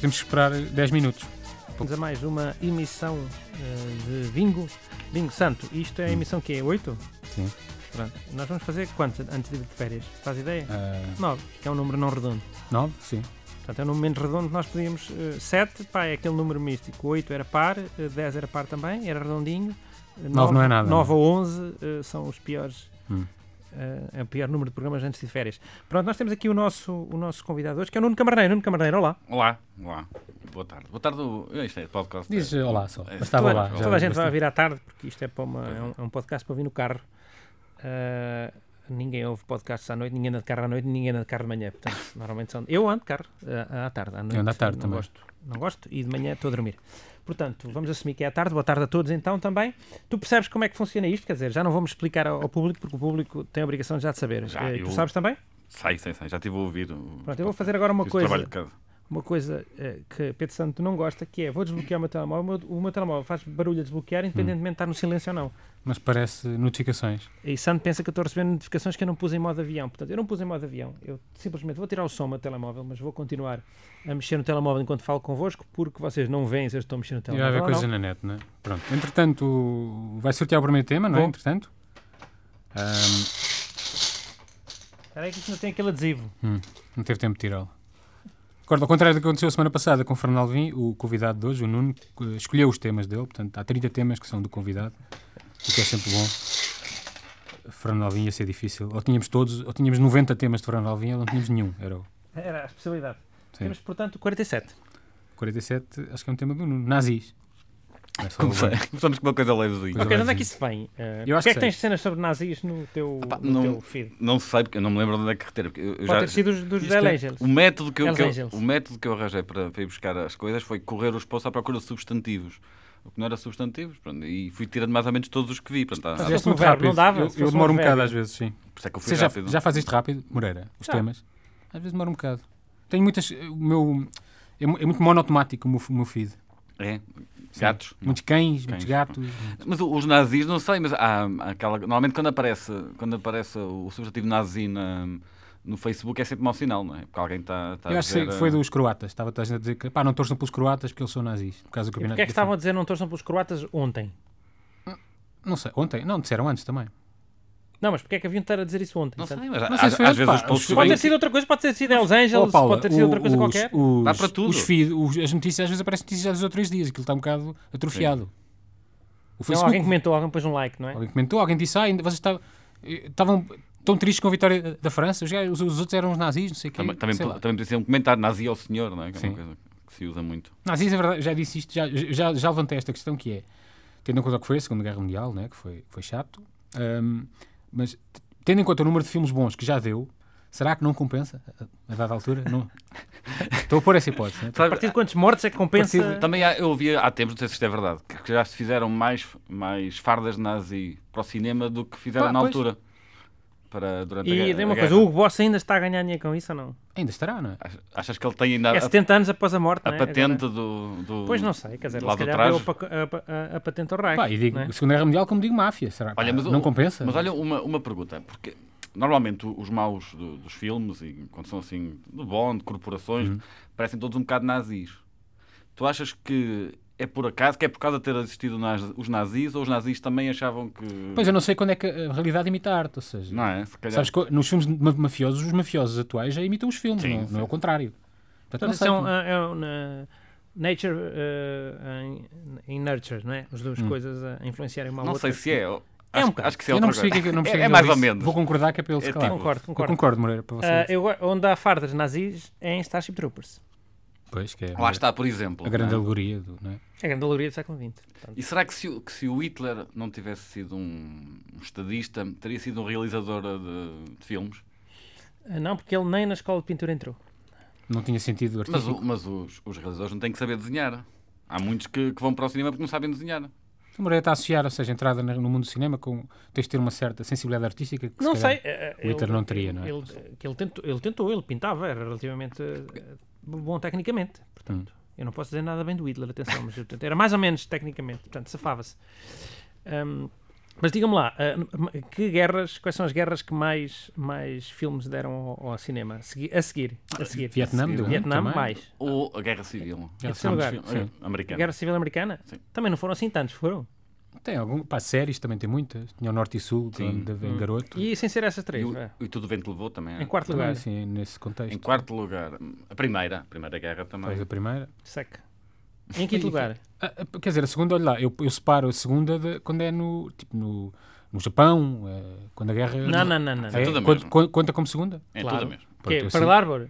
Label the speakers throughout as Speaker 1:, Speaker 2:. Speaker 1: temos que esperar 10 minutos.
Speaker 2: Vamos a mais uma emissão eh, de bingo. Bingo Santo. Isto é a
Speaker 1: Hum.
Speaker 2: emissão que é 8?
Speaker 1: Sim.
Speaker 2: Pronto. Nós vamos fazer quantos antes de ir de férias? Faz ideia?
Speaker 1: Uh,
Speaker 2: 9, que é um número não redondo.
Speaker 1: 9? Sim.
Speaker 2: Portanto, é um número menos redondo que nós podíamos. 7, pá, é aquele número místico. 8 era par, 10 era par também, era redondinho.
Speaker 1: Nove não é nada,
Speaker 2: 9 ou 11 eh, são os piores.
Speaker 1: Hum.
Speaker 2: eh, é o pior número de programas antes de férias. Pronto, nós temos aqui o nosso, o nosso convidado hoje, que é o Nuno Camarneiro. Nuno Camarneiro, olá.
Speaker 3: Olá, olá. Boa tarde. Boa tarde. o- eu- Isto é podcast.
Speaker 1: Diz eh, olá só.
Speaker 3: É,
Speaker 1: Bastava
Speaker 2: toda
Speaker 1: lá.
Speaker 2: toda a gente vai vir à tarde, porque isto é, para uma-
Speaker 1: Uhum.
Speaker 3: Pois é.
Speaker 2: é um, é um podcast para vir no carro. Eh, ninguém ouve podcasts à noite, ninguém anda de carro à noite, ninguém anda de carro de manhã. Portanto, normalmente são. Eu ando de carro eh, à tarde. À noite,
Speaker 1: ando à tarde
Speaker 2: não
Speaker 1: também.
Speaker 2: Gosto, não gosto e de manhã estou a dormir. Portanto, vamos assumir que é à tarde. Boa tarde a todos, então também. Tu percebes como é que funciona isto? Quer dizer, já não vamos explicar ao, ao público, porque o público tem a obrigação de já de saber.
Speaker 3: Já,
Speaker 2: Eh,
Speaker 3: eu-
Speaker 2: Tu sabes também?
Speaker 3: Sei, sei, sei. Já estive a ouvir. o-
Speaker 2: Pronto, eu vou fazer agora uma
Speaker 3: fiz o
Speaker 2: coisa
Speaker 3: Trabalho de casa.
Speaker 2: uma coisa eh, que Pedro Santo não gosta, que é vou desbloquear o meu telemóvel, o meu, o meu telemóvel faz barulho a desbloquear,
Speaker 1: Hum.
Speaker 2: independentemente de estar no silêncio ou não.
Speaker 1: Mas parece notificações.
Speaker 2: E Santo pensa que eu estou recebendo notificações que eu não pus em modo avião. Portanto, eu não pus em modo avião. Eu simplesmente vou tirar o som do meu telemóvel, mas vou continuar a mexer no telemóvel enquanto falo convosco, porque vocês não veem se eu estou a mexer no
Speaker 1: E vai
Speaker 2: telemóvel.
Speaker 1: haver
Speaker 2: ou
Speaker 1: coisas
Speaker 2: não.
Speaker 1: na net, não é? Pronto. Entretanto, o- vai sortear o primeiro tema, não é?
Speaker 2: Bom.
Speaker 1: Entretanto. Ah, Ahm,
Speaker 2: Espera aí que isto não tem aquele adesivo.
Speaker 1: não teve tempo de tirá-lo. Acordo, ao contrário do que aconteceu a semana passada com o Fernando Alvim, o convidado de hoje, o Nuno, eh, escolheu os temas dele. Portanto, há 30 temas que são do convidado, o que é sempre bom. Fernando Alvim ia ser difícil. Ou tínhamos todos, ou tínhamos 90 temas de Fernando Alvim, ou não tínhamos nenhum. Era o
Speaker 2: Era a especialidade.
Speaker 1: Sim.
Speaker 2: Temos, portanto, 47.
Speaker 1: 47, acho que é um tema do Nuno. Nazis. É só
Speaker 3: Comecei-
Speaker 1: o-
Speaker 3: Começamos com uma coisa levezinha.
Speaker 1: Coisa-
Speaker 2: Ok, de onde é que isso vem? Eh,
Speaker 1: Eu acho
Speaker 2: porque é
Speaker 1: que
Speaker 2: que
Speaker 1: sei.
Speaker 2: tens cenas sobre nazis no teu,
Speaker 3: Epá,
Speaker 2: no
Speaker 3: não-
Speaker 2: teu feed?
Speaker 3: Não sei, porque eu não me lembro de onde é que retiro. porque eu- eu
Speaker 2: Pode
Speaker 3: já-
Speaker 2: ter sido dos, dos
Speaker 1: isto
Speaker 2: Dead
Speaker 1: é-
Speaker 2: Angels.
Speaker 3: O método que eu,
Speaker 2: Hells
Speaker 3: que eu-
Speaker 2: Angels.
Speaker 3: o método que eu arranjei para, para ir buscar as coisas foi correr os poços à procura de substantivos. O que não era substantivos, pronto, e fui tirando mais ou menos todos os que vi. Pronto, há- há-
Speaker 2: Fizeste
Speaker 1: Fizeste
Speaker 2: um
Speaker 1: muito
Speaker 2: verbo,
Speaker 1: rápido.
Speaker 2: não dava?
Speaker 1: Eu-
Speaker 2: Se
Speaker 1: Eu,
Speaker 2: fosse um
Speaker 1: demoro um
Speaker 2: verbo.
Speaker 1: bocado às vezes, sim.
Speaker 3: por isso é que eu fui
Speaker 1: Você já,
Speaker 3: rápido.
Speaker 1: já faz isto rápido, Moreira? Os
Speaker 2: Já.
Speaker 1: temas? Às vezes demora um bocado. Tenho muitas. eh, O meu. É, mu- é muito monotemático o meu, o meu feed.
Speaker 3: É? Gatos?
Speaker 1: Muitos cães, muitos gatos.
Speaker 3: Mas o- os nazis, não sei, mas há, há aquela. Normalmente quando aparece, quando aparece o substantivo nazi na- no Facebook é sempre mau sinal, não é? Porque alguém está. está a
Speaker 1: Eu acho que
Speaker 3: dizer,
Speaker 1: foi
Speaker 3: eh,
Speaker 1: dos croatas. Estava toda a gente a dizer que pá, não torçam pelos croatas porque eles são nazis. Por causa do
Speaker 2: E
Speaker 1: campeonato.
Speaker 2: Porquê é que
Speaker 1: da
Speaker 2: estavam a dizer não torçam pelos croatas ontem?
Speaker 1: FIFA. Não sei, ontem. Não, disseram antes também.
Speaker 2: Não, mas porquê é que haviam de estar a dizer isso ontem?
Speaker 3: Não sei,
Speaker 2: Portanto,
Speaker 3: mas
Speaker 1: sei
Speaker 3: às,
Speaker 1: se foi
Speaker 3: às
Speaker 1: outro,
Speaker 3: vezes os
Speaker 1: pá.
Speaker 3: posts
Speaker 2: Pode
Speaker 3: vêm-
Speaker 2: ter sido outra coisa, pode ter sido Hells Angels,
Speaker 1: Oh, Paula,
Speaker 2: pode ter sido outra coisa
Speaker 1: os-
Speaker 2: qualquer.
Speaker 1: Os,
Speaker 3: Dá para tudo.
Speaker 1: Os feed, os- as notícias às vezes aparecem notícias já dos outros dias. Aquilo está um bocado atrofiado. O
Speaker 2: Não, alguém comentou, alguém pôs um like, não é?
Speaker 1: Alguém comentou, alguém disse, ah, ainda vocês estavam, eh, estavam tão tristes com a vitória da França, os, gajos- os outros eram os nazis, não sei o quê.
Speaker 3: Também, também,
Speaker 1: sei lá.
Speaker 3: também podia ser um comentário nazi ao senhor, não é? Que é
Speaker 1: Sim.
Speaker 3: uma coisa que se usa muito.
Speaker 1: Nazis, é verdade, já disse isto, já, já, já levantei esta questão que é, tendo em conta o que foi a Segunda Guerra Mundial, né, que foi, foi chato, ahm, mas t- tendo em conta o número de filmes bons que já deu, será que não compensa a, a dada altura? Não. Estou a pôr essa hipótese. Né?
Speaker 2: A partir de quantos mortos é que compensa?
Speaker 1: Partido-
Speaker 3: Também há- eu ouvi há tempos, não sei se isto é verdade, que que já se fizeram mais, mais fardas nazi para o cinema do que fizeram
Speaker 1: Pá,
Speaker 3: na
Speaker 1: pois.
Speaker 3: altura. Para, durante a
Speaker 2: E
Speaker 3: guerra-
Speaker 2: dê uma
Speaker 3: a
Speaker 2: coisa, o
Speaker 3: guerra.
Speaker 2: Hugo Boss ainda está a ganhar dinheiro com isso ou não?
Speaker 1: Ainda estará, não é?
Speaker 3: Ach- Achas que ele tem ainda
Speaker 2: É
Speaker 3: a,
Speaker 2: 70 anos após a morte,
Speaker 3: a
Speaker 2: não é?
Speaker 3: patente
Speaker 2: Agora-
Speaker 3: do, do.
Speaker 2: Pois não sei, quer dizer,
Speaker 3: lá
Speaker 2: se
Speaker 3: do
Speaker 2: calhar deu a,
Speaker 3: traje?
Speaker 2: pa- a- a- a patente ao Reich.
Speaker 1: Pá, e digo,
Speaker 2: não é?
Speaker 1: Segunda Guerra Mundial, como digo, máfia, será que
Speaker 3: Né? Olha, mas
Speaker 1: não
Speaker 3: o-
Speaker 1: compensa?
Speaker 3: Mas olha, um- uma, uma pergunta, porque normalmente o- os maus do- dos filmes, e quando são assim, de Bond, de corporações,
Speaker 1: Uhum.
Speaker 3: parecem todos um bocado nazis. Tu achas que é por acaso, que é por causa de ter assistido naz- os nazis, ou os nazis também achavam que.
Speaker 1: Pois eu não sei quando é que a realidade imita a arte, ou seja...
Speaker 3: Não é? Se calhar.
Speaker 1: Sabes que nos filmes ma- mafiosos, os mafiosos atuais já imitam os filmes,
Speaker 3: Sim,
Speaker 1: não,
Speaker 3: sim.
Speaker 1: não é o contrário. Portanto,
Speaker 2: Portanto,
Speaker 1: não
Speaker 2: isso
Speaker 1: sei,
Speaker 2: é um, é um, eh, Nature eh, em, em Nurture, não é? As duas coisas a influenciarem uma à
Speaker 3: Hum. não
Speaker 2: outra.
Speaker 3: sei se é.
Speaker 2: É um
Speaker 3: acho,
Speaker 2: bocado.
Speaker 3: acho que se é
Speaker 1: eu não
Speaker 3: outra
Speaker 1: percebi o
Speaker 3: coisa.
Speaker 1: que é que- não
Speaker 3: É-
Speaker 1: percebi o
Speaker 3: é
Speaker 1: que ele
Speaker 3: mais ou
Speaker 1: disse.
Speaker 3: menos.
Speaker 1: Vou concordar que é para ele
Speaker 3: É
Speaker 1: se calar.
Speaker 3: tipo-
Speaker 2: Concordo,
Speaker 1: Eu
Speaker 2: concordo.
Speaker 1: concordo, Moreira, para você.
Speaker 2: Ah, eu go- onde há fardas nazis é em Starship Troopers. Ah,
Speaker 1: Pois, que é
Speaker 3: Lá está, por exemplo.
Speaker 1: a grande
Speaker 3: não é?
Speaker 1: alegoria. Do, não é?
Speaker 2: É a grande alegoria do século XX. portanto.
Speaker 3: E será que se, o- que se o Hitler não tivesse sido um um estadista, teria sido um realizador eh, de, de filmes?
Speaker 2: Ah, Não, porque ele nem na escola de pintura entrou.
Speaker 1: Não tinha sentido
Speaker 3: Mas,
Speaker 1: artístico.
Speaker 3: o- mas os, os realizadores não têm que saber desenhar. Há muitos que, que vão para o cinema porque não sabem desenhar.
Speaker 1: O Moreira está a associar, ou seja, a entrada na- no mundo do cinema com tens de ter uma certa sensibilidade artística. Que
Speaker 2: não
Speaker 1: se
Speaker 2: sei.
Speaker 1: calhar-
Speaker 2: eh,
Speaker 1: o Hitler não teria, não é?
Speaker 2: Ele, Ah, que ele, tentou, ele tentou, ele pintava, era relativamente eh, bom tecnicamente. Portanto, eu não posso dizer nada bem do Hitler, atenção, mas eu, portanto, era mais ou menos tecnicamente, portanto, safava-se. Ahm, Mas diga-me lá, ah, que guerras, quais são as guerras que mais, mais filmes deram ao, ao cinema? Segui- A seguir, a seguir.
Speaker 1: Vietnã, deu um
Speaker 2: Vietnã,
Speaker 1: também.
Speaker 2: mais.
Speaker 3: Ou a Guerra Civil.
Speaker 1: Guerra
Speaker 2: Em terceiro
Speaker 1: Civil,
Speaker 3: Filme-
Speaker 1: sim.
Speaker 2: A
Speaker 3: Americana.
Speaker 2: Guerra Civil Americana?
Speaker 3: Sim.
Speaker 2: Também não foram assim tantos, foram.
Speaker 1: Tem algum. Pá, séries também tem muitas. Tinha o Norte e Sul, que
Speaker 3: Sim.
Speaker 1: da da- Garoto.
Speaker 2: Hum. E sem ser essas
Speaker 3: E,
Speaker 2: três,
Speaker 3: o-
Speaker 1: é.
Speaker 2: vá.
Speaker 3: e tudo o vento levou também. é?
Speaker 2: Em quarto
Speaker 1: Também,
Speaker 2: lugar,
Speaker 1: assim, nesse contexto.
Speaker 3: Em quarto é? lugar, a primeira, a primeira guerra também.
Speaker 1: Depois a primeira.
Speaker 2: seca. Em quinto lugar,
Speaker 1: Ah, ah, quer dizer, a segunda, olha lá, eu, eu separo a segunda de- quando é no. Tipo, no, no Japão, eh, quando a guerra.
Speaker 2: Não, não, não, não.
Speaker 1: É,
Speaker 3: É tudo a
Speaker 1: Conta-
Speaker 3: mesma.
Speaker 1: con- conta como segunda?
Speaker 3: é
Speaker 2: claro.
Speaker 3: tudo mesmo.
Speaker 1: Pronto,
Speaker 2: que
Speaker 1: eu
Speaker 2: é
Speaker 1: sei.
Speaker 2: Pearl Harbor,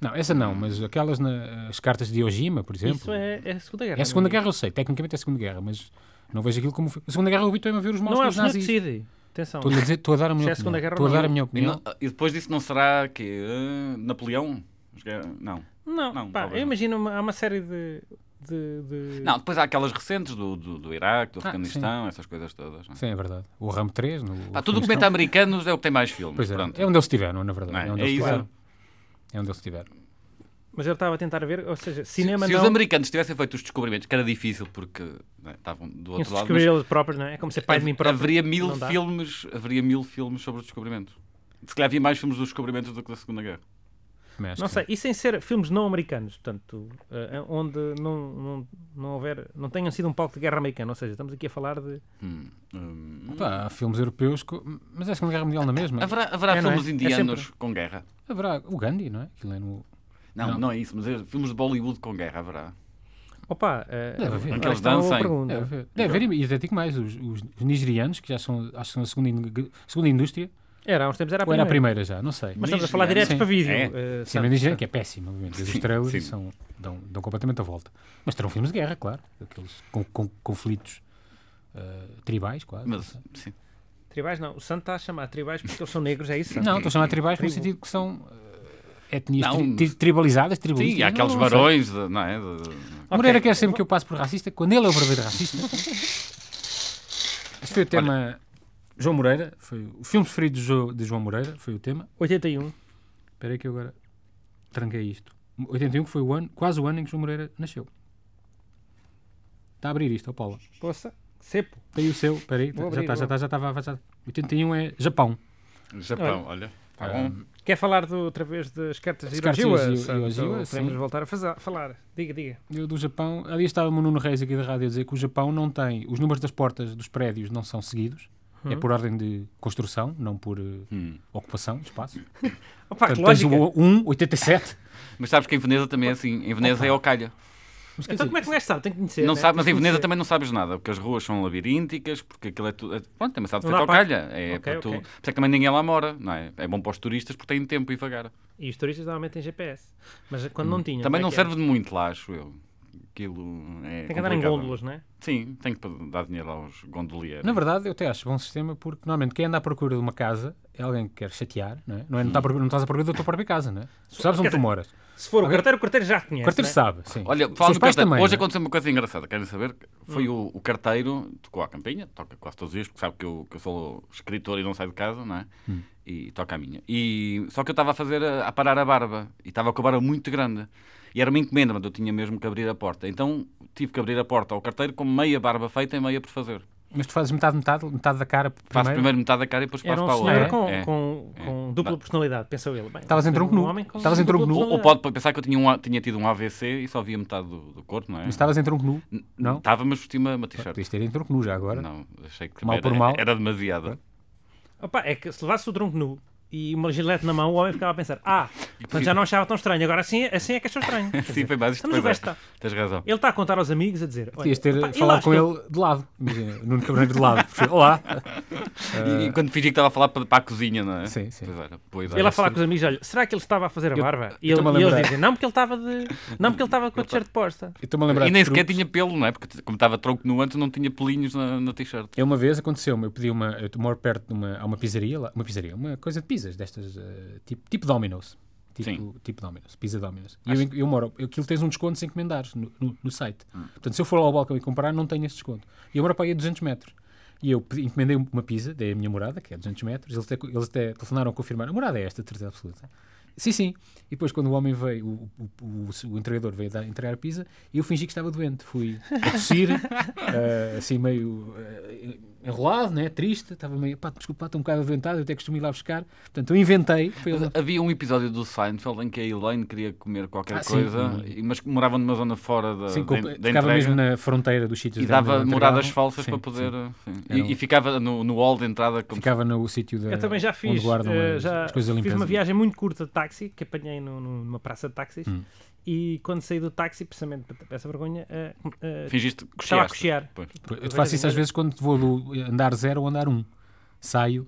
Speaker 1: Não, essa não, mas aquelas na, as cartas de Hiroshima, por exemplo.
Speaker 2: isso é, é a Segunda Guerra.
Speaker 1: É a Segunda
Speaker 2: não
Speaker 1: Guerra, eu sei, tecnicamente é a Segunda Guerra, mas não vejo aquilo como. A Segunda Guerra eu habituei-me a ver os maus
Speaker 2: Não é o
Speaker 1: com os
Speaker 2: senhor que
Speaker 1: nazis.
Speaker 2: decide. Atenção.
Speaker 1: Estou a dizer, estou a dar a
Speaker 2: Se é
Speaker 1: minha
Speaker 2: a Segunda
Speaker 1: opinião.
Speaker 2: Guerra,
Speaker 1: Estou a
Speaker 2: não.
Speaker 1: dar a minha
Speaker 3: E,
Speaker 1: opinião.
Speaker 3: não- ah, e depois disso não será que ah, Napoleão? Os guerra- Não.
Speaker 2: Não,
Speaker 3: Não,
Speaker 2: pá,
Speaker 3: talvez
Speaker 2: eu
Speaker 3: não.
Speaker 2: imagino, uma- há uma série de... de, de-
Speaker 3: Não, depois há aquelas recentes do, do, do Iraque, do
Speaker 1: Ah,
Speaker 3: Afeganistão, essas coisas todas. não é?
Speaker 1: Sim, é verdade. O Ram 3. No,
Speaker 3: Pá, tudo o que
Speaker 1: Afeganistão.
Speaker 3: mete americanos é o que tem mais filmes.
Speaker 1: Pois é,
Speaker 3: Pronto.
Speaker 1: é onde eles estiveram, na verdade.
Speaker 3: Não é?
Speaker 1: onde
Speaker 3: É
Speaker 1: eles
Speaker 3: isso.
Speaker 1: estiveram. É onde eles estiveram.
Speaker 2: Mas eu estava a tentar ver, ou seja,
Speaker 3: Se,
Speaker 2: cinema
Speaker 3: se
Speaker 2: não...
Speaker 3: os americanos tivessem feito os descobrimentos, que era difícil porque não é, estavam do
Speaker 2: Tinha-se
Speaker 3: outro lado,
Speaker 2: descobrir eles próprios, não é? É como ser pai de mim próprio.
Speaker 3: haveria mil
Speaker 2: Não dá.
Speaker 3: filmes, haveria mil filmes sobre os descobrimentos. Se calhar havia mais filmes dos descobrimentos do que da Segunda Guerra.
Speaker 1: Também acho
Speaker 2: Não
Speaker 1: que
Speaker 2: sei,
Speaker 1: sim.
Speaker 2: e sem ser filmes não americanos, portanto, eh, onde não, não, não houver, não tenham sido um palco de guerra americana, ou seja, estamos aqui a falar de...
Speaker 3: Hum, hum.
Speaker 1: Pá, há filmes europeus, co- mas é a Segunda Guerra Mundial na mesma.
Speaker 3: Haverá, haverá
Speaker 2: É, não é?
Speaker 3: filmes
Speaker 2: É
Speaker 3: indianos com guerra?
Speaker 1: Haverá o Gandhi, não é? Aquilo é no...
Speaker 3: Não,
Speaker 1: Não.
Speaker 3: não, é isso, mas é, filmes de Bollywood com guerra haverá.
Speaker 2: Opa, eh,
Speaker 1: Deve haver.
Speaker 2: agora
Speaker 3: Aqueles
Speaker 2: está uma boa
Speaker 3: dancem.
Speaker 2: pergunta.
Speaker 1: Deve haver. Deve haver, e até digo mais, os, os nigerianos, que já são, acho que são a segunda, in- segunda indústria,
Speaker 2: Era, há uns tempos era a
Speaker 1: ou era
Speaker 2: primeira.
Speaker 1: a primeira já, não sei.
Speaker 2: Mas estamos a falar
Speaker 3: Nigeriano.
Speaker 2: diretos para vídeo.
Speaker 3: É.
Speaker 2: eh,
Speaker 1: Sim,
Speaker 2: sabe?
Speaker 1: mas dizem que é péssimo, obviamente. As estrelas
Speaker 3: sim.
Speaker 1: são, dão, dão completamente a volta. Mas terão filmes de guerra, claro. Aqueles com, com conflitos ah, tribais, quase. não
Speaker 3: Mas,
Speaker 1: sei.
Speaker 3: sim.
Speaker 2: Tribais não, o Santo está a chamar tribais porque eles são negros, é isso?
Speaker 1: Não, estou a chamar tribais no
Speaker 2: Tribo.
Speaker 1: sentido que são ah, etnias
Speaker 3: Não,
Speaker 1: tri-
Speaker 3: mas-
Speaker 1: tri- tribalizadas, tribalistas.
Speaker 3: Sim, há
Speaker 1: não-
Speaker 3: aqueles
Speaker 1: não sei.
Speaker 3: barões, de- não é? De- de-
Speaker 1: O Moreira quer sempre que eu passe por racista, quando ele é o verdadeiro racista. Este foi o tema. João Moreira, foi o filme preferido de, Jo- de João Moreira, foi o tema.
Speaker 2: 81.
Speaker 1: Espera aí que eu agora tranquei isto. 81 que foi o ano, quase o ano em que João Moreira nasceu. Está a abrir isto, ó Paula.
Speaker 2: Poça, sepo.
Speaker 1: Tem o seu, espera aí,
Speaker 2: Vou
Speaker 1: já
Speaker 2: abrir,
Speaker 1: está, já
Speaker 2: vou.
Speaker 1: está, já estava avançado. 81 é Japão.
Speaker 2: é?
Speaker 3: Japão, olha. Tá bom.
Speaker 2: Quer falar do, outra vez das cartas de
Speaker 1: As cartas de
Speaker 2: Hiroshima?
Speaker 1: Hiroshima,
Speaker 2: Santo?
Speaker 1: Hiroshima,
Speaker 2: Podemos
Speaker 1: sim.
Speaker 2: voltar a faza- falar. Diga, diga.
Speaker 1: Eu do Japão, ali estava o Nuno Reis aqui da rádio a dizer que o Japão não tem, os números das portas dos prédios não são seguidos, é por ordem de construção, não por eh,
Speaker 3: Hum.
Speaker 1: ocupação de espaço.
Speaker 2: Opa, que
Speaker 1: Portanto, tens
Speaker 2: lógica. Então
Speaker 1: o 1, 87.
Speaker 3: Mas sabes que em Veneza também é assim. Em Veneza é Ocalha.
Speaker 1: Mas, quer
Speaker 2: Então
Speaker 1: dizer,
Speaker 2: como é que um gajo sabe? Tem que conhecer.
Speaker 3: Não
Speaker 2: né?
Speaker 3: sabe, mas
Speaker 2: Tem
Speaker 3: em
Speaker 2: que
Speaker 3: Veneza
Speaker 2: conhecer.
Speaker 3: também não sabes nada, porque as ruas são labirínticas, porque aquilo é tudo. é- Pronto, também sabe
Speaker 2: Não
Speaker 3: feito
Speaker 2: dá para-
Speaker 3: Ocalha. É
Speaker 2: Ok,
Speaker 3: para tu.
Speaker 2: ok.
Speaker 3: Por isso é que também ninguém lá mora, não é? É bom para os turistas porque têm tempo e vagar.
Speaker 2: E os turistas normalmente têm GPS. Mas quando
Speaker 1: Hum,
Speaker 2: não tinham.
Speaker 3: Também
Speaker 2: como é que
Speaker 3: não
Speaker 2: era?
Speaker 3: serve de muito lá, acho eu. Aquilo
Speaker 2: Tem
Speaker 3: é.
Speaker 2: que andar em
Speaker 3: complicado.
Speaker 2: gôndolas, não é?
Speaker 3: Sim, tem que dar dinheiro aos gondoleiros.
Speaker 1: Na verdade, eu até acho bom sistema porque normalmente quem anda à procura de uma casa é alguém que quer chatear, não é? Não, é,
Speaker 3: Hum.
Speaker 1: não, está à procura- não estás à procura da tua própria casa, não é? Tu sabes onde tu moras.
Speaker 2: Se for o
Speaker 1: Agora-
Speaker 2: carteiro, o carteiro já conhece.
Speaker 1: O carteiro
Speaker 2: né?
Speaker 1: sabe, sim.
Speaker 3: Olha,
Speaker 1: Os
Speaker 3: fala
Speaker 1: teus pais
Speaker 3: do carteiro.
Speaker 1: também. Hum.
Speaker 3: Hoje
Speaker 1: não é?
Speaker 3: aconteceu uma coisa engraçada, querem saber? Foi o, o carteiro, tocou à campainha, toca quase todos os dias, porque sabe que eu, que eu sou escritor e não saio de casa, não é?
Speaker 1: Hum.
Speaker 3: E toca a minha. E, só que eu estava a fazer, a, a parar a barba, e estava com a barba muito grande. E era uma encomenda, mas eu tinha mesmo que abrir a porta. Então tive que abrir a porta ao carteiro com meia barba feita e meia por fazer.
Speaker 1: Mas tu fazes metade, metade, metade da cara
Speaker 3: Faço
Speaker 1: primeiro.
Speaker 3: primeiro metade da cara e depois passo
Speaker 2: Era um
Speaker 3: para a
Speaker 2: senhor
Speaker 3: outra.
Speaker 2: com,
Speaker 3: É.
Speaker 2: com,
Speaker 3: é.
Speaker 2: com dupla
Speaker 3: Não.
Speaker 2: personalidade, pensou ele. Bem,
Speaker 1: Estavas em
Speaker 2: ser
Speaker 1: tronco
Speaker 2: um
Speaker 1: nu.
Speaker 2: homem com
Speaker 1: Estavas em
Speaker 2: dupla
Speaker 1: tronco nu.
Speaker 3: Ou, ou
Speaker 2: personalidade.
Speaker 3: pode pensar que eu tinha, um, A- tinha tido um AVC e só via metade do, do corpo, não é?
Speaker 1: Mas estavas em tronco nu. Não?
Speaker 3: Estava, mas vesti uma, uma t-shirt.
Speaker 1: Podias ter em tronco nu já agora.
Speaker 3: Não, achei que
Speaker 1: Mal
Speaker 3: era,
Speaker 1: por mal.
Speaker 3: era demasiado.
Speaker 2: Opa, é que se levasse o tronco nu e uma gilete na mão, o homem ficava a pensar: ah, portanto já não achava tão estranho, agora assim, assim é que achou estranho. Então, Quer
Speaker 3: Sim,
Speaker 2: dizer,
Speaker 3: foi mais isto.
Speaker 2: estamos a
Speaker 3: pois é.
Speaker 2: gastar.
Speaker 3: Tens razão.
Speaker 2: Ele está a contar aos amigos, a dizer: olha,
Speaker 1: Podias ter
Speaker 2: opa,
Speaker 1: falado
Speaker 2: acho
Speaker 1: com
Speaker 2: que
Speaker 1: ele de lado. Imagina, Nuno Cabreiro de lado. Porque, Olá.
Speaker 3: E, e quando fingi que estava a falar para, para a cozinha, não é?
Speaker 1: Ah. Sim, sim.
Speaker 3: Pois era. Pois
Speaker 2: Ele
Speaker 3: era.
Speaker 2: a falar com os amigos, olha, será que ele estava a fazer a barba? E, ele-
Speaker 1: estou-me a
Speaker 2: e eles
Speaker 1: lembrar.
Speaker 2: dizem, não, porque ele estava de. Não, porque ele estava com a t-shirt posta.
Speaker 1: Eu estou-me a lembrar
Speaker 3: E nem
Speaker 1: de
Speaker 3: sequer
Speaker 1: truques.
Speaker 3: tinha pelo, não é? Porque como estava tronco nu antes, não tinha pelinhos na, na t-shirt.
Speaker 1: Eu É uma vez aconteceu-me, eu pedi uma, eu moro perto de uma, há uma pizzaria lá, uma pizzaria, uma coisa de pizzas, destas, eh, tipo, tipo Domino's. Tipo,
Speaker 3: Sim.
Speaker 1: tipo Domino's, pizza Domino's. E eu, en- eu moro, eu- aquilo tens um desconto se encomendares no, no- no site.
Speaker 3: Hum.
Speaker 1: Portanto, se eu for ao balcão e comprar, não tenho esse desconto. E eu moro para aí a 200 metros. E eu pedi- encomendei um, uma pizza, dei a minha morada, que é 200 metros, eles até, eles até telefonaram a confirmar, a morada é esta, de certeza absoluta. Sim, sim. E depois, quando o homem veio, o, o, o, o entregador veio dar, entregar a pizza, eu fingi que estava doente. Fui a tossir, eh, assim meio eh, enrolado, né? triste. Estava meio, pá, desculpa, estou um bocado aventado, eu até costumo ir lá buscar. Portanto, eu inventei. Foi ele-
Speaker 3: Havia um episódio do Seinfeld em que a Elaine queria comer qualquer
Speaker 1: Ah, sim.
Speaker 3: coisa, e- mas que morava numa zona fora da,
Speaker 1: Sim,
Speaker 3: da,
Speaker 1: com-
Speaker 3: da
Speaker 1: ficava
Speaker 3: entrega
Speaker 1: mesmo na fronteira dos sítios
Speaker 3: e
Speaker 1: de onde
Speaker 3: dava
Speaker 1: entregavam.
Speaker 3: moradas falsas
Speaker 1: Sim,
Speaker 3: para poder. eh,
Speaker 1: sim.
Speaker 3: sim.
Speaker 1: Era um-
Speaker 3: E, e ficava no, no hall de entrada como
Speaker 1: Ficava no sítio da.
Speaker 2: Eu também já fiz,
Speaker 1: Onde guardam
Speaker 2: eh,
Speaker 1: as,
Speaker 2: já
Speaker 1: as coisas da
Speaker 2: fiz
Speaker 1: limpeza.
Speaker 2: uma viagem muito curta de táxi, que apanhei no- no- numa praça de táxis,
Speaker 3: Hum.
Speaker 2: e quando saí do táxi, precisamente para para essa vergonha, eh, eh,
Speaker 3: fingiste que
Speaker 2: estava a
Speaker 3: cocheaste.
Speaker 2: cochear.
Speaker 3: Pois.
Speaker 1: Eu te faço isso às
Speaker 2: Veja, veja.
Speaker 1: vezes quando vou do andar 0 ou andar 1. Um. Saio.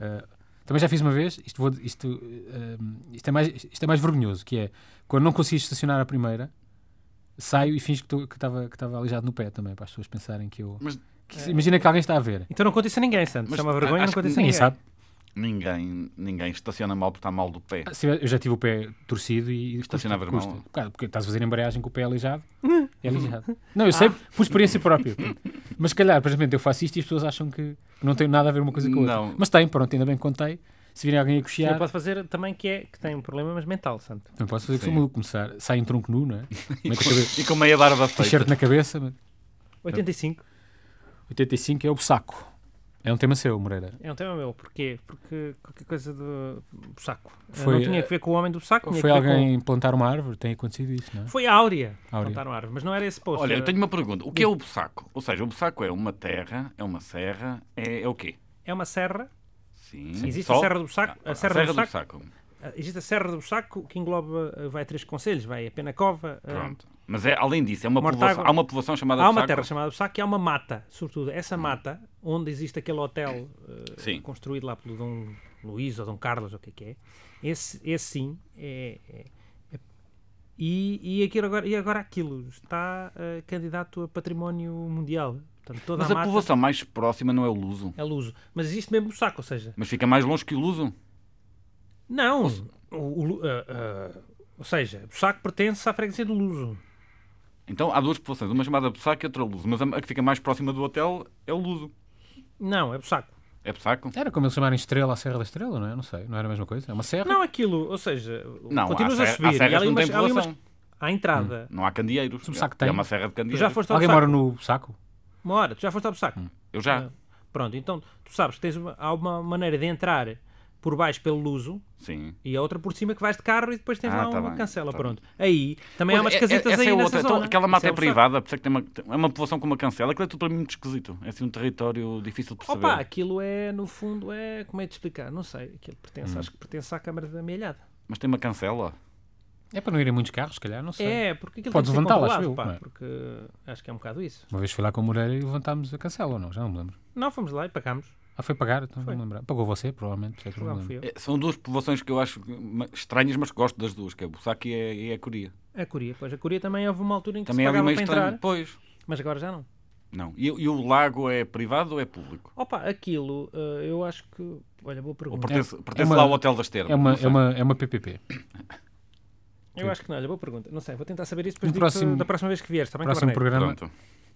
Speaker 1: ah, também já fiz uma vez, isto, vou- isto, ah, isto é mais, isto é mais vergonhoso, que é quando não consigo estacionar a primeira, saio e finjo que estou- que estava que estava aleijado no pé também, para as pessoas pensarem que eu.
Speaker 3: Mas-
Speaker 1: que se- imagina que alguém está a ver.
Speaker 2: Então não conta isso a ninguém, Santos.
Speaker 3: Mas
Speaker 2: é uma vergonha,
Speaker 3: acho
Speaker 2: não
Speaker 3: que
Speaker 2: conta isso a
Speaker 1: Ninguém
Speaker 2: ninguém.
Speaker 1: sabe.
Speaker 3: Ninguém, ninguém estaciona mal porque está mal do pé.
Speaker 1: Ah, se tiver- Eu já tive o pé torcido e. e
Speaker 3: Estacionava
Speaker 1: custa,
Speaker 3: mal.
Speaker 1: custa. Claro, porque estás a fazer embreagem com o pé aleijado. é aleijado. Não, eu sei por experiência própria. portanto. Mas se calhar, por exemplo, eu faço isto e as pessoas acham que não tem nada a ver uma coisa com a outra.
Speaker 3: Não.
Speaker 1: Mas tem, pronto, ainda bem que contei. Se virem alguém a cochear,
Speaker 2: Eu posso fazer também que é que tem um problema, mas mental, Santo.
Speaker 1: não posso fazer que sou
Speaker 3: Sim.
Speaker 1: maluco. Começar, sai em tronco nu, não é? Mete a cabeça-
Speaker 3: E com meia barba feita.
Speaker 1: T-shirt na cabeça. mas-
Speaker 2: 85
Speaker 1: 85 é o saco. É um tema seu, Moreira.
Speaker 2: é um tema meu. Porquê? Porque qualquer coisa do, do saco. Eh,
Speaker 1: Foi,
Speaker 2: não tinha que ver com o homem do saco. Tinha
Speaker 1: Foi
Speaker 2: que ver
Speaker 1: alguém plantar uma árvore? Tem acontecido isso, não
Speaker 2: Com...
Speaker 1: é?
Speaker 2: Foi a Áurea.
Speaker 1: Áurea.
Speaker 2: Áurea. árvore, mas não era esse posto.
Speaker 3: Olha, eu
Speaker 2: era-
Speaker 3: tenho uma pergunta. O que é o buçaco? Ou seja, o buçaco é uma terra, é uma serra, é, é o quê?
Speaker 2: É uma serra.
Speaker 3: Sim.
Speaker 2: Existe
Speaker 3: Só?
Speaker 2: a Serra do Buçaco?
Speaker 3: Ah,
Speaker 2: A Serra do
Speaker 3: do Saco.
Speaker 2: Ah, Existe a Serra do Saco que engloba, ah, vai a três conselhos, vai a Penacova. ah,
Speaker 3: Pronto. Mas é, além disso, é uma
Speaker 2: Mortágua.
Speaker 3: povoação, há uma povoação chamada
Speaker 2: há uma
Speaker 3: Buçaco?
Speaker 2: terra chamada do Saco e há uma mata, sobretudo. Essa mata, onde existe aquele hotel ah,
Speaker 3: Sim.
Speaker 2: construído lá pelo Dom Luís ou Dom Carlos, ou o que é que é, esse, esse sim é. é- é- e, e, aquilo agora, e agora aquilo está ah, candidato a património mundial. Portanto, toda
Speaker 3: Mas
Speaker 2: a
Speaker 3: a
Speaker 2: mata
Speaker 3: povoação mais próxima não é o Luso.
Speaker 2: é luso. Mas existe mesmo o saco, ou seja,
Speaker 3: Mas fica mais longe que o Luso.
Speaker 2: Não, o, o Lu- ah, ah, ou seja, o saco pertence à freguesia do Luso.
Speaker 3: Então há duas povoações, uma chamada Buçaco e outra Luso. Mas a a que fica mais próxima do hotel é o Luso.
Speaker 2: Não, é o saco.
Speaker 3: É Buçaco?
Speaker 1: Era como eles chamarem estrela à Serra da Estrela, não é? Não sei. Não era a mesma coisa? É uma serra?
Speaker 2: Não aquilo, ou seja,
Speaker 3: Não,
Speaker 2: continuas
Speaker 3: há
Speaker 2: a
Speaker 3: ser- há
Speaker 2: subir.
Speaker 3: serras
Speaker 2: e há ali
Speaker 3: que não
Speaker 2: umas-
Speaker 3: têm
Speaker 2: há ali umas-
Speaker 3: população.
Speaker 2: À entrada.
Speaker 3: Não há candeeiros.
Speaker 1: O Buçaco
Speaker 3: É-
Speaker 1: tem.
Speaker 3: é uma serra de
Speaker 2: Tu
Speaker 3: candeeiros.
Speaker 2: já foste ao
Speaker 1: Alguém
Speaker 2: saco.
Speaker 1: mora no Hum. saco?
Speaker 2: Uma hora, tu já foste ao saco.
Speaker 3: Eu já.
Speaker 2: Pronto, então tu sabes que tens uma, há uma maneira de entrar por baixo pelo Luso
Speaker 3: Sim.
Speaker 2: e a outra por cima que vais de carro e depois tens
Speaker 3: Ah,
Speaker 2: lá
Speaker 3: tá
Speaker 2: uma
Speaker 3: bem,
Speaker 2: cancela.
Speaker 3: tá
Speaker 2: pronto. Aí também há
Speaker 3: Pois,
Speaker 2: umas
Speaker 3: é- é-
Speaker 2: casitas
Speaker 3: essa
Speaker 2: aí
Speaker 3: é
Speaker 2: nessa
Speaker 3: outra.
Speaker 2: zona.
Speaker 3: Então, aquela
Speaker 2: Isso
Speaker 3: mata
Speaker 2: um
Speaker 3: é,
Speaker 2: o saco.
Speaker 3: privada, por isso é que tem uma, tem- é uma população com uma cancela. Aquilo é tudo para mim muito esquisito. É assim um território difícil de perceber.
Speaker 2: Opa, aquilo é, no fundo, é. Como é de explicar? Não sei. Aquilo
Speaker 3: Hum.
Speaker 2: pertence, acho que pertence à Câmara da Amelhada.
Speaker 3: Mas tem uma cancela.
Speaker 1: É para não irem muitos carros, se calhar, não sei.
Speaker 2: É, porque aquilo
Speaker 1: Podes
Speaker 2: tem que ser
Speaker 1: levantá-la, acho
Speaker 2: controlado,
Speaker 1: eu,
Speaker 2: pá,
Speaker 1: não é?
Speaker 2: porque acho que é um bocado isso.
Speaker 1: Uma vez fui lá com o Moreira e levantámos a cancela ou não? Já não me lembro.
Speaker 2: Não, fomos lá e pagámos.
Speaker 1: Ah, foi pagar? Então
Speaker 2: Foi.
Speaker 1: não me lembro. Pagou você, provavelmente. já que não me
Speaker 2: Pagámos,
Speaker 1: lembro.
Speaker 2: fui eu.
Speaker 3: É, são duas povoações que eu acho ma- estranhas, mas que gosto das duas, que é Buçaco e é, e é a Coria.
Speaker 2: A Coria, pois. A Coria também houve uma altura em que
Speaker 3: Também é
Speaker 2: se
Speaker 3: ali
Speaker 2: pagava
Speaker 3: meio
Speaker 2: para
Speaker 3: estranho.
Speaker 2: entrar,
Speaker 3: Pois.
Speaker 2: mas agora já não.
Speaker 3: Não. E, e o lago é privado ou é público?
Speaker 2: Opa, aquilo, eh, eu acho que... Olha, boa
Speaker 3: Ou
Speaker 2: pergunta.
Speaker 3: pertence, pertence
Speaker 1: é uma-
Speaker 3: lá ao Hotel das Termas?
Speaker 1: É uma,
Speaker 3: Não sei.
Speaker 1: é, uma, é uma PPP.
Speaker 2: Eu acho que não, olha, boa pergunta. Não sei, vou tentar saber isso
Speaker 1: No
Speaker 2: depois digo-te
Speaker 1: próximo-
Speaker 2: da próxima vez que vieres, está bem?
Speaker 1: Próximo
Speaker 2: Cabernet?
Speaker 1: programa.
Speaker 3: Pronto.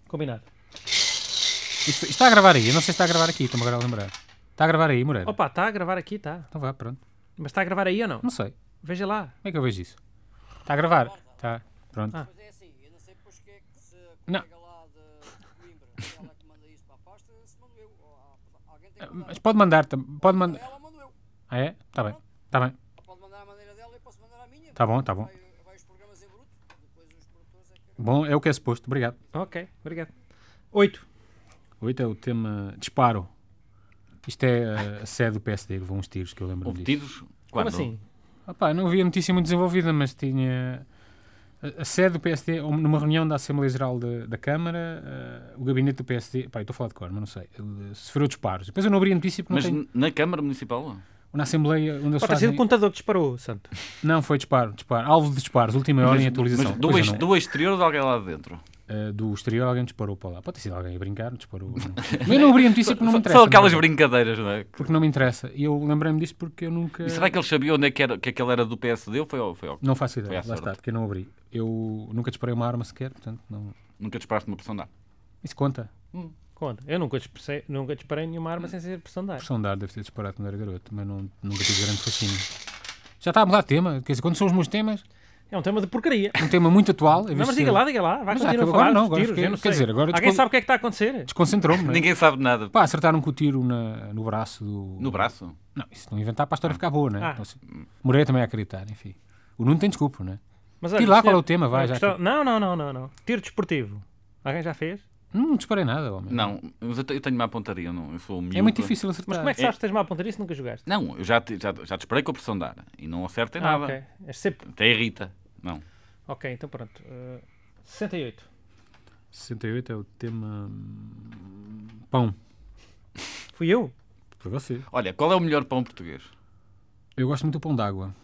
Speaker 2: Combinado.
Speaker 1: Isto, isto está a gravar aí. Eu não sei se está a gravar aqui, estou-me agora a lembrar. Está a gravar aí, Moreira?
Speaker 2: Opa, está a gravar aqui, está.
Speaker 1: Então vá, pronto.
Speaker 2: Mas está a gravar aí ou não?
Speaker 1: Não sei. Como
Speaker 2: Veja lá.
Speaker 1: é que eu vejo isso? Está a gravar? Está. Pronto.
Speaker 2: Ah.
Speaker 4: Mas é assim, eu não sei pois que é que se a
Speaker 1: Não.
Speaker 4: colega lá de Coimbra, se ela que manda isto para a pasta, se mandou eu. Ou, há- alguém tem que mandar.
Speaker 1: Mas pode mandar. tam- Pode
Speaker 4: Ou
Speaker 1: mandar.
Speaker 4: Ela mandou eu.
Speaker 1: Ah, é? Está bem. Está bem.
Speaker 4: Ou Pode mandar a maneira dela e posso mandar a minha.
Speaker 1: Está Tá bom, está bom.
Speaker 4: Vai, vai os programas em bruto, depois os produtores é que.
Speaker 1: Bom, é o que é suposto. Obrigado.
Speaker 2: Ok, obrigado. Oito.
Speaker 1: Oito é o tema disparo. Isto é uh, a sede do PSD, que vão uns tiros, que eu lembro
Speaker 3: Houve
Speaker 1: disso.
Speaker 3: tiros?
Speaker 2: Como
Speaker 3: Quando?
Speaker 2: assim?
Speaker 1: Opá, não havia notícia muito desenvolvida, mas tinha a, a sede do PSD, um- numa reunião da Assembleia Geral da, da Câmara, eh, o gabinete do PSD, pá, eu estou a falar de cor, mas não sei, ele, eh, sofreu disparos. Depois eu não abri a notícia porque
Speaker 3: Mas
Speaker 1: não tenho,
Speaker 3: n- na Câmara Municipal?
Speaker 1: na Assembleia onde eles
Speaker 2: Pode ter sido
Speaker 1: fazem...
Speaker 2: o um contador que disparou, Santo.
Speaker 1: Não, foi disparo, disparo, alvo de disparos, última hora
Speaker 3: Mas-
Speaker 1: em atualização.
Speaker 3: mas
Speaker 1: Pois eu
Speaker 3: do, ex-
Speaker 1: não-
Speaker 3: do exterior ou de alguém lá de dentro?
Speaker 1: eh, do exterior alguém disparou para lá. Pode ter sido alguém a brincar, um disparou. mas eu não abri a notícia porque não me
Speaker 3: São-
Speaker 1: interessa.
Speaker 3: São aquelas
Speaker 1: não é?
Speaker 3: brincadeiras, não é?
Speaker 1: Porque não me interessa. E eu lembrei-me disto porque eu nunca...
Speaker 3: E será que eles sabiam onde é que, era, que aquele era do PSD ou foi ao, foi ao...
Speaker 1: Não faço
Speaker 3: Foi à
Speaker 1: ideia, lá está,
Speaker 3: sorte.
Speaker 1: porque eu não abri. Eu nunca disparei uma arma sequer, portanto, não...
Speaker 3: Nunca disparaste uma pressão de ar.
Speaker 1: Isso conta.
Speaker 2: Conta. Eu nunca disparei, nunca disparei nenhuma arma sem ser pressão de ar.
Speaker 1: pressão de ar deve ter disparado quando era garoto, mas não, nunca tive grande fascínio. Já está a mudar de tema. Quer dizer, quando são os meus temas,
Speaker 2: É um tema de porcaria.
Speaker 1: um tema muito atual.
Speaker 2: Não, mas diga lá, diga lá. Vai
Speaker 1: Mas
Speaker 2: continuar a
Speaker 1: acabou-
Speaker 2: falar
Speaker 1: agora não,
Speaker 2: dos
Speaker 1: agora
Speaker 2: tiros,
Speaker 1: fiquei-
Speaker 2: eu não
Speaker 1: quer
Speaker 2: sei.
Speaker 1: dizer, agora
Speaker 2: Alguém
Speaker 1: descol-
Speaker 2: sabe o que é que está a acontecer?
Speaker 1: Desconcentrou-me, não é?
Speaker 3: Ninguém sabe nada.
Speaker 1: Pá, acertaram com o tiro na- no braço do.
Speaker 3: No braço?
Speaker 1: Não, isso não inventar para a história ficar boa, não é?
Speaker 2: Ah.
Speaker 1: Então, se- Moreira também a acreditar, enfim. O Nuno tem desculpa, não é?
Speaker 2: Mas,
Speaker 1: Diga lá
Speaker 2: isto
Speaker 1: qual é
Speaker 2: é-
Speaker 1: o tema, vai,
Speaker 2: uma
Speaker 1: já
Speaker 2: questão-
Speaker 1: que-
Speaker 2: Não, não, não, não, não. Tiro desportivo. Alguém já fez?
Speaker 1: Não disparei nada, homem.
Speaker 3: Não, mas eu te- eu tenho má pontaria, eu, não, eu sou um miúdo.
Speaker 1: É muito difícil acertar.
Speaker 2: Mas como é que sabes que tens má pontaria se nunca jogaste?
Speaker 3: Não, eu já, te- já, já te esperei com a pressão de ar e não acerto em
Speaker 2: Ah,
Speaker 3: nada.
Speaker 2: ok. É sempre...
Speaker 3: Até irrita. Não.
Speaker 2: Ok, então pronto. Eh, 68.
Speaker 1: 68 é o tema. hum, Pão.
Speaker 2: Fui eu?
Speaker 1: Para você.
Speaker 3: Olha, qual é o melhor pão português?
Speaker 1: Eu gosto muito do pão d'água.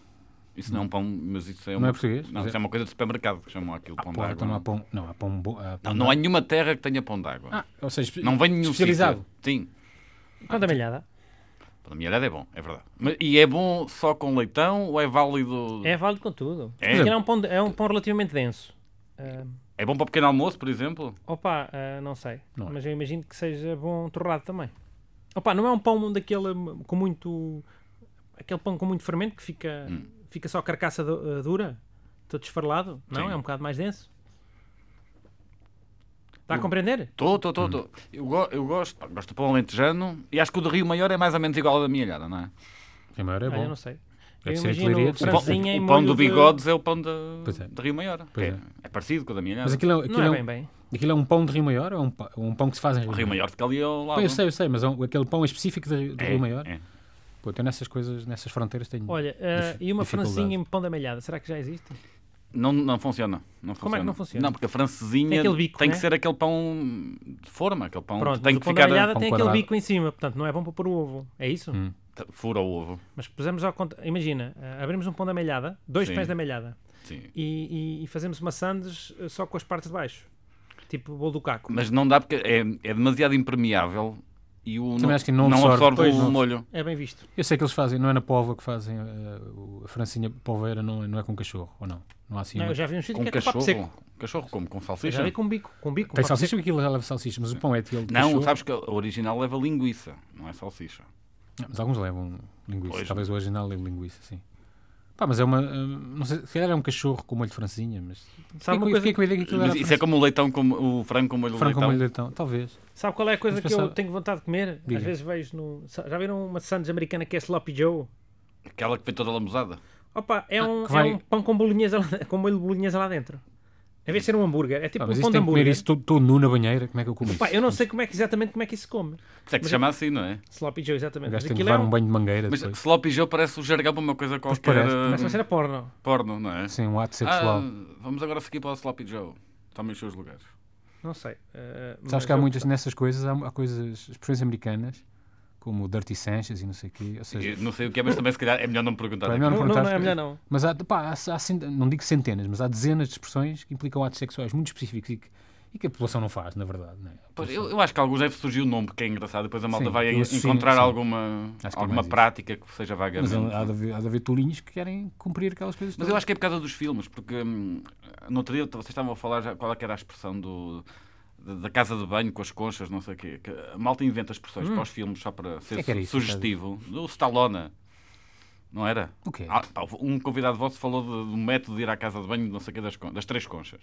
Speaker 3: Isso não é um pão, mas isso é
Speaker 1: Não
Speaker 3: uma-
Speaker 1: é português?
Speaker 3: Não,
Speaker 1: Mas
Speaker 3: isso é uma coisa de supermercado que chamam aquilo pão
Speaker 1: Pô, então não há
Speaker 3: d'água. é?
Speaker 1: pão. Não, há pão bom. há
Speaker 3: Não,
Speaker 1: pão
Speaker 3: não
Speaker 1: d'água.
Speaker 3: há nenhuma terra que tenha pão d'água.
Speaker 1: Ah, ou seja, espe-
Speaker 3: não vem nenhum
Speaker 1: especializado.
Speaker 3: sítio. Sim. Ah,
Speaker 2: Conta a milhada.
Speaker 3: Pão da milhada é bom, é verdade. Mas- e é bom só com leitão ou é válido...
Speaker 2: É válido com tudo.
Speaker 3: É?
Speaker 2: Porque É um pão, de- é um pão relativamente denso. Ah,
Speaker 3: É bom para pequeno almoço, por exemplo?
Speaker 2: opa, ah, não sei.
Speaker 1: Não é.
Speaker 2: Mas eu imagino que seja bom torrado também. Opa, não é um pão daquele hum, com muito... Aquele pão com muito fermento que fica,
Speaker 3: Hum.
Speaker 2: fica só carcaça du- ah, dura, todo desfarelado. Não,
Speaker 3: Sim.
Speaker 2: é um bocado mais denso.
Speaker 3: Hum.
Speaker 2: Está a compreender?
Speaker 3: Estou,
Speaker 2: Hum.
Speaker 3: estou, estou. estou. Eu, go- eu gosto, pá, gosto de pão alentejano e acho que o do Rio Maior é mais ou menos igual ao da minha olhada, não é?
Speaker 1: Quem maior é
Speaker 2: Olha, Ah, eu
Speaker 1: bom.
Speaker 2: não sei. Eu
Speaker 1: Deve ser
Speaker 2: imagino
Speaker 1: Leiria,
Speaker 2: o
Speaker 1: deve ser.
Speaker 3: Bom,
Speaker 2: franzinha
Speaker 3: o-
Speaker 2: em
Speaker 3: o pão
Speaker 2: molho
Speaker 3: do
Speaker 2: de-
Speaker 3: Bigodes é o pão da
Speaker 1: Pois é.
Speaker 3: de Rio Maior.
Speaker 1: Pois
Speaker 3: é.
Speaker 1: é.
Speaker 3: é parecido com o da minha.
Speaker 1: Mas
Speaker 3: Mas
Speaker 1: aquilo é, aquilo
Speaker 2: Não é
Speaker 1: é um-
Speaker 2: bem bem.
Speaker 1: aquilo é um pão de Rio Maior ou é um, pa- um pão que se faz em Rio,
Speaker 3: O Rio Maior fica ali ao lado.
Speaker 1: Pá, eu sei, eu sei, mas é um- aquele pão específico de, de
Speaker 3: É,
Speaker 1: Rio Maior.
Speaker 3: é.
Speaker 1: Pô, eu nessas coisas, nessas fronteiras tenho.
Speaker 2: Olha, ah,
Speaker 1: Dif-
Speaker 2: e uma
Speaker 1: dificuldade.
Speaker 2: francinha em pão da malhada, será que já existe?
Speaker 3: Não, não funciona. não
Speaker 2: Como é que não funciona?
Speaker 3: Não, porque a francesinha
Speaker 2: Tem aquele bico,
Speaker 3: tem
Speaker 2: né?
Speaker 3: que ser aquele pão de forma, aquele pão
Speaker 2: Pronto,
Speaker 3: que tem
Speaker 2: mas
Speaker 3: que
Speaker 2: o pão da
Speaker 3: ficar.
Speaker 2: malhada
Speaker 1: pão
Speaker 2: tem
Speaker 1: quadrado.
Speaker 2: aquele bico em cima, portanto não é bom para pôr o ovo, é isso?
Speaker 3: a- Fura o ovo.
Speaker 2: Mas pusemos ao conta, imagina, ah, abrimos um pão da malhada, dois
Speaker 3: Sim.
Speaker 2: pés da malhada,
Speaker 3: Sim.
Speaker 2: e, e- e fazemos uma sandes ah, só com as partes de baixo, tipo o bolo do caco.
Speaker 3: Mas não dá porque é, é demasiado impermeável e o
Speaker 1: Também acho que não absorve.
Speaker 3: absorve,
Speaker 1: Pois,
Speaker 3: o
Speaker 1: não.
Speaker 3: molho.
Speaker 2: É bem visto.
Speaker 1: Eu sei que eles fazem, não é na pova que fazem eh, o- a francinha poveira, não, é- não é com cachorro, ou não? Não há assim.
Speaker 2: Não,
Speaker 1: uma-
Speaker 2: eu já vi um sítio
Speaker 3: Com
Speaker 2: que é com papo seco.
Speaker 3: cachorro. Cachorro como? Com
Speaker 2: Eu Já
Speaker 3: salsicha?
Speaker 2: vi com um bico, com bico.
Speaker 1: Tem
Speaker 2: papo
Speaker 1: salsicha, aquilo já leva salsicha, mas o pão é aquele de
Speaker 3: Não,
Speaker 1: cachorro.
Speaker 3: sabes que a original leva linguiça, não é salsicha.
Speaker 1: Não, Mas alguns levam linguiça,
Speaker 3: Pois.
Speaker 1: talvez o original leve linguiça, sim. Pá, mas é uma. eh, não sei, se calhar é um cachorro com molho de francinha, mas.
Speaker 2: Sabe
Speaker 1: Fiquei
Speaker 2: uma
Speaker 1: com-
Speaker 2: coisa-
Speaker 1: fiquei com a ideia que aquilo
Speaker 3: Mas
Speaker 1: era
Speaker 3: isso é
Speaker 1: francinha.
Speaker 3: como o leitão, como o frango com molho então? de
Speaker 1: frango com
Speaker 3: leitão.
Speaker 1: molho de leitão, talvez.
Speaker 2: Sabe qual é a coisa
Speaker 1: Vamos
Speaker 2: que eu
Speaker 1: passar-
Speaker 2: tenho vontade de comer?
Speaker 1: Diga.
Speaker 2: Às vezes vejo no. sa- Já viram uma sandes americana que é Sloppy Joe?
Speaker 3: Aquela que vem toda lamuzada.
Speaker 2: Opa, é um,
Speaker 1: Ah, que vai-
Speaker 2: é um pão com bolinhas lá, de- com molho de bolinhas lá dentro. Em vez de ser um hambúrguer, é tipo
Speaker 1: Pá, Ah,
Speaker 2: um
Speaker 1: mas isso
Speaker 2: pão de
Speaker 1: tem que comer
Speaker 2: hambúrguer.
Speaker 1: isso todo, todo nu na banheira, como é que eu como isso?
Speaker 2: Opa, eu não sei como é que, exatamente como é que isso se come.
Speaker 3: Isso é que se chama assim, não é?
Speaker 2: Sloppy Joe, exatamente.
Speaker 1: O
Speaker 2: Mas
Speaker 1: gajo tem que
Speaker 2: aquilo é
Speaker 1: levar
Speaker 2: um...
Speaker 1: um banho de mangueira
Speaker 3: Mas
Speaker 1: depois.
Speaker 3: Sloppy Joe parece o jargão para uma coisa qualquer
Speaker 1: parece,
Speaker 3: eh,
Speaker 2: Parece uma cena porno.
Speaker 3: porno, não é?
Speaker 1: Sim, um ato
Speaker 3: Ah,
Speaker 1: sexual.
Speaker 3: vamos agora seguir para o Sloppy Joe. Tomem os seus lugares.
Speaker 2: Não sei. eh, mas
Speaker 1: Sabes que há
Speaker 2: eu
Speaker 1: muitas
Speaker 2: gostava.
Speaker 1: nessas coisas, há, há coisas, expressões americanas, como o Dirty Sanchez e não sei o quê, ou seja,
Speaker 3: Eu não sei o que é, mas também se calhar é melhor não me perguntar.
Speaker 1: Para mim é
Speaker 2: Não, não,
Speaker 1: perguntar
Speaker 2: não é
Speaker 1: se-
Speaker 2: melhor não.
Speaker 1: Mas há, pá, há- há cent- não digo centenas, mas há dezenas de expressões que implicam atos sexuais muito específicos e que, e que a população não faz, na verdade. Não é?
Speaker 3: Pois, eu, eu acho que alguns deve surgir o nome porque é engraçado. Depois a malta
Speaker 1: Sim,
Speaker 3: vai
Speaker 1: eu associo-
Speaker 3: encontrar
Speaker 1: sim.
Speaker 3: alguma,
Speaker 1: Acho que é
Speaker 3: alguma
Speaker 1: mais isso.
Speaker 3: prática que seja
Speaker 2: É
Speaker 3: vagamente.
Speaker 1: Mas há, há de haver, há de haver tourinhos que querem cumprir aquelas coisas.
Speaker 3: Mas eu acho que é por causa dos filmes, porque hum, no outro dia vocês estavam a falar já qual é que era a expressão do, da da casa de banho com as conchas, não sei o quê. Que a malta inventa expressões para os filmes só para ser
Speaker 1: é Hum. que era isso,
Speaker 3: sugestivo. Do Stallone. Não era?
Speaker 1: O quê?
Speaker 3: Ah, pá, um convidado vosso falou de- do método de ir à casa de banho, de não sei o quê, das, con- das três conchas.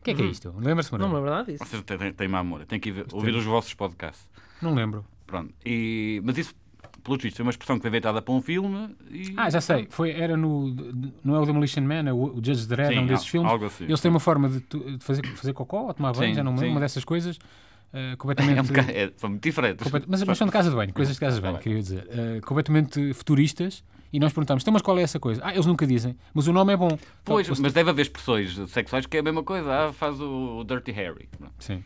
Speaker 1: O que é que é isto? Lembra-se,
Speaker 2: Uhum.
Speaker 1: Moreira?
Speaker 2: Não me lembro nada disso.
Speaker 3: Vocês têm, têm, têm má memória. Tem que ir ver- ouvir os vossos podcasts.
Speaker 1: Não lembro.
Speaker 3: Pronto. E, mas isso, pelo visto, é uma expressão que foi inventada para um filme e...
Speaker 1: Ah, já sei. Foi, era no. de- Não é o Demolition Man, é o o Judge Dredd,
Speaker 3: Sim,
Speaker 1: é um desses
Speaker 3: al-
Speaker 1: filmes.
Speaker 3: algo assim.
Speaker 1: Eles têm uma forma de, tu- de fazer, fazer cocó ou tomar banho,
Speaker 3: Sim,
Speaker 1: já não me
Speaker 3: sim.
Speaker 1: lembro, uma dessas coisas. eh, completamente.
Speaker 3: É um bocado, Tá é, são muito diferentes.
Speaker 1: Complet- Mas, mas são de casa de banho, coisas de casa de banho, queria dizer. Eh, completamente futuristas. E nós perguntámos, então, mas qual é essa coisa? Ah, eles nunca dizem, mas o nome é bom. Então,
Speaker 3: Pois,
Speaker 1: eles-
Speaker 3: mas deve haver expressões sexuais que é a mesma coisa. Ah, faz o Dirty Harry. Pronto.
Speaker 1: Sim.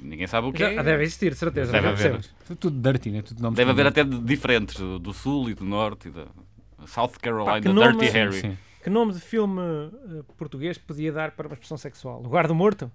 Speaker 3: Ninguém sabe o que
Speaker 2: Já- ah,
Speaker 3: é.
Speaker 2: Deve existir, de certeza.
Speaker 3: Deve
Speaker 2: já
Speaker 3: haver. é?
Speaker 2: percebes.
Speaker 1: Tudo dirty, né? Tudo nomes
Speaker 3: Deve haver
Speaker 1: com-
Speaker 3: até de diferentes, do, do Sul e do Norte e da South Carolina,
Speaker 2: que nome- é
Speaker 3: Dirty
Speaker 2: Sim,
Speaker 3: Harry.
Speaker 1: Sim.
Speaker 2: Que nome de filme eh, português podia dar para uma expressão sexual? Lugar do Morto?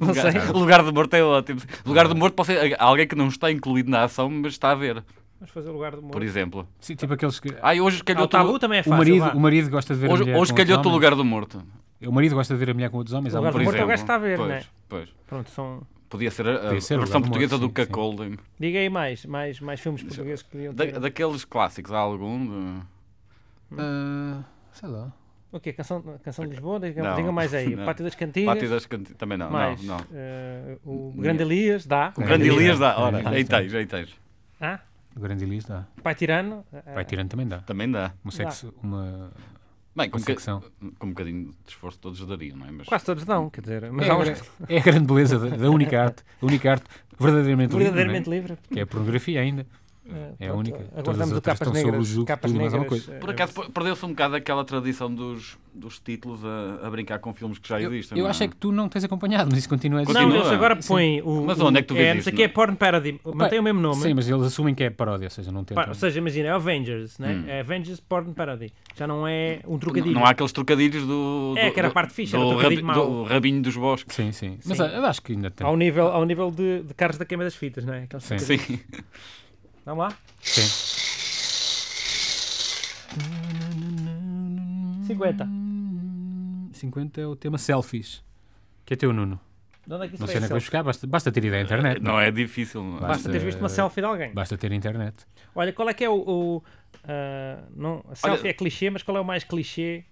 Speaker 2: Não sei.
Speaker 3: Lugar- Lugar do Morto é ótimo. Lugar do Morto pode ser alguém que não está incluído na ação, mas está a ver,
Speaker 2: Vamos fazer o Lugar do Morto.
Speaker 3: por exemplo.
Speaker 1: Sim, tipo aqueles que.
Speaker 3: Ah, e hoje
Speaker 2: Ah, o
Speaker 3: calhou-te
Speaker 2: tabu
Speaker 3: o-
Speaker 2: também um é
Speaker 1: o,
Speaker 2: fácil.
Speaker 1: marido,
Speaker 2: vá.
Speaker 1: o marido gosta de ver a
Speaker 3: hoje,
Speaker 1: mulher.
Speaker 3: hoje
Speaker 1: com outros
Speaker 3: calhou-te o
Speaker 1: homens.
Speaker 3: Lugar do Morto.
Speaker 1: O marido gosta de ver a mulher com outros homens.
Speaker 2: O
Speaker 1: há um
Speaker 2: lugar
Speaker 1: muito
Speaker 2: do
Speaker 3: Por
Speaker 1: isso.
Speaker 2: Morto é o
Speaker 3: exemplo.
Speaker 2: gajo que está a ver, não
Speaker 3: pois,
Speaker 2: é?
Speaker 3: pois.
Speaker 2: Pronto, são...
Speaker 3: Podia ser a, a
Speaker 1: Podia ser o
Speaker 3: versão
Speaker 1: Lugar do Morto,
Speaker 3: portuguesa do
Speaker 1: sim, sim.
Speaker 3: Cacolding.
Speaker 2: Diga aí mais, mais, mais filmes portugueses que podiam
Speaker 3: Da-
Speaker 2: ter.
Speaker 3: daqueles clássicos, há algum? de-
Speaker 1: Ah, sei lá.
Speaker 2: O quê? Canção, canção de Lisboa? Diga,
Speaker 3: Não.
Speaker 2: diga mais aí.
Speaker 3: Não.
Speaker 2: Pátio das Cantigas.
Speaker 3: Pátio das Cantigas. Também não,
Speaker 2: mais,
Speaker 3: não, não.
Speaker 2: eh, o Grande Elias dá.
Speaker 3: O grande Elias dá.
Speaker 1: Grande
Speaker 3: Ora, aí
Speaker 1: Elias dá.
Speaker 3: tens, aí tens.
Speaker 2: Ah,
Speaker 1: O grande Elias dá.
Speaker 2: Pai Tirano. eh,
Speaker 1: Vai tirando também dá.
Speaker 3: Também dá.
Speaker 1: Um sexo, uma,
Speaker 3: Bem, com,
Speaker 1: uma
Speaker 3: um boca-
Speaker 1: secção.
Speaker 3: com um bocadinho de esforço todos dariam, não é? Mas
Speaker 2: Quase todos dão, quer dizer. Mas
Speaker 1: É,
Speaker 2: há uns
Speaker 1: a- é a grande beleza da, da única arte. A única arte verdadeiramente, livre,
Speaker 2: verdadeiramente
Speaker 1: não
Speaker 2: livre.
Speaker 1: é? Que é a pornografia ainda.
Speaker 2: Eh,
Speaker 1: É a
Speaker 2: pronto,
Speaker 1: única. Todas as
Speaker 2: Aguardamos o
Speaker 1: outras
Speaker 2: capas
Speaker 1: estão sobre o
Speaker 2: negras.
Speaker 1: jugo.
Speaker 2: capas
Speaker 1: Tudo mais alguma
Speaker 2: negras. eh,
Speaker 1: coisa.
Speaker 3: por acaso per- perdeu-se um bocado aquela tradição dos, dos títulos a, a brincar com filmes que já
Speaker 1: Eu,
Speaker 3: existem.
Speaker 1: eu
Speaker 3: não é?
Speaker 1: acho é que tu não tens acompanhado, mas isso continua a
Speaker 2: Não,
Speaker 3: Continua.
Speaker 2: eles agora põem o.
Speaker 3: Mas
Speaker 2: o-
Speaker 3: onde é que tu vês
Speaker 2: não
Speaker 3: isso,
Speaker 2: sei o que é
Speaker 3: não é?
Speaker 2: Porn Parody. Mantém o mesmo nome.
Speaker 1: Sim, mas eles assumem que é paródia, ou seja, não
Speaker 2: Pá,
Speaker 1: tentam.
Speaker 2: ou seja, imagina, é Avengers, né? É Avengers Porn Parody. Já não é um trocadilho.
Speaker 3: Hum. Não, não há aqueles trocadilhos do.
Speaker 2: É,
Speaker 3: do-
Speaker 2: que era a
Speaker 3: do-
Speaker 2: parte fixe, era o
Speaker 3: do,
Speaker 2: trocadilho mau.
Speaker 3: do rabinho dos bosques.
Speaker 1: Sim, sim. Mas
Speaker 2: Sim.
Speaker 1: ah, eu acho que ainda tem.
Speaker 2: Ao nível, ao nível de, de carros da queima das fitas, não é? Aqueles
Speaker 1: Sim.
Speaker 2: trocadilhos.
Speaker 3: Sim.
Speaker 2: Vamos lá?
Speaker 1: Sim.
Speaker 2: 50.
Speaker 1: 50 é o tema selfies. Que é teu, Nuno.
Speaker 2: De onde é que isso
Speaker 1: Não
Speaker 2: vem?
Speaker 1: sei onde é que
Speaker 2: essa?
Speaker 1: vais buscar, basta, basta ter ido à internet.
Speaker 3: Não é difícil. Não é?
Speaker 1: Basta.
Speaker 2: Basta teres visto uma selfie de alguém.
Speaker 1: Basta ter internet.
Speaker 2: Olha, qual é que é o. o, ah, não, a selfie é clichê, mas qual é o mais clichê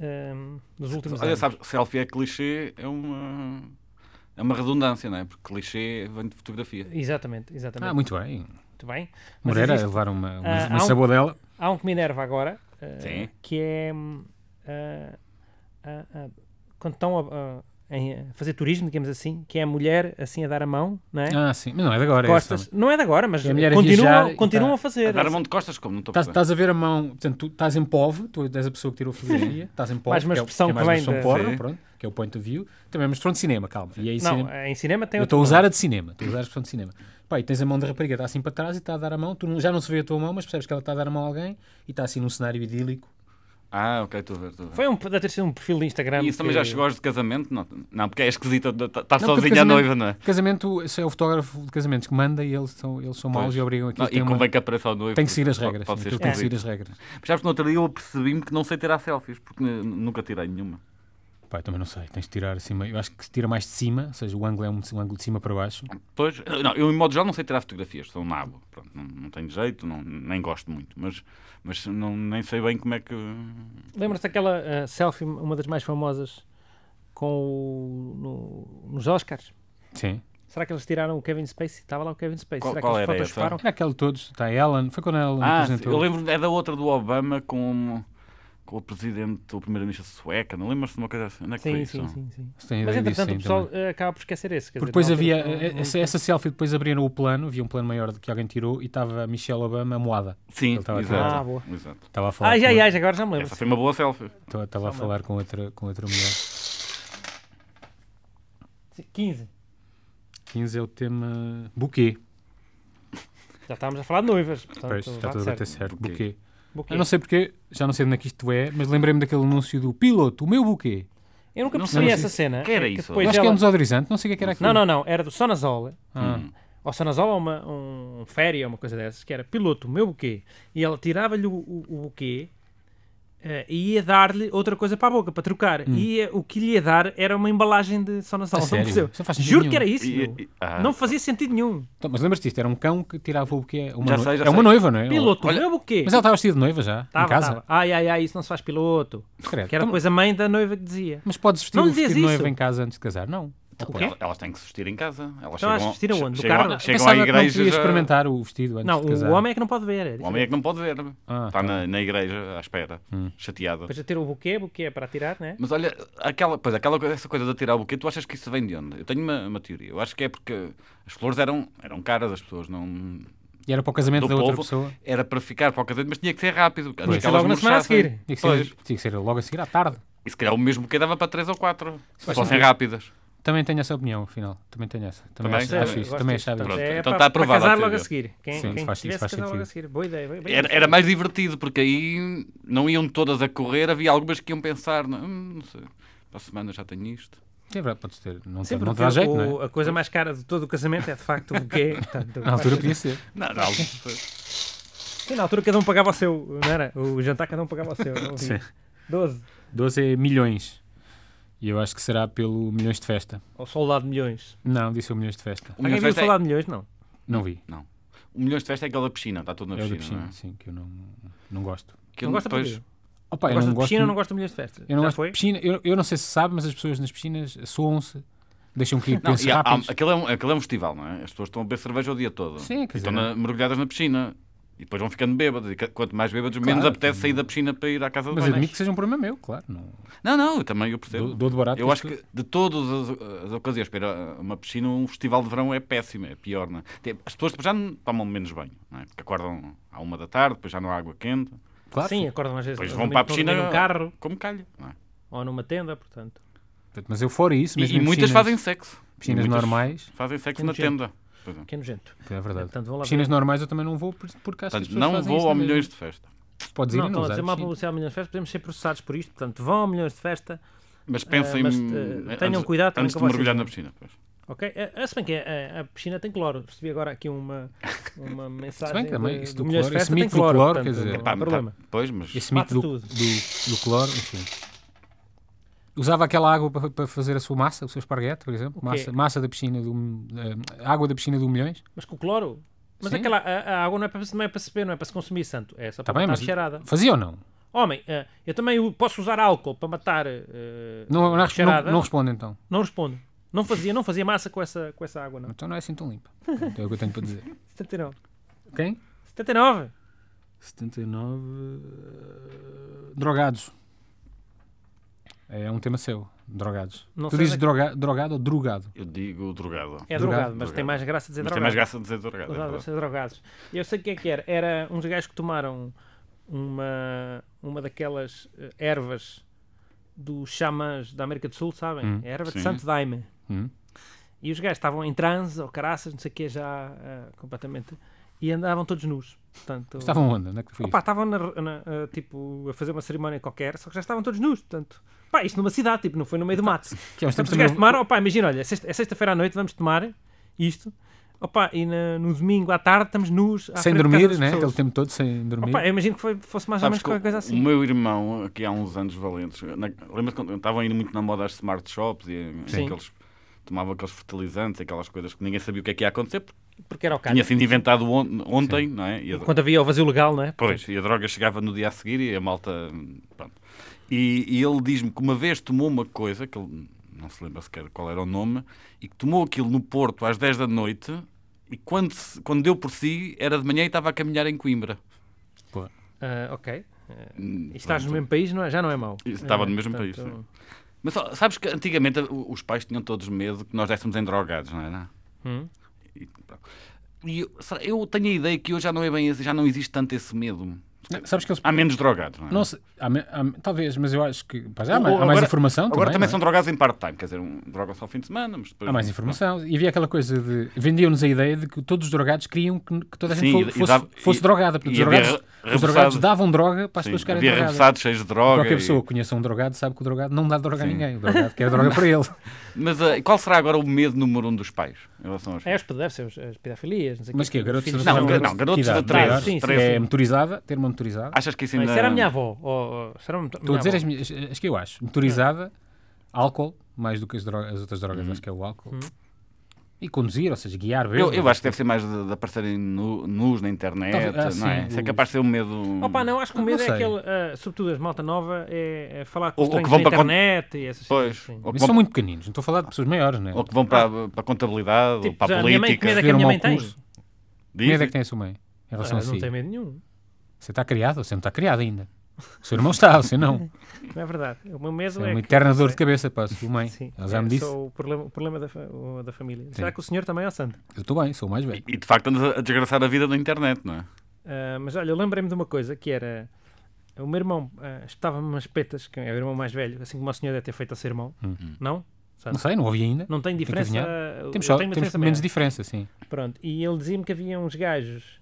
Speaker 2: ah, dos últimos
Speaker 3: Olha,
Speaker 2: anos?
Speaker 3: sabes, selfie é clichê, é uma. É uma redundância, não é? Porque clichê vem de fotografia.
Speaker 2: Exatamente, exatamente.
Speaker 1: Ah, muito bem.
Speaker 2: Muito bem. Mas
Speaker 1: Moreira
Speaker 2: existe-
Speaker 1: levar uma, uma,
Speaker 2: Ah,
Speaker 1: uma
Speaker 2: há um-
Speaker 1: sabodela.
Speaker 2: há um que me enerva agora, ah,
Speaker 3: Sim.
Speaker 2: que é hum, ah, ah, ah, quando estão a, a- em- a fazer turismo, digamos assim, que é a mulher assim a dar a mão, não é?
Speaker 1: Ah, sim. Mas não é de agora. é essa.
Speaker 2: Costas. Não é de agora, mas
Speaker 1: E a mulher a viajar
Speaker 2: continuam,
Speaker 1: e
Speaker 2: continuam
Speaker 1: tá-
Speaker 2: a fazer.
Speaker 3: Dar a mão de costas, como? Não estou a
Speaker 1: Estás,
Speaker 3: perceber.
Speaker 1: Tá, estás a ver a mão, portanto, tu estás em POV, tu és a pessoa que tirou a fotografia, estás em POV,
Speaker 2: Mais uma
Speaker 1: que é o-
Speaker 2: expressão
Speaker 1: que é mais
Speaker 2: que
Speaker 1: uma expressão
Speaker 2: vem da-
Speaker 1: porno,
Speaker 3: Sim.
Speaker 1: pronto, que é o point of view. Também, mas pronto, cinema, calma. E aí,
Speaker 2: Não,
Speaker 1: cinema-
Speaker 2: eh, em cinema tem
Speaker 1: eu
Speaker 2: outro
Speaker 1: estou a usar
Speaker 2: nome.
Speaker 1: a de cinema, estou a usar a expressão de cinema. Pá, e tens a mão da rapariga, está assim para trás e está a dar a mão, tu não- já não se vê a tua mão, mas percebes que ela está a dar a mão a alguém e está assim num cenário idílico.
Speaker 3: Ah, ok, estou a ver, estou a ver.
Speaker 2: Foi um, deve ter sido um perfil de Instagram.
Speaker 3: E isso também
Speaker 2: que-
Speaker 3: já chegou aos de casamento? Não, não porque é esquisita estar
Speaker 1: Não, porque
Speaker 3: sozinha à
Speaker 1: casamento-
Speaker 3: noiva, não é?
Speaker 1: Casamento, esse é o fotógrafo de casamentos que manda e eles são, eles são maus
Speaker 3: Pois.
Speaker 1: e obrigam aquilo.
Speaker 3: Não, e
Speaker 1: tem,
Speaker 3: convém
Speaker 1: uma...
Speaker 3: que apareça ao noivo.
Speaker 1: tem que seguir as
Speaker 3: porque
Speaker 1: regras.
Speaker 3: Pode, pode ser
Speaker 1: aquilo tem que seguir
Speaker 3: esquisito.
Speaker 1: as regras.
Speaker 3: Já que no outro dia eu percebi-me que não sei tirar selfies, porque n- nunca tirei nenhuma.
Speaker 1: Pá, eu também não sei, tens de tirar assim, meio- eu acho que se tira mais de cima, ou seja, o ângulo é um, um ângulo de cima para baixo.
Speaker 3: Pois, eu- não, eu em modo geral não sei tirar fotografias, sou um nabo. Pronto, não, não tenho jeito, não, nem gosto muito, mas, mas não, nem sei bem como é que.
Speaker 2: Lembra-se daquela eh, selfie, uma das mais famosas, com o, no- nos Oscars?
Speaker 1: Sim.
Speaker 2: Será que eles tiraram o Kevin Spacey? Estava lá o Kevin Spacey.
Speaker 3: Qual-
Speaker 2: Será
Speaker 3: qual
Speaker 2: que eles
Speaker 3: era um-
Speaker 2: photoshoparam?
Speaker 1: Era É aquele todos, está a Ellen, foi quando ela
Speaker 3: Ah, sim,
Speaker 1: apresentou.
Speaker 3: eu lembro, é da outra do Obama com, com o presidente, o primeiro-ministro sueca, não lembras-te de uma coisa assim? Onde é que foi
Speaker 2: Sim,
Speaker 3: isso?
Speaker 2: sim, sim, sim.
Speaker 1: Se tem
Speaker 2: Mas
Speaker 1: ideia disso,
Speaker 2: entretanto
Speaker 1: sim,
Speaker 2: o pessoal
Speaker 1: também.
Speaker 2: eh, acaba por esquecer esse. quer
Speaker 1: Porque
Speaker 2: dizer,
Speaker 1: depois
Speaker 2: na altura
Speaker 1: havia,
Speaker 2: não- um- Ah,
Speaker 1: eh,
Speaker 2: não-
Speaker 1: essa, essa selfie depois abriram o plano, havia um plano maior que alguém tirou e estava a Michelle Obama moada.
Speaker 3: Sim,
Speaker 1: Ele estava a
Speaker 3: exato.
Speaker 2: Ah, boa.
Speaker 3: exato.
Speaker 1: Estava a falar,
Speaker 2: Ah,
Speaker 1: com,
Speaker 2: já, já, já, agora já me lembro.
Speaker 3: Essa foi uma boa selfie.
Speaker 1: estava- estava a falar com, outra, com outra mulher.
Speaker 2: Sim, 15.
Speaker 1: 15 é o tema buquê.
Speaker 2: Já estávamos a falar de noivas. Portanto,
Speaker 1: Pois, está
Speaker 2: vá
Speaker 1: tudo a
Speaker 2: certo.
Speaker 1: bater certo.
Speaker 3: Buquê.
Speaker 1: Buquê.
Speaker 2: Buquê.
Speaker 1: Eu não sei porque, já não sei de onde é que isto é, mas lembrei-me daquele anúncio do piloto, o meu buquê.
Speaker 2: Eu nunca
Speaker 3: Não
Speaker 2: percebi
Speaker 1: sei.
Speaker 2: essa cena.
Speaker 3: Que era
Speaker 2: é
Speaker 3: isso?
Speaker 1: Eu
Speaker 2: depois
Speaker 1: acho que é um
Speaker 2: ela-
Speaker 1: desodorizante, não sei o que é que era aquilo.
Speaker 2: Não, não, não. Era do Sonazol.
Speaker 1: Ah,
Speaker 2: Ou Sonazol ou uma, um féria, uma coisa dessas, que era piloto, meu buquê. E ela tirava-lhe o, o- o buquê eh, e ia dar-lhe outra coisa para a boca, para trocar. E eh, o que lhe ia dar era uma embalagem de Sonazol.
Speaker 1: Hum. A
Speaker 2: Não
Speaker 1: sério?
Speaker 2: percebo.
Speaker 1: Isso não faz sentido
Speaker 2: Juro
Speaker 1: nenhum.
Speaker 2: que era isso.
Speaker 3: E-
Speaker 2: meu.
Speaker 3: e- ah.
Speaker 2: Não fazia sentido nenhum.
Speaker 1: Então, mas lembras-te disto? Era um cão que tirava o buquê. Uma
Speaker 3: Já
Speaker 1: no-
Speaker 3: sei, já
Speaker 1: é uma
Speaker 3: sei.
Speaker 1: noiva, não é?
Speaker 2: Piloto,
Speaker 3: Olha-
Speaker 2: meu buquê.
Speaker 1: Mas ela estava vestida de noiva já, em
Speaker 2: Tava,
Speaker 1: casa.
Speaker 2: tava. Ai, ai, ai, isso não se faz piloto.
Speaker 1: Credo.
Speaker 2: Que era
Speaker 1: Então,
Speaker 2: depois a mãe da noiva que dizia.
Speaker 1: Mas podes vestir
Speaker 2: Não
Speaker 1: o
Speaker 2: dizias
Speaker 1: vestido de noiva
Speaker 2: isso?
Speaker 1: em casa antes de casar? Não.
Speaker 2: O quê?
Speaker 3: Elas, elas têm que se vestir em casa. Elas
Speaker 2: Então elas
Speaker 3: chegam,
Speaker 2: vestiram onde? Do
Speaker 3: Chegam,
Speaker 2: carro?
Speaker 3: Ah, chegam
Speaker 1: Pensava
Speaker 3: à
Speaker 1: que não
Speaker 3: igreja.
Speaker 1: podia
Speaker 3: já-
Speaker 1: experimentar o vestido antes
Speaker 2: Não,
Speaker 1: de
Speaker 2: o
Speaker 1: casar.
Speaker 2: homem é que não pode ver. É
Speaker 3: O homem é que não pode ver. Está
Speaker 1: Ah,
Speaker 2: tá.
Speaker 3: na, na igreja à espera,
Speaker 2: Hum.
Speaker 3: chateada.
Speaker 2: Depois de ter o buquê, buquê é para tirar, né?
Speaker 3: Mas olha, aquela, pois, aquela, coisa- essa coisa de tirar o buquê, tu achas que isso vem de onde? Eu tenho uma, uma teoria. Eu acho que é porque as flores eram, eram caras, as pessoas não.
Speaker 2: é
Speaker 1: E era para o casamento
Speaker 3: Do
Speaker 1: da outra
Speaker 3: povo
Speaker 1: pessoa.
Speaker 3: era para ficar para o casamento, mas tinha que ser rápido. Antes que
Speaker 2: ser
Speaker 3: elas
Speaker 2: é logo na semana a
Speaker 3: murchassem.
Speaker 2: seguir.
Speaker 1: Tinha que,
Speaker 3: Pois.
Speaker 1: ser, tinha que ser logo a seguir à tarde.
Speaker 3: E se calhar o mesmo buquê dava para 3 ou 4, se
Speaker 1: Faz
Speaker 3: fossem
Speaker 1: sentido.
Speaker 3: rápidas.
Speaker 1: Também tenho essa opinião, afinal. Também tenho essa. Também,
Speaker 3: Também?
Speaker 1: acho, acho
Speaker 3: Sim,
Speaker 1: isso.
Speaker 2: gosto
Speaker 1: Também
Speaker 2: disso.
Speaker 1: achava
Speaker 3: Pronto,
Speaker 1: isso.
Speaker 2: É
Speaker 3: então
Speaker 2: para-
Speaker 3: está
Speaker 2: para
Speaker 3: aprovada
Speaker 2: casar
Speaker 3: a
Speaker 2: logo a
Speaker 3: teoria.
Speaker 2: seguir. Quem,
Speaker 1: Sim,
Speaker 2: quem
Speaker 1: faz-
Speaker 2: tivesse
Speaker 1: faz
Speaker 2: casado logo a
Speaker 1: sentido.
Speaker 2: seguir. Boa ideia. boa ideia.
Speaker 3: Era, era mais divertido, porque aí não iam todas a correr, havia algumas que iam pensar, não, hum, não sei, para a semana já tenho isto.
Speaker 1: Sim, é verdade, podes ter. Não,
Speaker 2: Sim,
Speaker 1: tem- não te
Speaker 2: porque
Speaker 1: dá jeito, não
Speaker 2: o- a coisa mais cara de todo o casamento é de facto o buquê. portanto,
Speaker 1: é? Na altura podia ser.
Speaker 3: Não, não,
Speaker 2: Sim, na altura cada um pagava o seu, não era? O jantar cada um pagava o seu. não
Speaker 1: Sim.
Speaker 2: havia. 12.
Speaker 1: 12 é milhões. E eu acho que será pelo milhões de festa.
Speaker 2: Ou soldado de milhões.
Speaker 1: Não, disse o milhões de festa.
Speaker 3: o
Speaker 2: Alguém
Speaker 3: milhões
Speaker 2: viu o
Speaker 3: de festa é,
Speaker 2: soldado de milhões? Não.
Speaker 1: Não vi.
Speaker 3: o milhões de festa é aquela piscina, está tudo na
Speaker 1: É o da piscina,
Speaker 3: piscina. não é?
Speaker 1: sim, que eu não, não gosto.
Speaker 3: que
Speaker 2: Não
Speaker 3: ele
Speaker 2: gosta
Speaker 3: depois.
Speaker 2: porquê?
Speaker 1: Opa, eu
Speaker 2: gosta
Speaker 1: não
Speaker 2: de
Speaker 1: gosto
Speaker 2: piscina ou não
Speaker 1: muito-
Speaker 2: gosta de mulheres de festas?
Speaker 1: eu não
Speaker 2: Já
Speaker 1: gosto
Speaker 2: foi?
Speaker 1: de piscina. Eu, eu não sei se sabe, mas as pessoas nas piscinas soam-se, deixam cair
Speaker 3: Não,
Speaker 1: pensos
Speaker 3: e há- há-
Speaker 1: rápidos.
Speaker 3: aquilo, é um, aquilo é um festival, não é? As pessoas estão a beber cerveja o dia todo.
Speaker 1: Sim, quer
Speaker 3: E
Speaker 1: dizer-
Speaker 3: estão na- mergulhadas na piscina. E depois vão ficando bêbados. E ca- quanto mais bêbados, menos
Speaker 1: Claro.
Speaker 3: apetece sair da piscina para ir à casa de
Speaker 1: Mas
Speaker 3: banho.
Speaker 1: admito que seja um problema meu, claro. Não,
Speaker 3: Não, não, eu também eu percebo.
Speaker 1: dou, dou de barato.
Speaker 3: Então, Eu acho
Speaker 1: isto-
Speaker 3: que de todas as, as ocasiões para ir a uma piscina, um festival de verão é péssimo, é pior. Não é? Tem- As pessoas já não tomam menos banho, não é? porque acordam à uma da tarde, depois já não há água quente,
Speaker 1: Claro,
Speaker 2: Sim,
Speaker 1: sim.
Speaker 2: acordam às vezes.
Speaker 3: depois
Speaker 2: a
Speaker 3: vão
Speaker 2: dormir-
Speaker 3: para a
Speaker 2: estão dormir
Speaker 3: piscina
Speaker 2: num carro
Speaker 3: como calha. não é?
Speaker 2: ou numa tenda, portanto.
Speaker 1: Portanto, Mas eu fora isso,
Speaker 3: E,
Speaker 1: mesmo
Speaker 3: e
Speaker 1: em
Speaker 3: muitas
Speaker 1: piscinas-
Speaker 3: fazem sexo.
Speaker 1: piscinas
Speaker 3: Muitas
Speaker 1: normais.
Speaker 3: Fazem sexo
Speaker 2: Que
Speaker 3: na
Speaker 2: nojento.
Speaker 3: tenda. Pois é.
Speaker 2: Que é nojento.
Speaker 1: É verdade.
Speaker 2: Portanto, vão lá
Speaker 1: piscinas
Speaker 2: ver.
Speaker 1: normais eu também não vou por- porque acho que as
Speaker 3: Portanto,
Speaker 1: pessoas
Speaker 3: não
Speaker 1: fazem
Speaker 3: vou
Speaker 1: isto
Speaker 3: a
Speaker 1: mesmo.
Speaker 3: milhões de festa.
Speaker 1: Podes ir
Speaker 2: Não, é
Speaker 1: e não
Speaker 2: estão a
Speaker 1: usar.
Speaker 2: dizer mal
Speaker 1: sim.
Speaker 2: publicidade a milhões de festas, podemos ser processados por isto, portanto, vão a milhões de festa,
Speaker 3: Mas pensem.
Speaker 2: Ah, mas, eh, tenham
Speaker 3: antes,
Speaker 2: cuidado também
Speaker 3: antes
Speaker 2: com
Speaker 3: de
Speaker 2: vocês,
Speaker 3: mergulhar na
Speaker 2: não é?
Speaker 3: piscina. pois.
Speaker 2: ok? A, a, se bem que eh, a, a piscina tem cloro, recebi agora aqui uma, uma
Speaker 1: Se
Speaker 2: mensagem.
Speaker 1: bem que também,
Speaker 2: de-
Speaker 1: isso
Speaker 2: de
Speaker 1: do
Speaker 2: milhões
Speaker 1: cloro,
Speaker 2: de
Speaker 1: esse
Speaker 2: festa tem
Speaker 1: mito do
Speaker 2: cloro,
Speaker 1: cloro, quer
Speaker 2: portanto,
Speaker 1: dizer,
Speaker 2: não
Speaker 3: Pá,
Speaker 2: há
Speaker 3: não tá-
Speaker 2: problema.
Speaker 3: Pois, mas.
Speaker 1: esse mito
Speaker 2: mata
Speaker 1: do, do,
Speaker 2: tudo.
Speaker 1: do cloro, enfim. Usava aquela água para, para fazer a sua massa, o seu esparguete, por exemplo.
Speaker 2: quê?
Speaker 1: Massa, massa da piscina do. eh, água da piscina do Milhões.
Speaker 2: Mas com cloro? Mas
Speaker 1: Sim.
Speaker 2: aquela a, a água não é, para, não é para se beber, não é para se consumir, santo. É só
Speaker 1: Está
Speaker 2: para
Speaker 1: Tá bem,
Speaker 2: matar
Speaker 1: mas.
Speaker 2: cheirada.
Speaker 1: Fazia ou não?
Speaker 2: Homem, eh, eu também u- posso usar álcool para matar eh,
Speaker 1: Não, não, não,
Speaker 2: cheirada.
Speaker 1: não responde então.
Speaker 2: Não respondo. Não fazia, não fazia massa com essa, com essa água, não.
Speaker 1: Então não é assim tão limpa. Portanto, É o que eu tenho para dizer.
Speaker 2: 79.
Speaker 1: Quem?
Speaker 2: 79?
Speaker 1: 79. eh, Drogados. É um tema seu. Drogados.
Speaker 2: Não
Speaker 1: tu
Speaker 2: sei
Speaker 1: dizes
Speaker 3: é
Speaker 2: onde
Speaker 1: droga- drogado ou drogado?
Speaker 3: Eu digo drogado.
Speaker 2: É drogado,
Speaker 1: Drogado,
Speaker 2: mas
Speaker 3: drogado.
Speaker 2: tem mais graça dizer
Speaker 3: Mas
Speaker 2: drogado.
Speaker 3: tem mais graça de dizer drogado. é
Speaker 2: Usado a
Speaker 3: verdade.
Speaker 2: ser drogados. Eu sei o que é que era. Era uns gajos que tomaram uma, uma daquelas eh, ervas dos xamãs da América do Sul, sabem?
Speaker 1: Hum,
Speaker 2: A erva
Speaker 3: sim.
Speaker 2: de Santo Daime.
Speaker 1: Hum.
Speaker 2: E os gajos estavam em transe ou caraças, não sei o que, já eh, completamente. E andavam todos nus. Portanto,
Speaker 1: Estavam onde? Onde é que foi
Speaker 2: Opa, estavam na, na, eh, tipo, a fazer uma cerimónia qualquer, só que já estavam todos nus, portanto. Pá, isto numa cidade, tipo, não foi no meio do mato.
Speaker 1: isso? Que é uns tempos
Speaker 2: Portanto, os
Speaker 1: também
Speaker 2: gajos
Speaker 1: houve-
Speaker 2: tomaram, opá, imagina, olha, é sexta- é sexta-feira à noite, vamos tomar isto, opá, e na- no domingo à tarde estamos nus, à
Speaker 1: sem
Speaker 2: frente de casa
Speaker 1: dormir,
Speaker 2: das
Speaker 1: né?
Speaker 2: pessoas.
Speaker 1: Aquele tempo todo sem dormir.
Speaker 3: é-
Speaker 2: Opá, eu imagino que foi- fosse mais ou
Speaker 3: Sabes
Speaker 2: menos
Speaker 3: que o-
Speaker 2: qualquer coisa assim.
Speaker 3: O meu irmão, aqui há uns anos valentes, na- lembra-te quando estavam indo muito na moda as smart shops e em
Speaker 2: Sim.
Speaker 3: aqueles tomavam aqueles fertilizantes, aquelas coisas que ninguém sabia o que é que ia acontecer, porque
Speaker 2: Porque era o caso.
Speaker 3: tinha sido inventado on- ontem, não é? E a,
Speaker 2: Quando havia o vazio legal, não é?
Speaker 3: pois, e a droga chegava no dia a seguir e a malta. Pronto. E, e ele diz-me que uma vez tomou uma coisa, que ele não se lembra sequer qual era o nome, e que tomou aquilo no Porto às 10 da noite. E quando, se- quando deu por si, era de manhã e estava a caminhar em Coimbra.
Speaker 2: Ah, ok.
Speaker 3: Hum,
Speaker 2: E estás no
Speaker 3: pronto.
Speaker 2: mesmo país, não é? já não é mau.
Speaker 3: E estava
Speaker 2: Ah,
Speaker 3: no mesmo país,
Speaker 2: portanto,
Speaker 3: Mas ó, sabes que antigamente o- os pais tinham todos medo que nós dessemos em drogados, não era?
Speaker 2: hum,
Speaker 3: E, pronto. E eu, será- eu tenho a ideia que hoje já não é bem esse- já não existe tanto esse medo.
Speaker 1: Não, Sabes que eles.
Speaker 3: Há menos drogados, não é?
Speaker 1: Não sei, há me- há me- talvez, mas eu acho que. pá, já há,
Speaker 3: Ou-
Speaker 1: mais- há
Speaker 3: agora-
Speaker 1: mais informação
Speaker 3: Agora também,
Speaker 1: também.
Speaker 3: são
Speaker 1: não é?
Speaker 3: drogados em part-time, quer dizer, um, drogam só ao fim de semana, mas depois.
Speaker 1: Há mais informação. E havia aquela coisa de. Vendiam-nos a ideia de que todos os drogados queriam que, que toda a gente
Speaker 3: Sim,
Speaker 1: fo-
Speaker 3: e- e
Speaker 1: fosse,
Speaker 3: dava-
Speaker 1: fosse
Speaker 3: e-
Speaker 1: drogada. Porque os
Speaker 3: e havia
Speaker 1: drogados,
Speaker 3: re-
Speaker 1: os drogados
Speaker 3: rebuçado.
Speaker 1: davam droga para as
Speaker 3: Sim,
Speaker 1: pessoas ficarem
Speaker 3: havia
Speaker 1: drogadas.
Speaker 3: rebuçados cheios de droga.
Speaker 1: Qualquer
Speaker 3: e-
Speaker 1: pessoa que conheça um drogado sabe que o drogado não dá droga
Speaker 3: Sim.
Speaker 1: a ninguém. O drogado quer droga para ele.
Speaker 3: Mas ah, qual será agora o medo número um dos pais em relação aos
Speaker 2: É,
Speaker 3: filhos?
Speaker 2: os deve ser os- as pedofilias, não sei o
Speaker 1: Mas que é,
Speaker 2: Os
Speaker 1: garotos
Speaker 2: filhos
Speaker 3: não,
Speaker 2: são-
Speaker 3: gar- não, garotos de Ah,
Speaker 1: três
Speaker 2: 13, sim, sim,
Speaker 1: É
Speaker 3: sim.
Speaker 1: motorizada, ter uma motorizada.
Speaker 3: Achas que isso
Speaker 2: Não,
Speaker 3: ainda.
Speaker 2: isso era a minha avó. ou- ou- isso era a minha
Speaker 3: é
Speaker 1: Estou a dizer
Speaker 2: avó.
Speaker 1: as, minhas, as que eu acho. Motorizada, álcool, mais do que as, droga- as outras drogas, acho que é o álcool. E conduzir, ou seja, guiar bêbado.
Speaker 3: Hum. Eu, eu acho que deve ser mais de, de aparecerem nu- nus na internet,
Speaker 1: Talvez- ah,
Speaker 3: não é?
Speaker 1: sim,
Speaker 3: Isso é
Speaker 1: o-
Speaker 3: capaz de ser um medo.
Speaker 2: Opa, não, acho que o
Speaker 1: Não
Speaker 2: medo é
Speaker 1: sei.
Speaker 2: aquele, ah, sobretudo as malta nova, é, é falar com
Speaker 3: Ou-
Speaker 2: os
Speaker 3: ou que
Speaker 2: estranhos
Speaker 3: vão
Speaker 2: na
Speaker 3: para con-
Speaker 2: internet e essas
Speaker 3: Pois,
Speaker 2: coisas. assim.
Speaker 3: ou que
Speaker 1: Mas
Speaker 3: vão-
Speaker 1: são muito pequeninos, não estou a falar de pessoas maiores, não é?
Speaker 3: Ou que vão para, a- para a contabilidade ou
Speaker 2: Ah. Tipo,
Speaker 3: para a
Speaker 2: a minha mãe, que
Speaker 3: política.
Speaker 2: medo é que a
Speaker 1: Escolheram
Speaker 2: minha
Speaker 1: mau
Speaker 2: mãe tem?
Speaker 1: curso. Que
Speaker 3: Dizem.
Speaker 1: medo é que tem a sua mãe em
Speaker 2: Ah,
Speaker 1: relação a
Speaker 2: não
Speaker 1: si?
Speaker 2: tem medo nenhum,
Speaker 1: Você está criado? Você não está criado ainda. O seu irmão está, você não.
Speaker 2: não é verdade. O meu medo
Speaker 1: Você é
Speaker 2: é
Speaker 1: uma
Speaker 2: que-
Speaker 1: eterna dor de cabeça para a sua mãe.
Speaker 2: Sim,
Speaker 1: Ela já me
Speaker 2: é
Speaker 1: disse.
Speaker 2: só o problema, o problema da, fa- o- da família. Será que o senhor também é o santo?
Speaker 1: Eu estou bem, sou o mais velho.
Speaker 3: E de facto andas a desgraçar a vida na internet, não é?
Speaker 2: Ah, mas olha, eu lembrei-me de uma coisa que era. O meu irmão ah, espetava-me umas petas, que é o irmão mais velho, assim como o senhor deve ter feito a seu irmão. Não? Santo?
Speaker 1: Uhum. Não sei, não ouvi ainda.
Speaker 2: Não tem
Speaker 1: que
Speaker 2: diferença.
Speaker 1: adivinhar.
Speaker 2: ah,
Speaker 1: Temos,
Speaker 2: eu
Speaker 1: só,
Speaker 2: tenho uma
Speaker 1: temos
Speaker 2: diferença
Speaker 1: menos
Speaker 2: maior.
Speaker 1: diferença, sim.
Speaker 2: Pronto, e ele dizia-me que havia uns gajos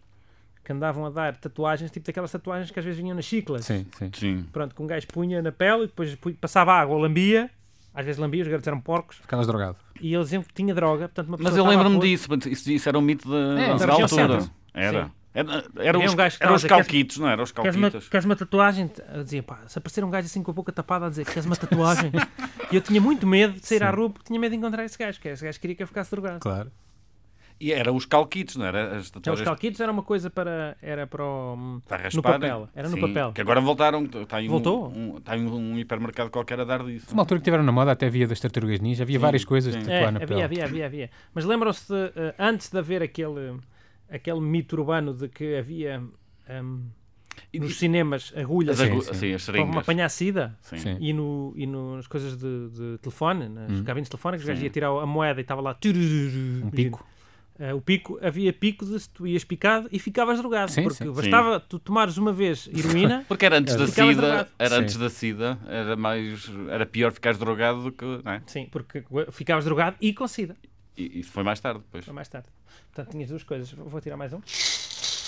Speaker 2: que andavam a dar tatuagens, tipo daquelas tatuagens que às vezes vinham nas chiclas.
Speaker 1: Sim, sim.
Speaker 3: Sim.
Speaker 2: Pronto, que um gajo punha na pele e depois pu- passava água ou lambia. Às vezes lambia, os garotos eram porcos.
Speaker 1: Ficavas drogado.
Speaker 2: E eles diziam que tinha droga, portanto uma
Speaker 3: Mas
Speaker 2: pessoa
Speaker 3: eu
Speaker 2: estava à
Speaker 3: lembro-me
Speaker 2: rua-
Speaker 3: disso, mas isso, isso era um mito da,
Speaker 1: É, da
Speaker 3: da
Speaker 1: região
Speaker 3: altura.
Speaker 1: centro.
Speaker 3: Era.
Speaker 2: Sim.
Speaker 3: Era, era
Speaker 2: Havia
Speaker 3: os,
Speaker 2: um gajo que
Speaker 3: eram os
Speaker 2: estava a dizer,
Speaker 3: calquitos, não é? era? Os
Speaker 2: Queres uma,
Speaker 3: calquitas.
Speaker 2: queres uma tatuagem? Eu dizia, pá, se aparecer um gajo assim com a boca tapada a dizer queres uma tatuagem? e eu tinha muito medo de sair à rua porque tinha medo de encontrar esse gajo, que esse gajo queria que eu ficasse drogado.
Speaker 1: Claro.
Speaker 3: E eram os calquites, não é? era? As
Speaker 2: Já É os
Speaker 3: tatuagens
Speaker 2: calquitos era uma coisa para. Era para o. hum,
Speaker 3: para
Speaker 2: no
Speaker 3: raspar. né?
Speaker 2: papel. Era no
Speaker 3: Sim,
Speaker 2: papel.
Speaker 3: Que agora voltaram. Está aí um-
Speaker 2: Voltou?
Speaker 3: Um, está aí um, um hipermercado qualquer a dar disso.
Speaker 1: Uma altura que tiveram na moda até havia das tartarugas ninja, havia
Speaker 3: Sim,
Speaker 1: várias coisas
Speaker 3: sim.
Speaker 1: de
Speaker 2: É,
Speaker 1: tatuar na pele.
Speaker 2: havia, havia, havia, havia. Mas lembram-se, de, eh, antes de haver aquele, aquele mito urbano de que havia ehm,
Speaker 3: E
Speaker 2: nos
Speaker 3: diz-
Speaker 2: cinemas agulhas
Speaker 3: As
Speaker 1: Sim,
Speaker 3: agu-
Speaker 1: sim.
Speaker 3: Sim, as
Speaker 2: para
Speaker 3: seringas.
Speaker 2: apanhar sida
Speaker 3: Sim.
Speaker 1: Sim.
Speaker 2: e, no, e no- nas coisas de, de telefone, nas
Speaker 1: Hum.
Speaker 2: cabines telefónicas, o gajo
Speaker 3: Sim.
Speaker 2: ia tirar a moeda e estava lá.
Speaker 1: Um
Speaker 2: Um
Speaker 1: pico.
Speaker 2: o pico, havia pico de se tu ias picado e ficavas drogado.
Speaker 1: Sim,
Speaker 2: porque
Speaker 1: sim.
Speaker 2: bastava tu tomares uma vez heroína.
Speaker 3: Porque era antes da
Speaker 2: Ficavas
Speaker 3: SIDA,
Speaker 2: drogado.
Speaker 3: era
Speaker 1: Sim.
Speaker 3: antes da SIDA, era mais. Era pior ficares drogado do que. Não é?
Speaker 2: Sim, porque ficavas drogado e com sida.
Speaker 3: E isso foi mais tarde depois.
Speaker 2: Foi mais tarde. Portanto, tinhas duas coisas. Vou vou tirar mais um.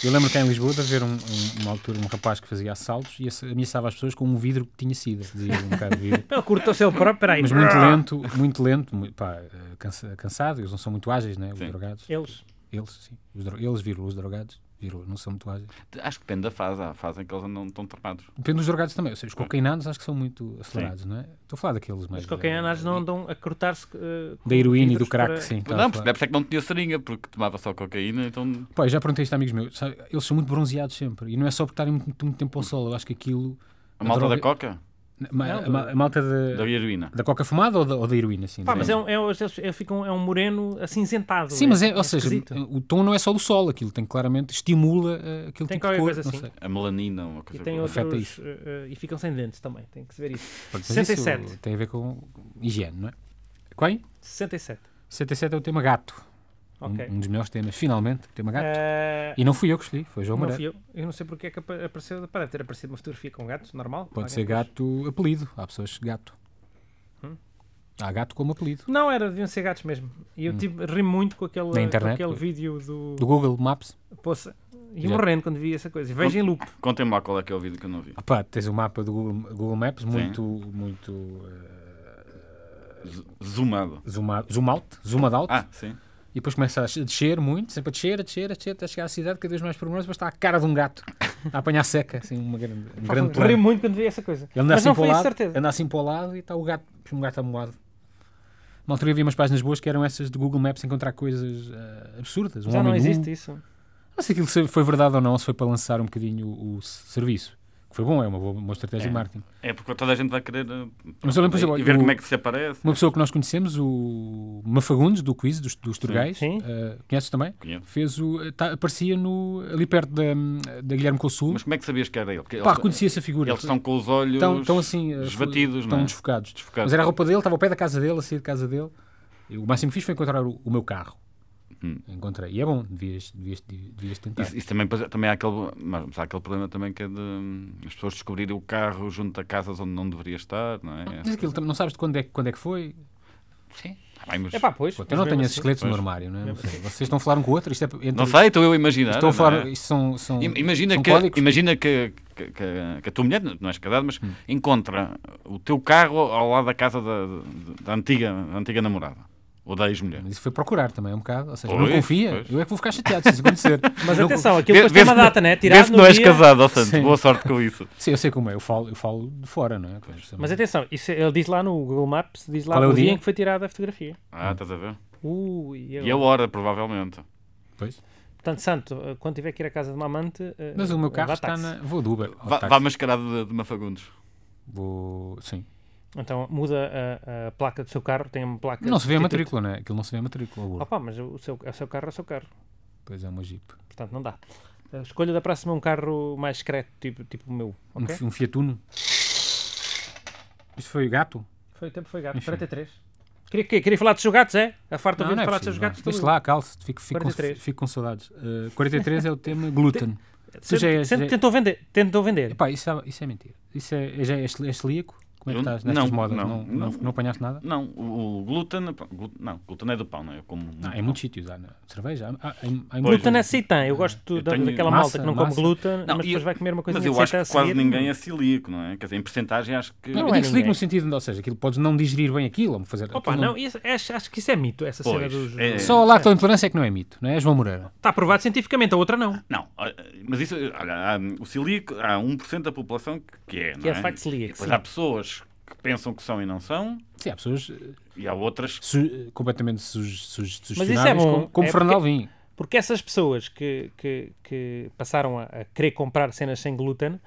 Speaker 1: Eu lembro que em Lisboa de haver um- um- uma altura um rapaz que fazia assaltos e ass- ameaçava as pessoas com um vidro que tinha sido. Dizia um bocado de vidro.
Speaker 2: Ele cortou-se ele próprio. Peraí.
Speaker 1: Mas muito lento, muito lento, muito, pá, eh, cansa- cansado, eles não são muito ágeis, né? Os
Speaker 3: Sim.
Speaker 1: drogados.
Speaker 2: Eles.
Speaker 1: Eles, sim. Os dro- eles viram os drogados, viram, não são muito ágeis.
Speaker 3: Acho que depende da fase. Há fase em que eles andam tão trepados.
Speaker 1: Depende dos drogados também. Ou seja, os cocainados acho que são muito acelerados, não é? Estou a falar daqueles mais. eh,
Speaker 2: Os cocainados não andam a cortar-se. eh, com
Speaker 1: Da heroína e do
Speaker 2: vidros
Speaker 1: crack,
Speaker 2: para-
Speaker 1: sim. estava a
Speaker 3: Não,
Speaker 1: falar.
Speaker 3: porque deve ser que não tinha seringa, porque tomava só cocaína, então.
Speaker 1: Pá, eu já perguntei isto a amigos meus. sabe, eles são muito bronzeados sempre. E não é só por estarem muito, muito tempo ao sol. Eu acho que aquilo.
Speaker 3: A malta
Speaker 1: droga- É.
Speaker 3: da coca?
Speaker 1: na- ma-
Speaker 2: Não,
Speaker 1: a, ma- a malta da,
Speaker 3: Da heroína.
Speaker 1: da coca fumada ou da, ou da heroína, assim?
Speaker 2: Pá,
Speaker 1: da-
Speaker 2: mas é um, é, um- eles- eles ficam- é um moreno acinzentado.
Speaker 1: Sim, mas é, ou seja,
Speaker 2: esquisito.
Speaker 1: o tom não é só do sol, aquilo tem claramente, estimula eh, aquele tipo
Speaker 2: Tem
Speaker 1: de
Speaker 2: qualquer
Speaker 1: cor.
Speaker 2: coisa
Speaker 1: não
Speaker 2: assim.
Speaker 1: sei.
Speaker 3: A melanina, uma coisa
Speaker 2: E tem
Speaker 3: qualquer.
Speaker 1: afeta
Speaker 2: outros.
Speaker 1: isso.
Speaker 2: eh, eh, e ficam sem dentes também, tem que se ver isso.
Speaker 1: Pronto, mas
Speaker 2: 67.
Speaker 1: isso Tem a ver com higiene, não é? Qual? é?
Speaker 2: 67.
Speaker 1: 67 é o tema gato. Um-
Speaker 2: Ok.
Speaker 1: Um, dos melhores temas, finalmente, o tema gato.
Speaker 2: Eh,
Speaker 1: E não fui eu que escolhi, foi João
Speaker 2: não
Speaker 1: Moreira.
Speaker 2: fui eu. Eu não sei porque é que apa- apareceu. Pá, deve ter aparecido uma fotografia com um gato, normal.
Speaker 1: Pode
Speaker 2: Alguém
Speaker 1: ser
Speaker 2: pôs.
Speaker 1: gato apelido. Há pessoas gato.
Speaker 2: Hum?
Speaker 1: Há gato como apelido.
Speaker 2: Não, era, deviam ser gatos mesmo. E eu tive, ri muito com aquele,
Speaker 1: Hum. Na internet,
Speaker 2: com aquele
Speaker 1: pois.
Speaker 2: vídeo do.
Speaker 1: Do Google Maps.
Speaker 2: Poça. E
Speaker 1: Já.
Speaker 2: morrendo quando vi essa coisa. E vejo em loop.
Speaker 3: Contem-me lá qual é que é o vídeo que eu não vi.
Speaker 1: Ah pá, tens o mapa do Google, Google Maps muito, muito
Speaker 3: Z- Zoomado.
Speaker 1: zoomado, zoom out, zoomado out.
Speaker 3: Ah, sim.
Speaker 1: E depois começa a descer muito, sempre a descer, a descer, a descer, até chegar à cidade, cada vez mais pormenores, mas está a cara de um gato a apanhar seca, assim, uma grande, um
Speaker 2: Pá,
Speaker 1: grande
Speaker 2: Ri
Speaker 1: plano.
Speaker 2: muito quando vi essa coisa.
Speaker 1: Ele anda
Speaker 2: mas
Speaker 1: assim,
Speaker 2: não
Speaker 1: para o
Speaker 2: foi isso,
Speaker 1: lado,
Speaker 2: certeza.
Speaker 1: anda assim para o lado e está o gato, um gato amoado. Uma altura havia umas páginas boas que eram essas de Google Maps encontrar coisas ah, absurdas. Um
Speaker 2: Já
Speaker 1: homem
Speaker 2: não
Speaker 1: nu.
Speaker 2: existe isso.
Speaker 1: Não sei aquilo se foi verdade ou não, se foi para lançar um bocadinho o, o serviço. Que foi bom, é uma boa, uma estratégia de marketing.
Speaker 3: É porque toda a gente vai querer eh,
Speaker 1: Mas eu lembro, por exemplo,
Speaker 3: e ver
Speaker 1: o-
Speaker 3: como é que se aparece.
Speaker 1: Uma pessoa que nós conhecemos, o Mafagundes, do quiz dos, dos Turgais,
Speaker 2: Sim.
Speaker 1: eh, conheces também?
Speaker 3: Conheço.
Speaker 1: Fez o, tá- aparecia no, ali perto da, da Guilherme Consul.
Speaker 3: Mas como é que sabias que era ele? Porque
Speaker 1: Pá,
Speaker 3: eles-
Speaker 1: reconhecia essa figura.
Speaker 3: Eles estão com os olhos
Speaker 1: Tão- tão assim, eh,
Speaker 3: esbatidos,
Speaker 1: tão
Speaker 3: não é?
Speaker 1: desfocados.
Speaker 3: Desfocados.
Speaker 1: Mas era a roupa dele, estava ao pé da casa dele, a sair de casa dele. E o máximo que fiz foi encontrar o, o meu carro.
Speaker 3: Hum.
Speaker 1: Encontrei. E é bom, devias, devias, devias tentar.
Speaker 3: Isso, isso também, pois é, também há aquele, mas há aquele problema também que é de hum, as pessoas descobrirem o carro junto a casas onde não deveria estar, não é?
Speaker 1: Mas aquilo, também não sabes de quando é, que- quando é que foi?
Speaker 3: Sim. Ah, bem, mas-
Speaker 2: É pá, pois.
Speaker 1: Pô, eu não
Speaker 2: mas
Speaker 1: tenho
Speaker 2: mesmo assim.
Speaker 1: esses esqueletos no
Speaker 3: Pois.
Speaker 1: armário, não é? Não sei. Vocês estão a falar um com o outro? Isto é entre-
Speaker 3: não sei, estou eu a imaginar.
Speaker 1: Estão a
Speaker 3: não
Speaker 1: falar.
Speaker 3: é?
Speaker 1: Isto são, são,
Speaker 3: Im- Imagina,
Speaker 1: são
Speaker 3: que, é,
Speaker 1: códigos?
Speaker 3: imagina que, que, que- que a tua mulher, não és casado, mas encontra o teu carro ao lado da casa da, da- da antiga, da antiga namorada ou da ex-mulher.
Speaker 1: Mas isso foi procurar também, é um bocado. Ou seja,
Speaker 3: Pois,
Speaker 1: não confia.
Speaker 3: pois.
Speaker 1: Eu é que vou ficar chateado se isso acontecer.
Speaker 2: Mas
Speaker 1: Não-
Speaker 2: atenção,
Speaker 3: Vê-
Speaker 2: aquilo depois tem
Speaker 3: vê-se
Speaker 2: uma data,
Speaker 3: não-
Speaker 2: né? Tirado
Speaker 3: vê-se não
Speaker 2: no
Speaker 3: és
Speaker 2: dia.
Speaker 3: casado, ó Santos.
Speaker 1: Sim.
Speaker 3: Boa sorte com isso.
Speaker 1: Sim, eu sei como é. Eu falo, eu falo de fora, não é?
Speaker 2: Mas atenção, isso, é- ele diz lá no Google Maps, diz lá
Speaker 1: Qual é
Speaker 2: o
Speaker 1: o
Speaker 2: dia?
Speaker 1: dia?
Speaker 2: em que foi tirada a fotografia.
Speaker 3: Ah, estás a ver?
Speaker 2: Ui, e
Speaker 1: é
Speaker 3: E a
Speaker 2: agora?
Speaker 3: hora, provavelmente.
Speaker 1: Pois.
Speaker 2: Portanto, Santo, eh, quando tiver que ir à casa de uma amante. eh,
Speaker 1: Mas o meu
Speaker 2: dá
Speaker 1: carro está
Speaker 2: táxi.
Speaker 1: na. Vou do Uber. ao
Speaker 3: Vá,
Speaker 1: táxi.
Speaker 3: vá mascarado de, de Mafagundes.
Speaker 1: Vou. Sim.
Speaker 2: Então muda a, a placa do seu carro, tem uma placa.
Speaker 1: Não se vê a
Speaker 2: substituta.
Speaker 1: matrícula, não é? Aquilo não se vê a matrícula. Uber.
Speaker 2: Opa, mas o seu, o seu carro é o seu carro,
Speaker 1: Pois é, uma Jeep.
Speaker 2: portanto não dá. Eh, Escolha da próxima um carro mais secreto, tipo, tipo o meu.
Speaker 1: Um,
Speaker 2: ok?
Speaker 1: fi- um Fiat Uno. Isto foi gato?
Speaker 2: Foi o tempo, foi gato.
Speaker 1: Enfim.
Speaker 2: 43. Queria, queria, queria falar dos seus gatos, é? A farta ouvir
Speaker 1: é
Speaker 2: falar dos
Speaker 1: preciso,
Speaker 2: seus gatos.
Speaker 1: Deixa
Speaker 2: tudo.
Speaker 1: lá, calça. Fico, fico, com,
Speaker 2: 43.
Speaker 1: fico com saudades. Eh, 43 é o tema glúten.
Speaker 2: Sempre-
Speaker 1: já é- és-
Speaker 2: sempre
Speaker 1: já-
Speaker 2: Tentou vender. Tentou vender.
Speaker 1: Epá, isso, é, isso é mentira. Isso é, já é, celí- é celíaco? Como é que
Speaker 3: Eu-
Speaker 1: estás nestas
Speaker 3: não,
Speaker 1: modas?
Speaker 3: não,
Speaker 1: não, não,
Speaker 3: não.
Speaker 1: não apanhaste nada?
Speaker 3: Não, o, o glúten, pá, glú- não, glúten é do pão, não é? Eu como muito
Speaker 1: Não, em
Speaker 3: pão.
Speaker 1: muitos sítios há na cerveja. Há, há, há, há
Speaker 3: Pois,
Speaker 2: Glúten é ceitã. Eu gosto
Speaker 3: eu
Speaker 2: da-
Speaker 3: tenho
Speaker 2: daquela
Speaker 1: massa,
Speaker 2: malta que não
Speaker 1: massa.
Speaker 2: come glúten,
Speaker 3: Não,
Speaker 2: mas
Speaker 3: e-
Speaker 2: depois vai comer uma assim. coisa
Speaker 3: Mas
Speaker 2: de
Speaker 3: eu acho
Speaker 2: ceitã a
Speaker 3: que quase
Speaker 2: seguir.
Speaker 3: ninguém é celíaco, não é? Quer dizer, em percentagem acho que...
Speaker 1: Não,
Speaker 2: Não é
Speaker 1: é desligo
Speaker 2: ninguém.
Speaker 1: no sentido de, ou seja, aquilo podes não digerir bem aquilo, ou fazer
Speaker 2: Opa,
Speaker 1: aquilo
Speaker 2: não, isso- acho, acho que isso é mito, essa cena
Speaker 3: Pois,
Speaker 2: dos.
Speaker 3: é.
Speaker 1: Só a lactointolerância é que não é mito, não é, João Moreira?
Speaker 2: Está provado cientificamente, a outra não.
Speaker 3: Não, ah, mas isso, olha, há, o celíaco, há 1% da população que- que é, não
Speaker 2: Que
Speaker 3: é?
Speaker 2: é de facto celíaco,
Speaker 3: E Depois
Speaker 2: sim.
Speaker 3: há pessoas que pensam que são e não são,
Speaker 1: Sim, há pessoas eh,
Speaker 3: e há outras que
Speaker 1: su- eh, completamente sus- sus-
Speaker 2: é
Speaker 1: sugestionáveis,
Speaker 2: bom,
Speaker 1: como, como
Speaker 2: é
Speaker 1: Fernando
Speaker 2: porque-
Speaker 1: Alvim.
Speaker 2: Porque essas pessoas que, que, que passaram a, a querer comprar cenas sem glúten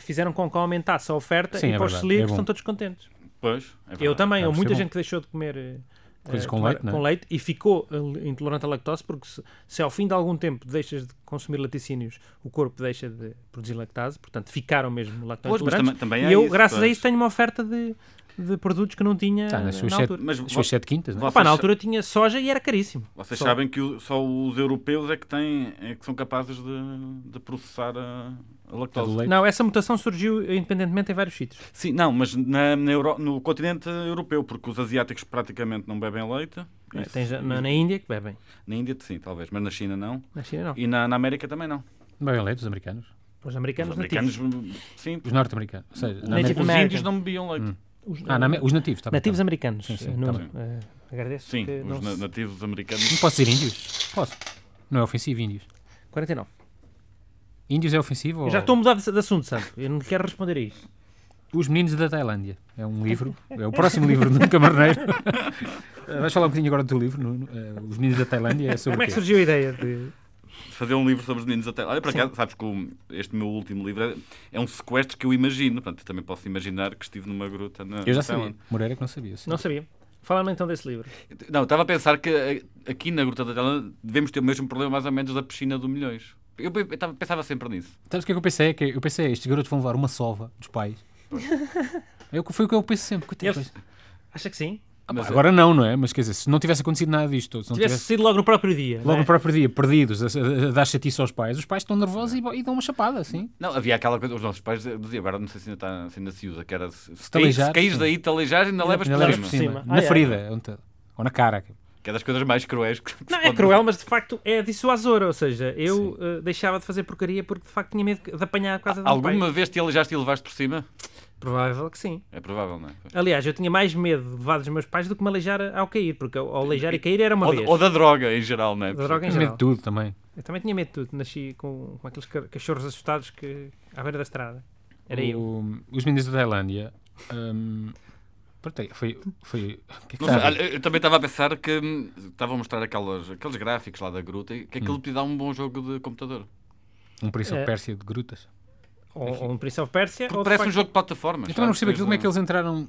Speaker 2: fizeram com que aumentasse a oferta
Speaker 1: Sim,
Speaker 2: e
Speaker 1: é
Speaker 2: para os
Speaker 1: verdade, é
Speaker 2: celíacos
Speaker 1: bom.
Speaker 2: estão todos contentes.
Speaker 3: depois. é verdade.
Speaker 2: Eu também,
Speaker 1: Ah, isso é
Speaker 2: houve muita
Speaker 1: bom.
Speaker 2: gente que deixou de comer eh,
Speaker 1: Coisas
Speaker 2: eh,
Speaker 1: com
Speaker 2: claro,
Speaker 1: leite, não é?
Speaker 2: e ficou eh, intolerante à lactose, porque se, se ao fim de algum tempo deixas de consumir laticínios, o corpo deixa de produzir lactase, portanto ficaram mesmo
Speaker 3: Pois, mas
Speaker 2: lactointolerantes.
Speaker 3: também- também
Speaker 2: e
Speaker 3: há
Speaker 2: eu,
Speaker 3: isso,
Speaker 2: graças a
Speaker 3: pois.
Speaker 2: isso, tenho uma oferta de, de produtos que não tinha
Speaker 1: Tá,
Speaker 2: na,
Speaker 1: nas suas sete,
Speaker 2: altura.
Speaker 3: Mas
Speaker 1: nas suas
Speaker 3: vo-
Speaker 1: sete quintas, não é?
Speaker 3: vo-
Speaker 2: Pá,
Speaker 3: Vocês
Speaker 2: na
Speaker 3: sa-
Speaker 2: altura tinha soja e era caríssimo.
Speaker 3: Vocês
Speaker 2: Só-
Speaker 3: sabem que o- só os europeus é que têm, é que são capazes de, de processar a, a
Speaker 1: É do
Speaker 3: lactose.
Speaker 1: leite.
Speaker 2: Não, essa mutação surgiu independentemente em vários sítios.
Speaker 3: Sim, não, mas na, na Euro- no continente europeu, porque os asiáticos praticamente não bebem leite.
Speaker 2: Eh,
Speaker 3: Isso-
Speaker 2: tens a- na, na Índia que bebem,
Speaker 3: Na Índia sim, talvez, mas na China não.
Speaker 2: na China não.
Speaker 3: E na, na América também não.
Speaker 1: Bem leite, os americanos.
Speaker 2: Os
Speaker 3: Os
Speaker 2: americanos,
Speaker 3: americanos, sim,
Speaker 1: Os norte-americanos. Ou seja, na
Speaker 2: Native
Speaker 1: América-
Speaker 3: os
Speaker 2: American.
Speaker 3: índios não bebiam leite.
Speaker 2: Os,
Speaker 1: Ah, na Amé- os nativos, tá bem,
Speaker 2: nativos
Speaker 1: tá bem.
Speaker 2: americanos.
Speaker 1: Sim, sim,
Speaker 2: eh, não-
Speaker 1: tá
Speaker 2: eh, agradeço.
Speaker 3: Sim,
Speaker 2: que não
Speaker 3: os na-
Speaker 2: se-
Speaker 3: nativos americanos.
Speaker 1: Não posso dizer índios? Posso. Não é ofensivo, índios.
Speaker 2: 49.
Speaker 1: Índios é ofensivo?
Speaker 2: Eu
Speaker 1: ou-
Speaker 2: já estou a mudar de, de assunto, Santo. Eu não quero responder a isto.
Speaker 1: Os Meninos da Tailândia. É um livro. É o próximo livro do Camarneiro. Eh, Vais falar um bocadinho agora do teu livro, Nuno. Eh, Os Meninos da Tailândia é sobre
Speaker 2: Como é
Speaker 1: o
Speaker 2: que
Speaker 1: quê?
Speaker 2: surgiu a ideia de.
Speaker 3: fazer um livro sobre os meninos da Tailândia. Olha, para cá, sabes que o- este meu último livro é, é um sequestro que eu imagino. Portanto, também posso imaginar que estive numa gruta na
Speaker 1: Eu já
Speaker 3: na
Speaker 1: sabia.
Speaker 3: Tailândia.
Speaker 1: Moreira que não sabia. sim.
Speaker 2: Não sabia. Falaram então desse livro.
Speaker 3: Não, estava a pensar que eh, aqui na gruta da Tailândia devemos ter o mesmo problema mais ou menos da piscina do Milhões. Eu, pe- eu tava- pensava sempre nisso.
Speaker 1: Sabes o que é que eu pensei? É Que eu pensei, estes garotos vão levar uma sova dos pais. É o que foi o que eu penso sempre. coitada
Speaker 2: Eles-
Speaker 1: coisa.
Speaker 2: Acha que sim?
Speaker 1: Ah, pá,
Speaker 3: Mas,
Speaker 1: agora não, não é? Mas quer dizer, se não tivesse acontecido nada disto, se não
Speaker 2: Tivesse
Speaker 1: tivesse
Speaker 2: sido logo no próprio dia. não
Speaker 1: logo
Speaker 2: é?
Speaker 1: no próprio dia perdidos a, a, a dar chatice aos pais, os pais estão nervosos e, bo- e dão uma chapada, assim.
Speaker 3: Não, havia aquela coisa, os nossos pais diziam, agora não sei se ainda, tá, se ainda se usa, que era se, se, caís,
Speaker 1: Talejar,
Speaker 3: se caís
Speaker 1: sim.
Speaker 3: daí, talejar, ainda levas
Speaker 1: Ainda
Speaker 3: por
Speaker 1: levas por
Speaker 3: cima.
Speaker 1: cima.
Speaker 2: Cima.
Speaker 1: Na
Speaker 2: Ah, é.
Speaker 1: ferida. onde tá- Ou na cara.
Speaker 3: Que é das coisas mais cruéis que que se
Speaker 2: Não, é
Speaker 3: pode-
Speaker 2: cruel, mas de facto é dissuasora. Ou seja, eu eh, deixava de fazer porcaria porque de facto tinha medo de apanhar a casa de um
Speaker 3: Alguma
Speaker 2: pai.
Speaker 3: vez te aleijaste e levaste por cima?
Speaker 2: Provável que sim.
Speaker 3: É provável, não é?
Speaker 2: Aliás, eu tinha mais medo de levar dos meus pais do que me aleijar ao cair, porque ao ao aleijar e cair era uma vez.
Speaker 3: Ou, ou da droga, em geral, não é?
Speaker 2: Da droga em
Speaker 1: Tens medo
Speaker 2: geral.
Speaker 1: de tudo também.
Speaker 2: Eu também tinha medo de tudo. Nasci com, com aqueles ca- cachorros assustados que à beira da estrada. Era eu.
Speaker 1: O- Os meninos da Tailândia. hum, pronto, é, foi. foi o que é que
Speaker 3: Não
Speaker 1: está a
Speaker 3: sei,
Speaker 1: ver?
Speaker 3: olha, eu também estava a pensar que hum, estava a mostrar aquelas, aqueles gráficos lá da gruta e que
Speaker 1: Hum.
Speaker 3: aquilo te dá um bom jogo de computador.
Speaker 1: Um príncipe
Speaker 2: É.
Speaker 1: Pérsia de grutas.
Speaker 2: Ou, ou um Prince of Persia.
Speaker 3: Porque
Speaker 2: ou de
Speaker 3: parece um
Speaker 2: facto-
Speaker 3: jogo de plataformas.
Speaker 1: Eu também não percebo
Speaker 3: sabe?
Speaker 1: aquilo, como é que
Speaker 3: Tens
Speaker 1: eles entraram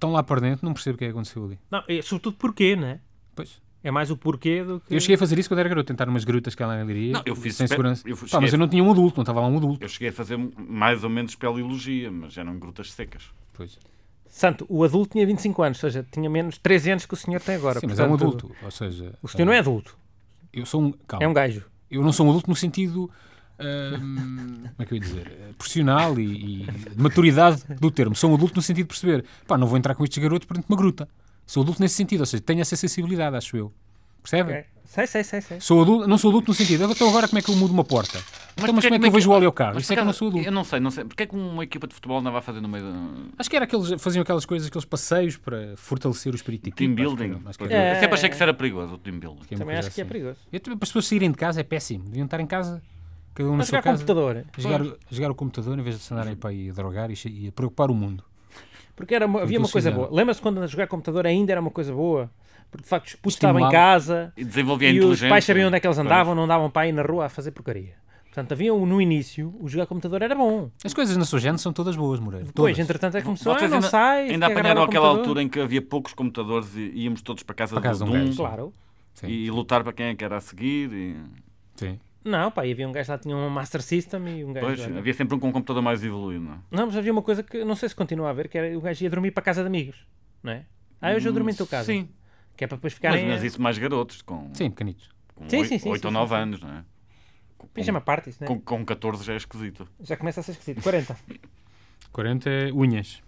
Speaker 1: tão lá para dentro, não percebo o que é que aconteceu ali.
Speaker 2: Não, é sobretudo porquê, né?
Speaker 1: Pois.
Speaker 2: É mais o porquê do que.
Speaker 1: Eu cheguei a fazer isso quando era garoto, tentar umas grutas que ela diria.
Speaker 3: Não, eu fiz
Speaker 1: sem
Speaker 3: espe-
Speaker 1: segurança.
Speaker 3: eu fui-
Speaker 1: Pá, mas
Speaker 3: cheguei
Speaker 1: eu
Speaker 3: a-
Speaker 1: não tinha um adulto, não estava lá um adulto.
Speaker 3: um- Eu cheguei a fazer mais ou menos espeleologia, mas eram grutas secas.
Speaker 1: Pois.
Speaker 2: Santo, o adulto tinha 25 anos, ou seja, tinha menos 13 anos que o senhor tem agora.
Speaker 1: Sim, mas é um
Speaker 2: portanto,
Speaker 1: adulto. Ou seja,
Speaker 2: O senhor não é adulto,
Speaker 1: Eu sou um. Calma.
Speaker 2: é um gajo.
Speaker 1: Eu não sou um adulto no sentido. hum, como é que eu ia dizer? Eh, Profissional e, e de maturidade do termo. Sou um adulto no sentido de perceber, pá, não vou entrar com estes garotos perante uma gruta. Sou adulto nesse sentido, ou seja, tenho essa sensibilidade, acho eu. Percebe?
Speaker 2: É. Sei, sei, sei, sei.
Speaker 1: Sou adulto, não sou adulto no sentido, então agora como é que eu mudo uma porta? então, mas
Speaker 3: porquê-
Speaker 1: como é que eu vejo o óleo ao carro?
Speaker 3: Mas
Speaker 1: Isso é que
Speaker 3: por
Speaker 1: eu não
Speaker 3: acaso,
Speaker 1: sou adulto.
Speaker 3: Eu não sei, não sei. Porquê é que uma equipa de um futebol andava a fazer no meio da.
Speaker 1: Acho que era aqueles, faziam aquelas coisas, aqueles passeios para fortalecer o espírito de
Speaker 3: Team
Speaker 1: equipa, acho que
Speaker 3: building? é.
Speaker 1: era, acho que era-
Speaker 3: Eu sempre achei que isso era perigoso, o team building.
Speaker 1: que é uma
Speaker 2: Também
Speaker 1: coisa
Speaker 2: acho que é
Speaker 1: assim.
Speaker 2: perigoso.
Speaker 1: Eu também, para as pessoas saírem de casa é péssimo. Deviam estar em casa, cada um na
Speaker 2: Mas
Speaker 1: sua
Speaker 2: jogar
Speaker 1: casa.
Speaker 2: computador.
Speaker 1: A Jogar, a jogar o computador em vez de se andarem para aí a drogar e, che- e a preocupar o mundo.
Speaker 2: Porque era uma- havia uma
Speaker 1: tudo
Speaker 2: coisa
Speaker 1: similar.
Speaker 2: boa. Lembra-se quando a jogar computador ainda era uma coisa boa? Porque de facto os putos estavam em
Speaker 1: Estimulava.
Speaker 2: casa
Speaker 3: E desenvolvia a
Speaker 2: e os
Speaker 3: inteligência.
Speaker 2: pais sabiam onde é que eles andavam, não andavam para aí na rua a fazer porcaria. Portanto, havia um- no início, o jogar computador era bom.
Speaker 1: As coisas na sua gente são todas boas, Moreira.
Speaker 2: Depois,
Speaker 1: Todas.
Speaker 2: entretanto, é que começou, ah,
Speaker 3: Vocês
Speaker 2: não
Speaker 3: ainda,
Speaker 2: sai.
Speaker 3: ainda apanharam aquela altura em que havia poucos computadores e íamos todos para casa,
Speaker 1: Para casa
Speaker 3: de
Speaker 1: de um
Speaker 3: um
Speaker 1: gajo.
Speaker 2: Claro.
Speaker 1: Sim,
Speaker 3: e, e lutar para quem é que era a seguir. E...
Speaker 1: sim.
Speaker 2: Não, pá, e havia um gajo lá que tinha um Master System e
Speaker 1: É,
Speaker 2: um gajo...
Speaker 3: Pois,
Speaker 2: olha.
Speaker 3: havia sempre um com um computador mais evoluído, não é?
Speaker 2: Não, mas havia uma coisa que não sei se continua a haver, que era o gajo ia dormir para a casa de amigos, não é? Ah, hoje eu dormi em tua casa.
Speaker 3: Sim,
Speaker 2: Que é para depois
Speaker 3: mas,
Speaker 2: ficarem...
Speaker 3: mas isso mais garotos, com,
Speaker 1: Sim, pequenitos.
Speaker 3: com
Speaker 2: Sim,
Speaker 3: oi-
Speaker 2: sim, sim,
Speaker 3: oito ou
Speaker 2: sim,
Speaker 3: 9
Speaker 2: sim.
Speaker 3: anos, não é? Com,
Speaker 2: Pijama parties,
Speaker 1: né?
Speaker 2: não é?
Speaker 3: com, com 14 já é esquisito.
Speaker 2: Já começa a ser esquisito. 40.
Speaker 1: 40 é unhas.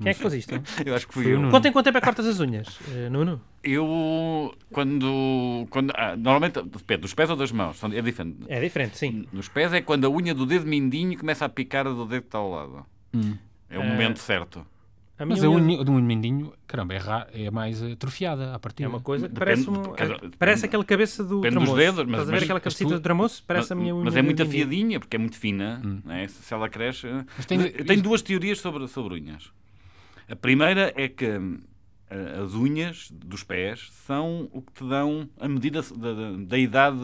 Speaker 2: Quem é que pôs isto?
Speaker 3: Eu acho que fui
Speaker 1: Foi o
Speaker 3: eu.
Speaker 1: Nuno.
Speaker 2: Contem quanto tempo é que cortas as unhas, eh, Nuno?
Speaker 3: Eu, quando... quando ah, normalmente, depende, dos pés ou das mãos, são- é diferente.
Speaker 2: É diferente, sim.
Speaker 3: Nos pés é quando a unha do dedo mindinho começa a picar a do dedo que está ao lado. É o momento certo.
Speaker 2: A minha
Speaker 1: Mas a unha de um mendinho, caramba, é, ra- é mais atrofiada à partida.
Speaker 2: É uma coisa que
Speaker 3: Depende-
Speaker 2: parece, um,
Speaker 3: quer dizer,
Speaker 2: parece
Speaker 3: depende-
Speaker 2: aquela cabeça do
Speaker 3: depende dos
Speaker 2: Tramoço.
Speaker 3: dedos, mas-
Speaker 2: Estás a ver
Speaker 3: mas-
Speaker 2: aquela
Speaker 1: mas
Speaker 2: cabecita
Speaker 1: tu-
Speaker 2: do Tramoço? Parece a minha unha
Speaker 3: Mas
Speaker 2: de
Speaker 3: é
Speaker 2: um
Speaker 3: muito
Speaker 2: mindinho.
Speaker 3: afiadinha, porque é muito fina. né? Se se ela cresce.
Speaker 1: tem-
Speaker 3: Tem, duas teorias sobre, sobre unhas. A primeira é que hum, a- as unhas dos pés são o que te dão a medida da, da- da idade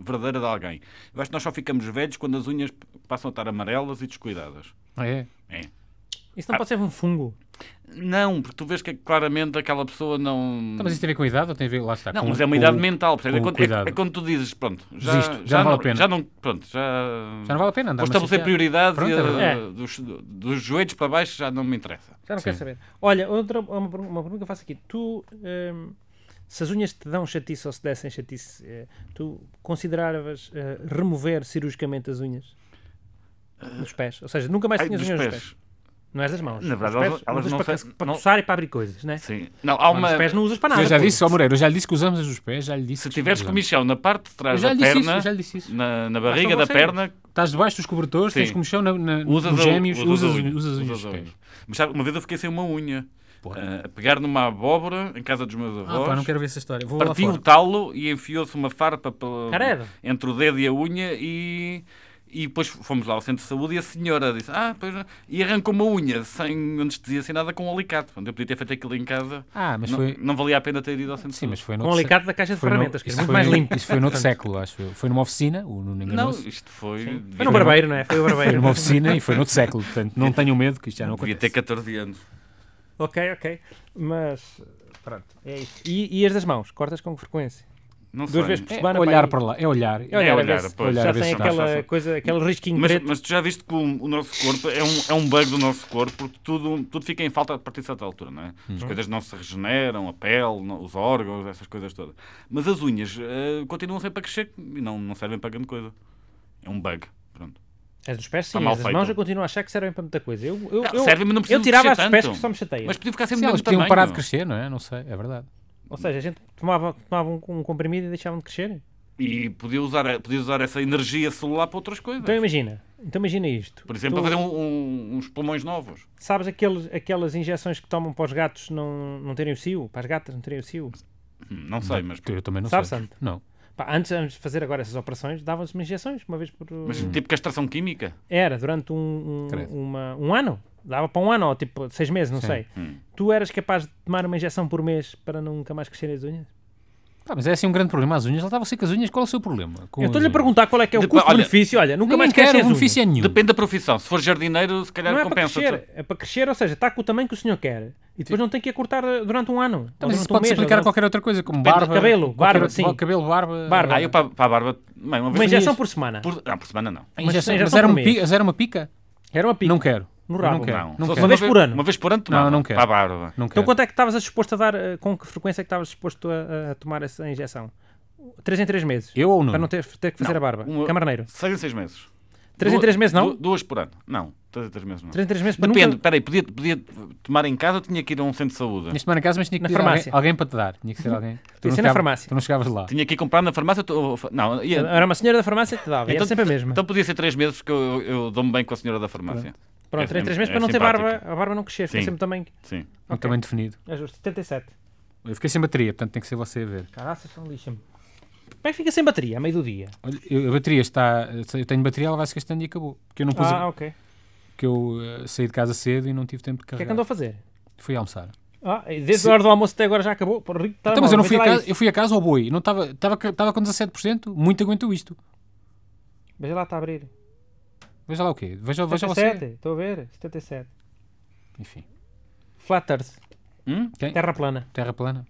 Speaker 3: verdadeira de alguém. Eu acho que nós só ficamos velhos quando as unhas passam a estar amarelas e descuidadas.
Speaker 1: Ah, é?
Speaker 3: É.
Speaker 2: Isso não pode ser um fungo.
Speaker 3: Não, porque tu vês que claramente aquela pessoa não.
Speaker 1: Tá, mas isso tem a ver com a idade ou tem a ver, lá está,
Speaker 3: Não,
Speaker 1: com, um
Speaker 3: mas é uma
Speaker 1: com-
Speaker 3: idade mental, percebes? É
Speaker 1: com
Speaker 3: quando,
Speaker 1: cuidado.
Speaker 3: é- é quando tu dizes, pronto, já,
Speaker 1: Desisto, já não vale a
Speaker 3: não-
Speaker 1: pena.
Speaker 3: Já não, pronto, já,
Speaker 1: Já não vale a pena andar
Speaker 3: Vou
Speaker 1: a
Speaker 3: estabelecer
Speaker 1: machacar.
Speaker 3: prioridades
Speaker 1: Pronto,
Speaker 3: e,
Speaker 1: é verdade.
Speaker 3: uh, dos, dos joelhos para baixo já não me interessa.
Speaker 2: Já não
Speaker 1: Sim.
Speaker 2: quero saber. Olha, outra, uma, pergu- uma pergunta que eu faço aqui. Tu, hum, se as unhas te dão chatice ou se dessem chatice, eh, tu consideravas eh, remover cirurgicamente as unhas dos pés? Ou seja, nunca mais
Speaker 3: Ah. Ai,
Speaker 2: tinhas
Speaker 3: dos
Speaker 2: unhas
Speaker 3: pés.
Speaker 2: dos pés. Não és das mãos.
Speaker 3: Na verdade,
Speaker 2: Dos
Speaker 3: elas- elas
Speaker 2: usas
Speaker 3: não
Speaker 2: para,
Speaker 3: sei-
Speaker 2: para
Speaker 3: não-
Speaker 2: coçar e para abrir coisas, né?
Speaker 3: Sim. Não, há
Speaker 2: Mas
Speaker 3: uma.
Speaker 2: os pés não usas para nada.
Speaker 1: Eu já
Speaker 2: pô.
Speaker 1: disse, ó Moreira, eu já lhe disse que usamos as dos pés, já lhe disse.
Speaker 3: Se
Speaker 1: que
Speaker 3: tiveres
Speaker 1: usamos.
Speaker 3: comichão na parte de
Speaker 1: Eu
Speaker 3: trás
Speaker 1: já
Speaker 3: da
Speaker 1: lhe disse
Speaker 3: perna,
Speaker 1: isso, já lhe disse isso.
Speaker 3: na, na barriga
Speaker 2: Mas não
Speaker 3: da
Speaker 2: sei.
Speaker 3: perna,
Speaker 1: Estás debaixo dos cobertores, tens
Speaker 3: Sim.
Speaker 1: comichão na, na,
Speaker 3: usas
Speaker 1: nos
Speaker 3: a-
Speaker 1: gêmeos,
Speaker 3: usas a
Speaker 1: usas,
Speaker 3: unha.
Speaker 1: usas as unhas
Speaker 3: Usas
Speaker 1: dos
Speaker 3: a
Speaker 1: pés.
Speaker 3: unha. Mas sabe, uma vez eu fiquei sem uma unha.
Speaker 1: Porra.
Speaker 3: Uh, a pegar numa abóbora em casa dos meus
Speaker 1: Ah,
Speaker 3: avós,
Speaker 1: pá, não quero ver essa história. Vou lá
Speaker 3: partiu o
Speaker 1: fora.
Speaker 3: talo e enfiou-se uma farpa pela-
Speaker 2: Caralho.
Speaker 3: entre o dedo e a unha e. E depois fomos lá ao centro de saúde e a senhora disse: Ah, pois não." E arrancou uma unha sem anestesia, sem nada, com um alicate. Portanto, eu podia ter feito aquilo em casa.
Speaker 1: Ah, mas
Speaker 3: não,
Speaker 1: foi.
Speaker 3: não valia a pena ter ido ao centro de
Speaker 1: Sim,
Speaker 3: saúde.
Speaker 1: mas foi
Speaker 2: Com um
Speaker 1: noutro sé-
Speaker 2: alicate da caixa de
Speaker 1: foi no-
Speaker 2: ferramentas, que é
Speaker 1: isso
Speaker 2: muito
Speaker 1: foi-
Speaker 2: mais limpo.
Speaker 1: Isso foi noutro século, acho eu. Foi numa oficina, o Nuno
Speaker 3: Não,
Speaker 1: enganou-se.
Speaker 3: isto foi.
Speaker 2: Foi
Speaker 3: Devia,
Speaker 2: no barbeiro, não é? Foi o
Speaker 1: Foi
Speaker 2: barbeiro.
Speaker 1: numa oficina e foi noutro século, portanto, não tenho medo que isto já não
Speaker 3: devia
Speaker 1: aconteça.
Speaker 3: ter 14 anos.
Speaker 2: Ok, ok. Mas, pronto, é isso. E, e as das mãos? Cortas com que frequência?
Speaker 3: Não sei.
Speaker 2: Duas vezes por
Speaker 1: É
Speaker 2: semana?
Speaker 1: olhar
Speaker 2: aí.
Speaker 1: para lá, é olhar.
Speaker 2: É olhar,
Speaker 3: É
Speaker 2: a
Speaker 3: olhar,
Speaker 2: ver se-
Speaker 3: pois.
Speaker 1: Olhar, a
Speaker 2: Já
Speaker 1: ver
Speaker 2: tem
Speaker 1: se não
Speaker 2: aquela
Speaker 3: está fácil.
Speaker 2: coisa, aquele risquinho
Speaker 3: Mas,
Speaker 2: Um preto.
Speaker 3: mas tu já viste que o, o nosso corpo é um, é um bug do nosso corpo, porque tudo, tudo fica em falta a partir de certa altura, não é? As coisas não se regeneram, a pele, não- os órgãos, essas coisas todas. Mas as unhas eh, continuam sempre a crescer e não, não servem para grande coisa. É um bug. Pronto.
Speaker 2: As dos pés, sim.
Speaker 3: Está tá mal
Speaker 2: As das
Speaker 3: feito.
Speaker 2: mãos eu continuo a achar que servem para muita coisa. Eu, eu, eu,
Speaker 3: servem, mas não
Speaker 2: eu
Speaker 3: precisam
Speaker 2: tirava as
Speaker 3: crescer
Speaker 2: dos pés
Speaker 3: tanto.
Speaker 2: que só me chateia.
Speaker 3: Mas podiam ficar sempre
Speaker 1: Sim,
Speaker 3: do
Speaker 1: elas
Speaker 3: mesmo
Speaker 1: podiam
Speaker 3: tamanho.
Speaker 1: parar de crescer, não é? Não sei, é verdade.
Speaker 2: Ou seja, a gente tomava, tomava um, um comprimido e deixavam de crescer. Então
Speaker 3: E podia usar, podia usar essa energia celular para outras coisas.
Speaker 2: Então imagina. Então imagina isto.
Speaker 3: Por exemplo,
Speaker 2: Tu
Speaker 3: para fazer um- um- uns pulmões novos.
Speaker 2: Sabes aqueles, aquelas injeções que tomam para os gatos não, não terem o cio? Para as gatas não terem o cio?
Speaker 3: Hum, Não sei, mas.
Speaker 1: Eu também não
Speaker 2: Sabe,
Speaker 1: sei.
Speaker 2: Santo?
Speaker 1: Não.
Speaker 2: Pá, antes, antes de fazer agora essas operações, davam-se injeções, uma vez por...
Speaker 3: Mas tipo castração química?
Speaker 2: Era, durante um,
Speaker 1: Credo.
Speaker 2: um, uma- um ano. Dava para um ano, ou tipo seis meses, não sei.
Speaker 1: Hum.
Speaker 2: Tu eras capaz de tomar uma injeção por mês para nunca mais crescerem as unhas?
Speaker 1: Pá, mas é assim um grande problema. As unhas, lá está você com as unhas, qual é o seu problema? Com
Speaker 2: Eu
Speaker 1: as
Speaker 2: estou-lhe a
Speaker 1: unhas?
Speaker 2: perguntar qual é que é o
Speaker 3: Depois, olha,
Speaker 2: custo-benefício. Olha, nunca
Speaker 1: Ninguém
Speaker 2: mais
Speaker 1: quer
Speaker 2: crescem as
Speaker 1: benefício é
Speaker 2: unhas.
Speaker 1: nenhum.
Speaker 3: Depende da profissão. Se for jardineiro, se calhar
Speaker 2: Não é para
Speaker 3: compensa.
Speaker 2: crescer, é para crescer, ou seja, está com o tamanho que o senhor quer. E depois não tem que a cortar eh, durante um ano. ou
Speaker 1: Então, Mas
Speaker 2: durante
Speaker 1: isso
Speaker 2: um
Speaker 1: pode-se
Speaker 2: mês, ou
Speaker 1: aplicar a
Speaker 2: durante-
Speaker 1: qualquer outra coisa, como
Speaker 2: Depende do
Speaker 1: barba.
Speaker 2: cabelo,
Speaker 1: qualquer
Speaker 2: barba,
Speaker 1: outra-
Speaker 2: sim.
Speaker 1: Cabelo, barba.
Speaker 2: Barba.
Speaker 3: Ah, eu para, para a barba. Bem, uma vez
Speaker 2: Uma injeção
Speaker 3: por,
Speaker 2: por semana.
Speaker 3: por- Não, por semana não.
Speaker 1: A
Speaker 2: Mas
Speaker 1: injeção-
Speaker 2: a
Speaker 1: Mas,
Speaker 2: injeção
Speaker 1: era,
Speaker 2: por
Speaker 1: uma
Speaker 2: mês.
Speaker 1: pica, mas era uma pica?
Speaker 2: Era uma pica.
Speaker 1: Não quero.
Speaker 2: No
Speaker 1: Eu
Speaker 2: rabo.
Speaker 1: Não quero.
Speaker 3: Não.
Speaker 1: Não
Speaker 3: Só se
Speaker 1: quero.
Speaker 2: Uma vez por ano.
Speaker 3: Uma vez por ano tomava.
Speaker 1: Não, não quero.
Speaker 3: Para a barba.
Speaker 1: Não quero.
Speaker 2: Então quanto é que estavas a disposto a dar, eh, com que frequência é que estavas disposto a, a tomar essa injeção? Três em três meses?
Speaker 1: Eu ou não? Um
Speaker 2: Para não ter, ter que fazer a barba?
Speaker 3: Uma-
Speaker 2: Camarneiro?
Speaker 3: Um, Seis em seis meses.
Speaker 2: Três em
Speaker 3: Duas-
Speaker 2: três meses não?
Speaker 3: du- Duas por ano. Não. Três em três meses não.
Speaker 2: Três em três meses para
Speaker 3: Depende.
Speaker 2: nunca...
Speaker 3: Peraí, podia, podia tomar em casa ou tinha que ir a um centro de saúde?
Speaker 1: Neste semana em casa, mas tinha que
Speaker 2: Na
Speaker 1: ter alguém,
Speaker 2: farmácia.
Speaker 1: alguém para te dar. Tinha que ser alguém. Tu
Speaker 2: ser na
Speaker 1: chegava-
Speaker 2: farmácia.
Speaker 1: Tu não chegavas lá.
Speaker 3: Tinha que ir comprar na farmácia? tu- Não. Ia...
Speaker 2: Era uma senhora da farmácia que te dava. e era sempre a mesma.
Speaker 3: Então podia ser três meses porque eu, eu dou-me bem com a senhora da farmácia.
Speaker 2: Pronto,
Speaker 3: é
Speaker 2: três em três
Speaker 3: sim-
Speaker 2: meses
Speaker 3: é
Speaker 2: para não ter
Speaker 3: simpático.
Speaker 2: barba, a barba não crescer. Fica
Speaker 3: Sim.
Speaker 2: sempre também...
Speaker 3: Sim.
Speaker 1: Muito bem definido.
Speaker 2: É justo. 77.
Speaker 1: Eu fiquei sem bateria, portanto tem que ser você a ver.
Speaker 2: Caraca, são um lixa-me. Como é que fica sem bateria a meio do dia?
Speaker 1: Olha, eu- a bateria está. Eu tenho bateria, ela vai se gastando e acabou. Porque eu não pus.
Speaker 2: Ah, ok. O
Speaker 1: Porque eu eh, saí de casa cedo e não tive tempo de
Speaker 2: que é
Speaker 1: carregar.
Speaker 2: que andou a fazer?
Speaker 1: Fui almoçar.
Speaker 2: Ah, desde a hora do almoço até agora já acabou. Por rico, tá
Speaker 1: Então, mas
Speaker 2: mal,
Speaker 1: eu não
Speaker 2: vê
Speaker 1: fui a
Speaker 2: lá
Speaker 1: casa,
Speaker 2: isso.
Speaker 1: eu fui a casa ao boi. Não estava estava estava com 17%, muito aguentou isto.
Speaker 2: Veja lá, está a abrir.
Speaker 1: Veja lá o quê? Veja, veja você.
Speaker 2: 77, estou a ver. 77.
Speaker 1: Enfim.
Speaker 2: Flat Earth,
Speaker 3: Hum?
Speaker 1: Quem? Terra,
Speaker 2: terra plana.
Speaker 1: plana.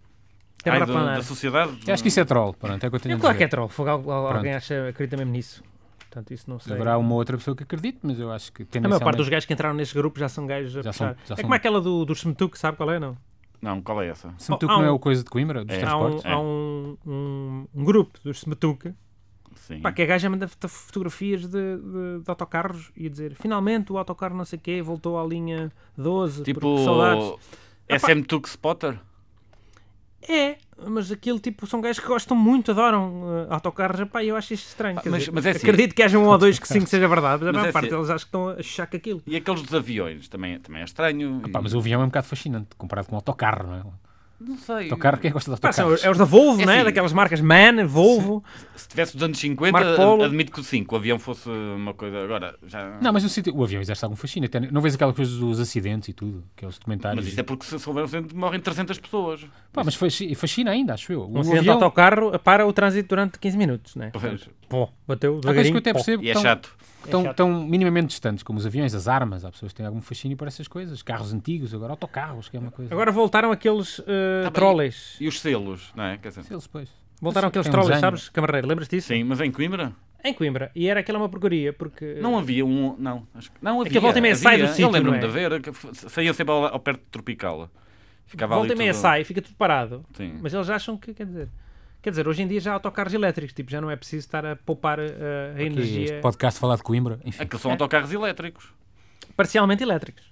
Speaker 2: Terra
Speaker 3: Ai, da,
Speaker 2: plana.
Speaker 3: da sociedade?
Speaker 1: Eu acho que isso é troll, pronto, é o que eu tenho
Speaker 2: É
Speaker 1: a
Speaker 2: claro que é
Speaker 1: dizer.
Speaker 2: troll. Fogo, al- al- alguém acha, acredita mesmo nisso. Portanto, isso não sei.
Speaker 1: Haverá uma outra pessoa que acredite, mas eu acho que
Speaker 2: A maior parte dos
Speaker 1: tendencialmente...
Speaker 2: gajos que entraram neste grupo já são gajos a
Speaker 1: Já são-
Speaker 2: puxar.
Speaker 1: já
Speaker 2: é
Speaker 1: são-
Speaker 2: como aquela do, do Semetuc, sabe qual é? Não?
Speaker 3: Não, qual é essa?
Speaker 1: Se me tu
Speaker 2: Há
Speaker 1: que não é
Speaker 2: um-
Speaker 1: o coisa de Coimbra, dos
Speaker 3: É.
Speaker 2: Há, um,
Speaker 1: transportes.
Speaker 3: é. Hum.
Speaker 2: há um, um, um grupo do Semetuc
Speaker 3: Sim.
Speaker 2: pá, que é a gaja manda foto- fotografias de, de, de autocarros e a dizer finalmente o autocarro não sei o quê voltou à linha 12. porque
Speaker 3: Tipo.
Speaker 2: saudades.
Speaker 3: SM Tux Spotter?
Speaker 2: É, Mas aquilo, tipo, são gajos que gostam muito, adoram eh, autocarros. Epá, eu acho isto estranho.
Speaker 3: Ah,
Speaker 2: quer
Speaker 3: mas-
Speaker 2: dizer,
Speaker 3: mas é assim-
Speaker 2: acredito que haja um ou dois que sim que seja verdade, mas a
Speaker 3: Mas
Speaker 2: maior
Speaker 3: é
Speaker 2: parte
Speaker 3: assim-
Speaker 2: deles acho que estão a achar que aquilo.
Speaker 3: E aqueles dos aviões também, também é estranho.
Speaker 1: Pá, mas o avião é um bocado fascinante comparado com um autocarro, não é?
Speaker 3: Não sei.
Speaker 2: Então,
Speaker 1: Autocarro, quem é que gosta de
Speaker 2: Pá, são,
Speaker 1: autocarro?
Speaker 2: é os da Volvo,
Speaker 3: É
Speaker 2: né?
Speaker 3: assim-
Speaker 2: Daquelas marcas MAN, Volvo.
Speaker 3: Se tivesse dos anos 50,
Speaker 2: é Marco Polo.
Speaker 3: ad- admito que sim, que o avião fosse uma coisa. Agora, já.
Speaker 1: Não, mas no sítio, o avião exerce algum fascínio. até Não vês aquela coisa dos acidentes e tudo, aqueles documentários.
Speaker 3: mas é- isto é porque se souberam sempre morrem 300 pessoas.
Speaker 1: Pá, mas fasci- fascina ainda, acho eu.
Speaker 2: Um
Speaker 1: O
Speaker 2: acidente de
Speaker 1: avião...
Speaker 2: autocarro para o trânsito durante 15 minutos, né?
Speaker 3: Pois.
Speaker 2: Pô, bateu
Speaker 1: Há coisas que
Speaker 2: devagarinho.
Speaker 1: eu até
Speaker 2: pó.
Speaker 1: percebo
Speaker 3: E é
Speaker 1: tão-
Speaker 3: chato.
Speaker 1: tão,
Speaker 2: chato.
Speaker 1: tão minimamente distantes, como os aviões, as armas. Há pessoas que têm algum fascínio para essas coisas. Carros antigos, agora autocarros, que é uma coisa.
Speaker 2: Agora voltaram aqueles eh,
Speaker 3: Tá bem.
Speaker 2: trolleys.
Speaker 3: E os selos, não é? Quer dizer,
Speaker 1: Eles, pois.
Speaker 2: Voltaram
Speaker 1: Tem
Speaker 2: aqueles
Speaker 1: um
Speaker 2: trolleys,
Speaker 1: desenho.
Speaker 2: sabes, Camarreiro? Lembras-te disso?
Speaker 3: Sim, mas em Coimbra?
Speaker 2: Em Coimbra. E era aquela uma porcaria, porque... eh,
Speaker 3: Não havia um. Não, acho que. Não havia.
Speaker 2: Aquilo É volta e meia sai do
Speaker 3: havia.
Speaker 2: sítio,
Speaker 3: Eu lembro-me de
Speaker 2: não é?
Speaker 3: haver. que f- Saía sempre ao, ao perto de Tropicala. Ficava
Speaker 2: Volta e
Speaker 3: ali
Speaker 2: meia
Speaker 3: tudo-
Speaker 2: sai, fica tudo parado.
Speaker 3: Sim.
Speaker 2: Mas eles acham que, quer dizer... Quer dizer, hoje em dia já há autocarros elétricos, tipo, já não é preciso estar a poupar eh, a
Speaker 1: Aqui, Este
Speaker 2: energia
Speaker 1: podcast falar de Coimbra. Enfim.
Speaker 3: Aqueles são autocarros elétricos.
Speaker 2: parcialmente elétricos.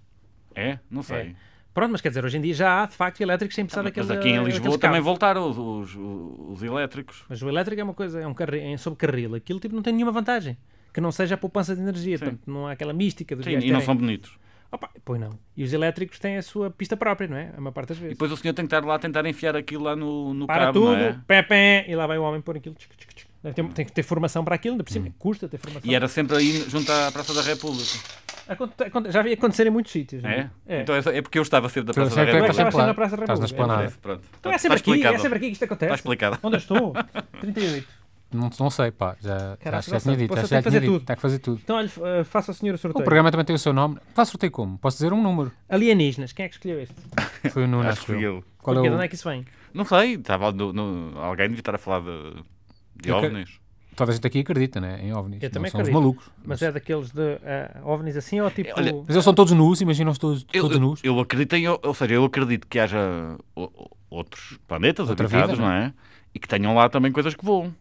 Speaker 3: É? Não sei.
Speaker 2: É. Pronto, mas quer dizer, hoje em dia já há, de facto, elétricos sem precisar
Speaker 3: Ah, Mas
Speaker 2: daquele
Speaker 3: aqui em
Speaker 2: daqueles
Speaker 3: Lisboa também
Speaker 2: cabos.
Speaker 3: voltaram os, os- os elétricos.
Speaker 2: Mas o elétrico é uma coisa, é um carri- é sobre carril. Aquilo tipo não tem nenhuma vantagem. Que não seja a poupança de energia.
Speaker 3: Sim.
Speaker 2: Portanto, não há aquela mística dos
Speaker 3: Sim,
Speaker 2: gajos
Speaker 3: e não
Speaker 2: terem-
Speaker 3: são bonitos.
Speaker 2: Opa, pois não. E os elétricos têm a sua pista própria, não é? A maior parte das
Speaker 3: E
Speaker 2: vezes.
Speaker 3: depois o senhor tem que estar lá a tentar enfiar aquilo lá no, no
Speaker 2: Para
Speaker 3: cabo,
Speaker 2: tudo,
Speaker 3: não é? Hum.
Speaker 2: pé, pé, e lá vai o homem pôr aquilo. tchic, tchic, tchic. Deve ter- tem que ter formação para aquilo, ainda por cima. Custa ter formação.
Speaker 3: E era sempre aí junto à Praça da República.
Speaker 2: Aconte- aconte- já vi acontecer em muitos sítios. não
Speaker 3: É?
Speaker 2: É.
Speaker 3: Então é, só- é porque eu estava sempre da
Speaker 1: Tu
Speaker 3: Praça da
Speaker 1: sempre é que
Speaker 2: República.
Speaker 3: República.
Speaker 1: estás
Speaker 2: Estás
Speaker 1: lá.
Speaker 2: na Praça da
Speaker 1: Estás na
Speaker 2: República,
Speaker 1: esplanada.
Speaker 3: É, Pronto.
Speaker 2: Então é
Speaker 3: Está
Speaker 2: sempre aqui,
Speaker 3: explicado.
Speaker 2: é sempre aqui que isto acontece.
Speaker 3: Está explicado.
Speaker 2: Onde eu estou? 38.
Speaker 1: Não, não sei, pá. Já, já,
Speaker 2: Caraca,
Speaker 1: acho que já
Speaker 2: nossa,
Speaker 1: tinha dito.
Speaker 2: posso
Speaker 1: Acho que
Speaker 2: ter
Speaker 1: já
Speaker 2: que
Speaker 1: tinha
Speaker 2: fazer
Speaker 1: dito.
Speaker 2: tudo.
Speaker 1: Está a fazer tudo.
Speaker 2: Então, olha, eh, faça o senhor o
Speaker 1: O
Speaker 2: sorteio.
Speaker 1: programa também tem o seu nome. Está a sorteio como? Posso dizer um número?
Speaker 2: Alienígenas, quem é que escolheu este?
Speaker 1: Foi o Nuno,
Speaker 3: Acho
Speaker 1: acho
Speaker 3: que fui
Speaker 1: eu.
Speaker 3: eu.
Speaker 1: Qual é
Speaker 2: Porquê? De onde é
Speaker 1: o...
Speaker 2: que isso vem?
Speaker 3: Não sei, estava no, no- alguém devia estar a falar de, de
Speaker 1: Eu que-
Speaker 3: OVNIs.
Speaker 1: Toda a gente aqui acredita, né? Em OVNIs.
Speaker 2: Eu
Speaker 1: Não
Speaker 2: também
Speaker 1: são os
Speaker 2: acredito.
Speaker 1: malucos.
Speaker 2: Mas é daqueles de eh, ovnis assim ou tipo.
Speaker 3: Olha,
Speaker 1: Mas eles são todos nus, imaginam-se todos,
Speaker 3: Eu,
Speaker 1: todos nus.
Speaker 3: eu acredito em, ou seja, eu acredito que haja o- o- outros planetas
Speaker 1: Outra
Speaker 3: habitados,
Speaker 1: vida,
Speaker 3: não é? E que tenham lá também coisas que voam.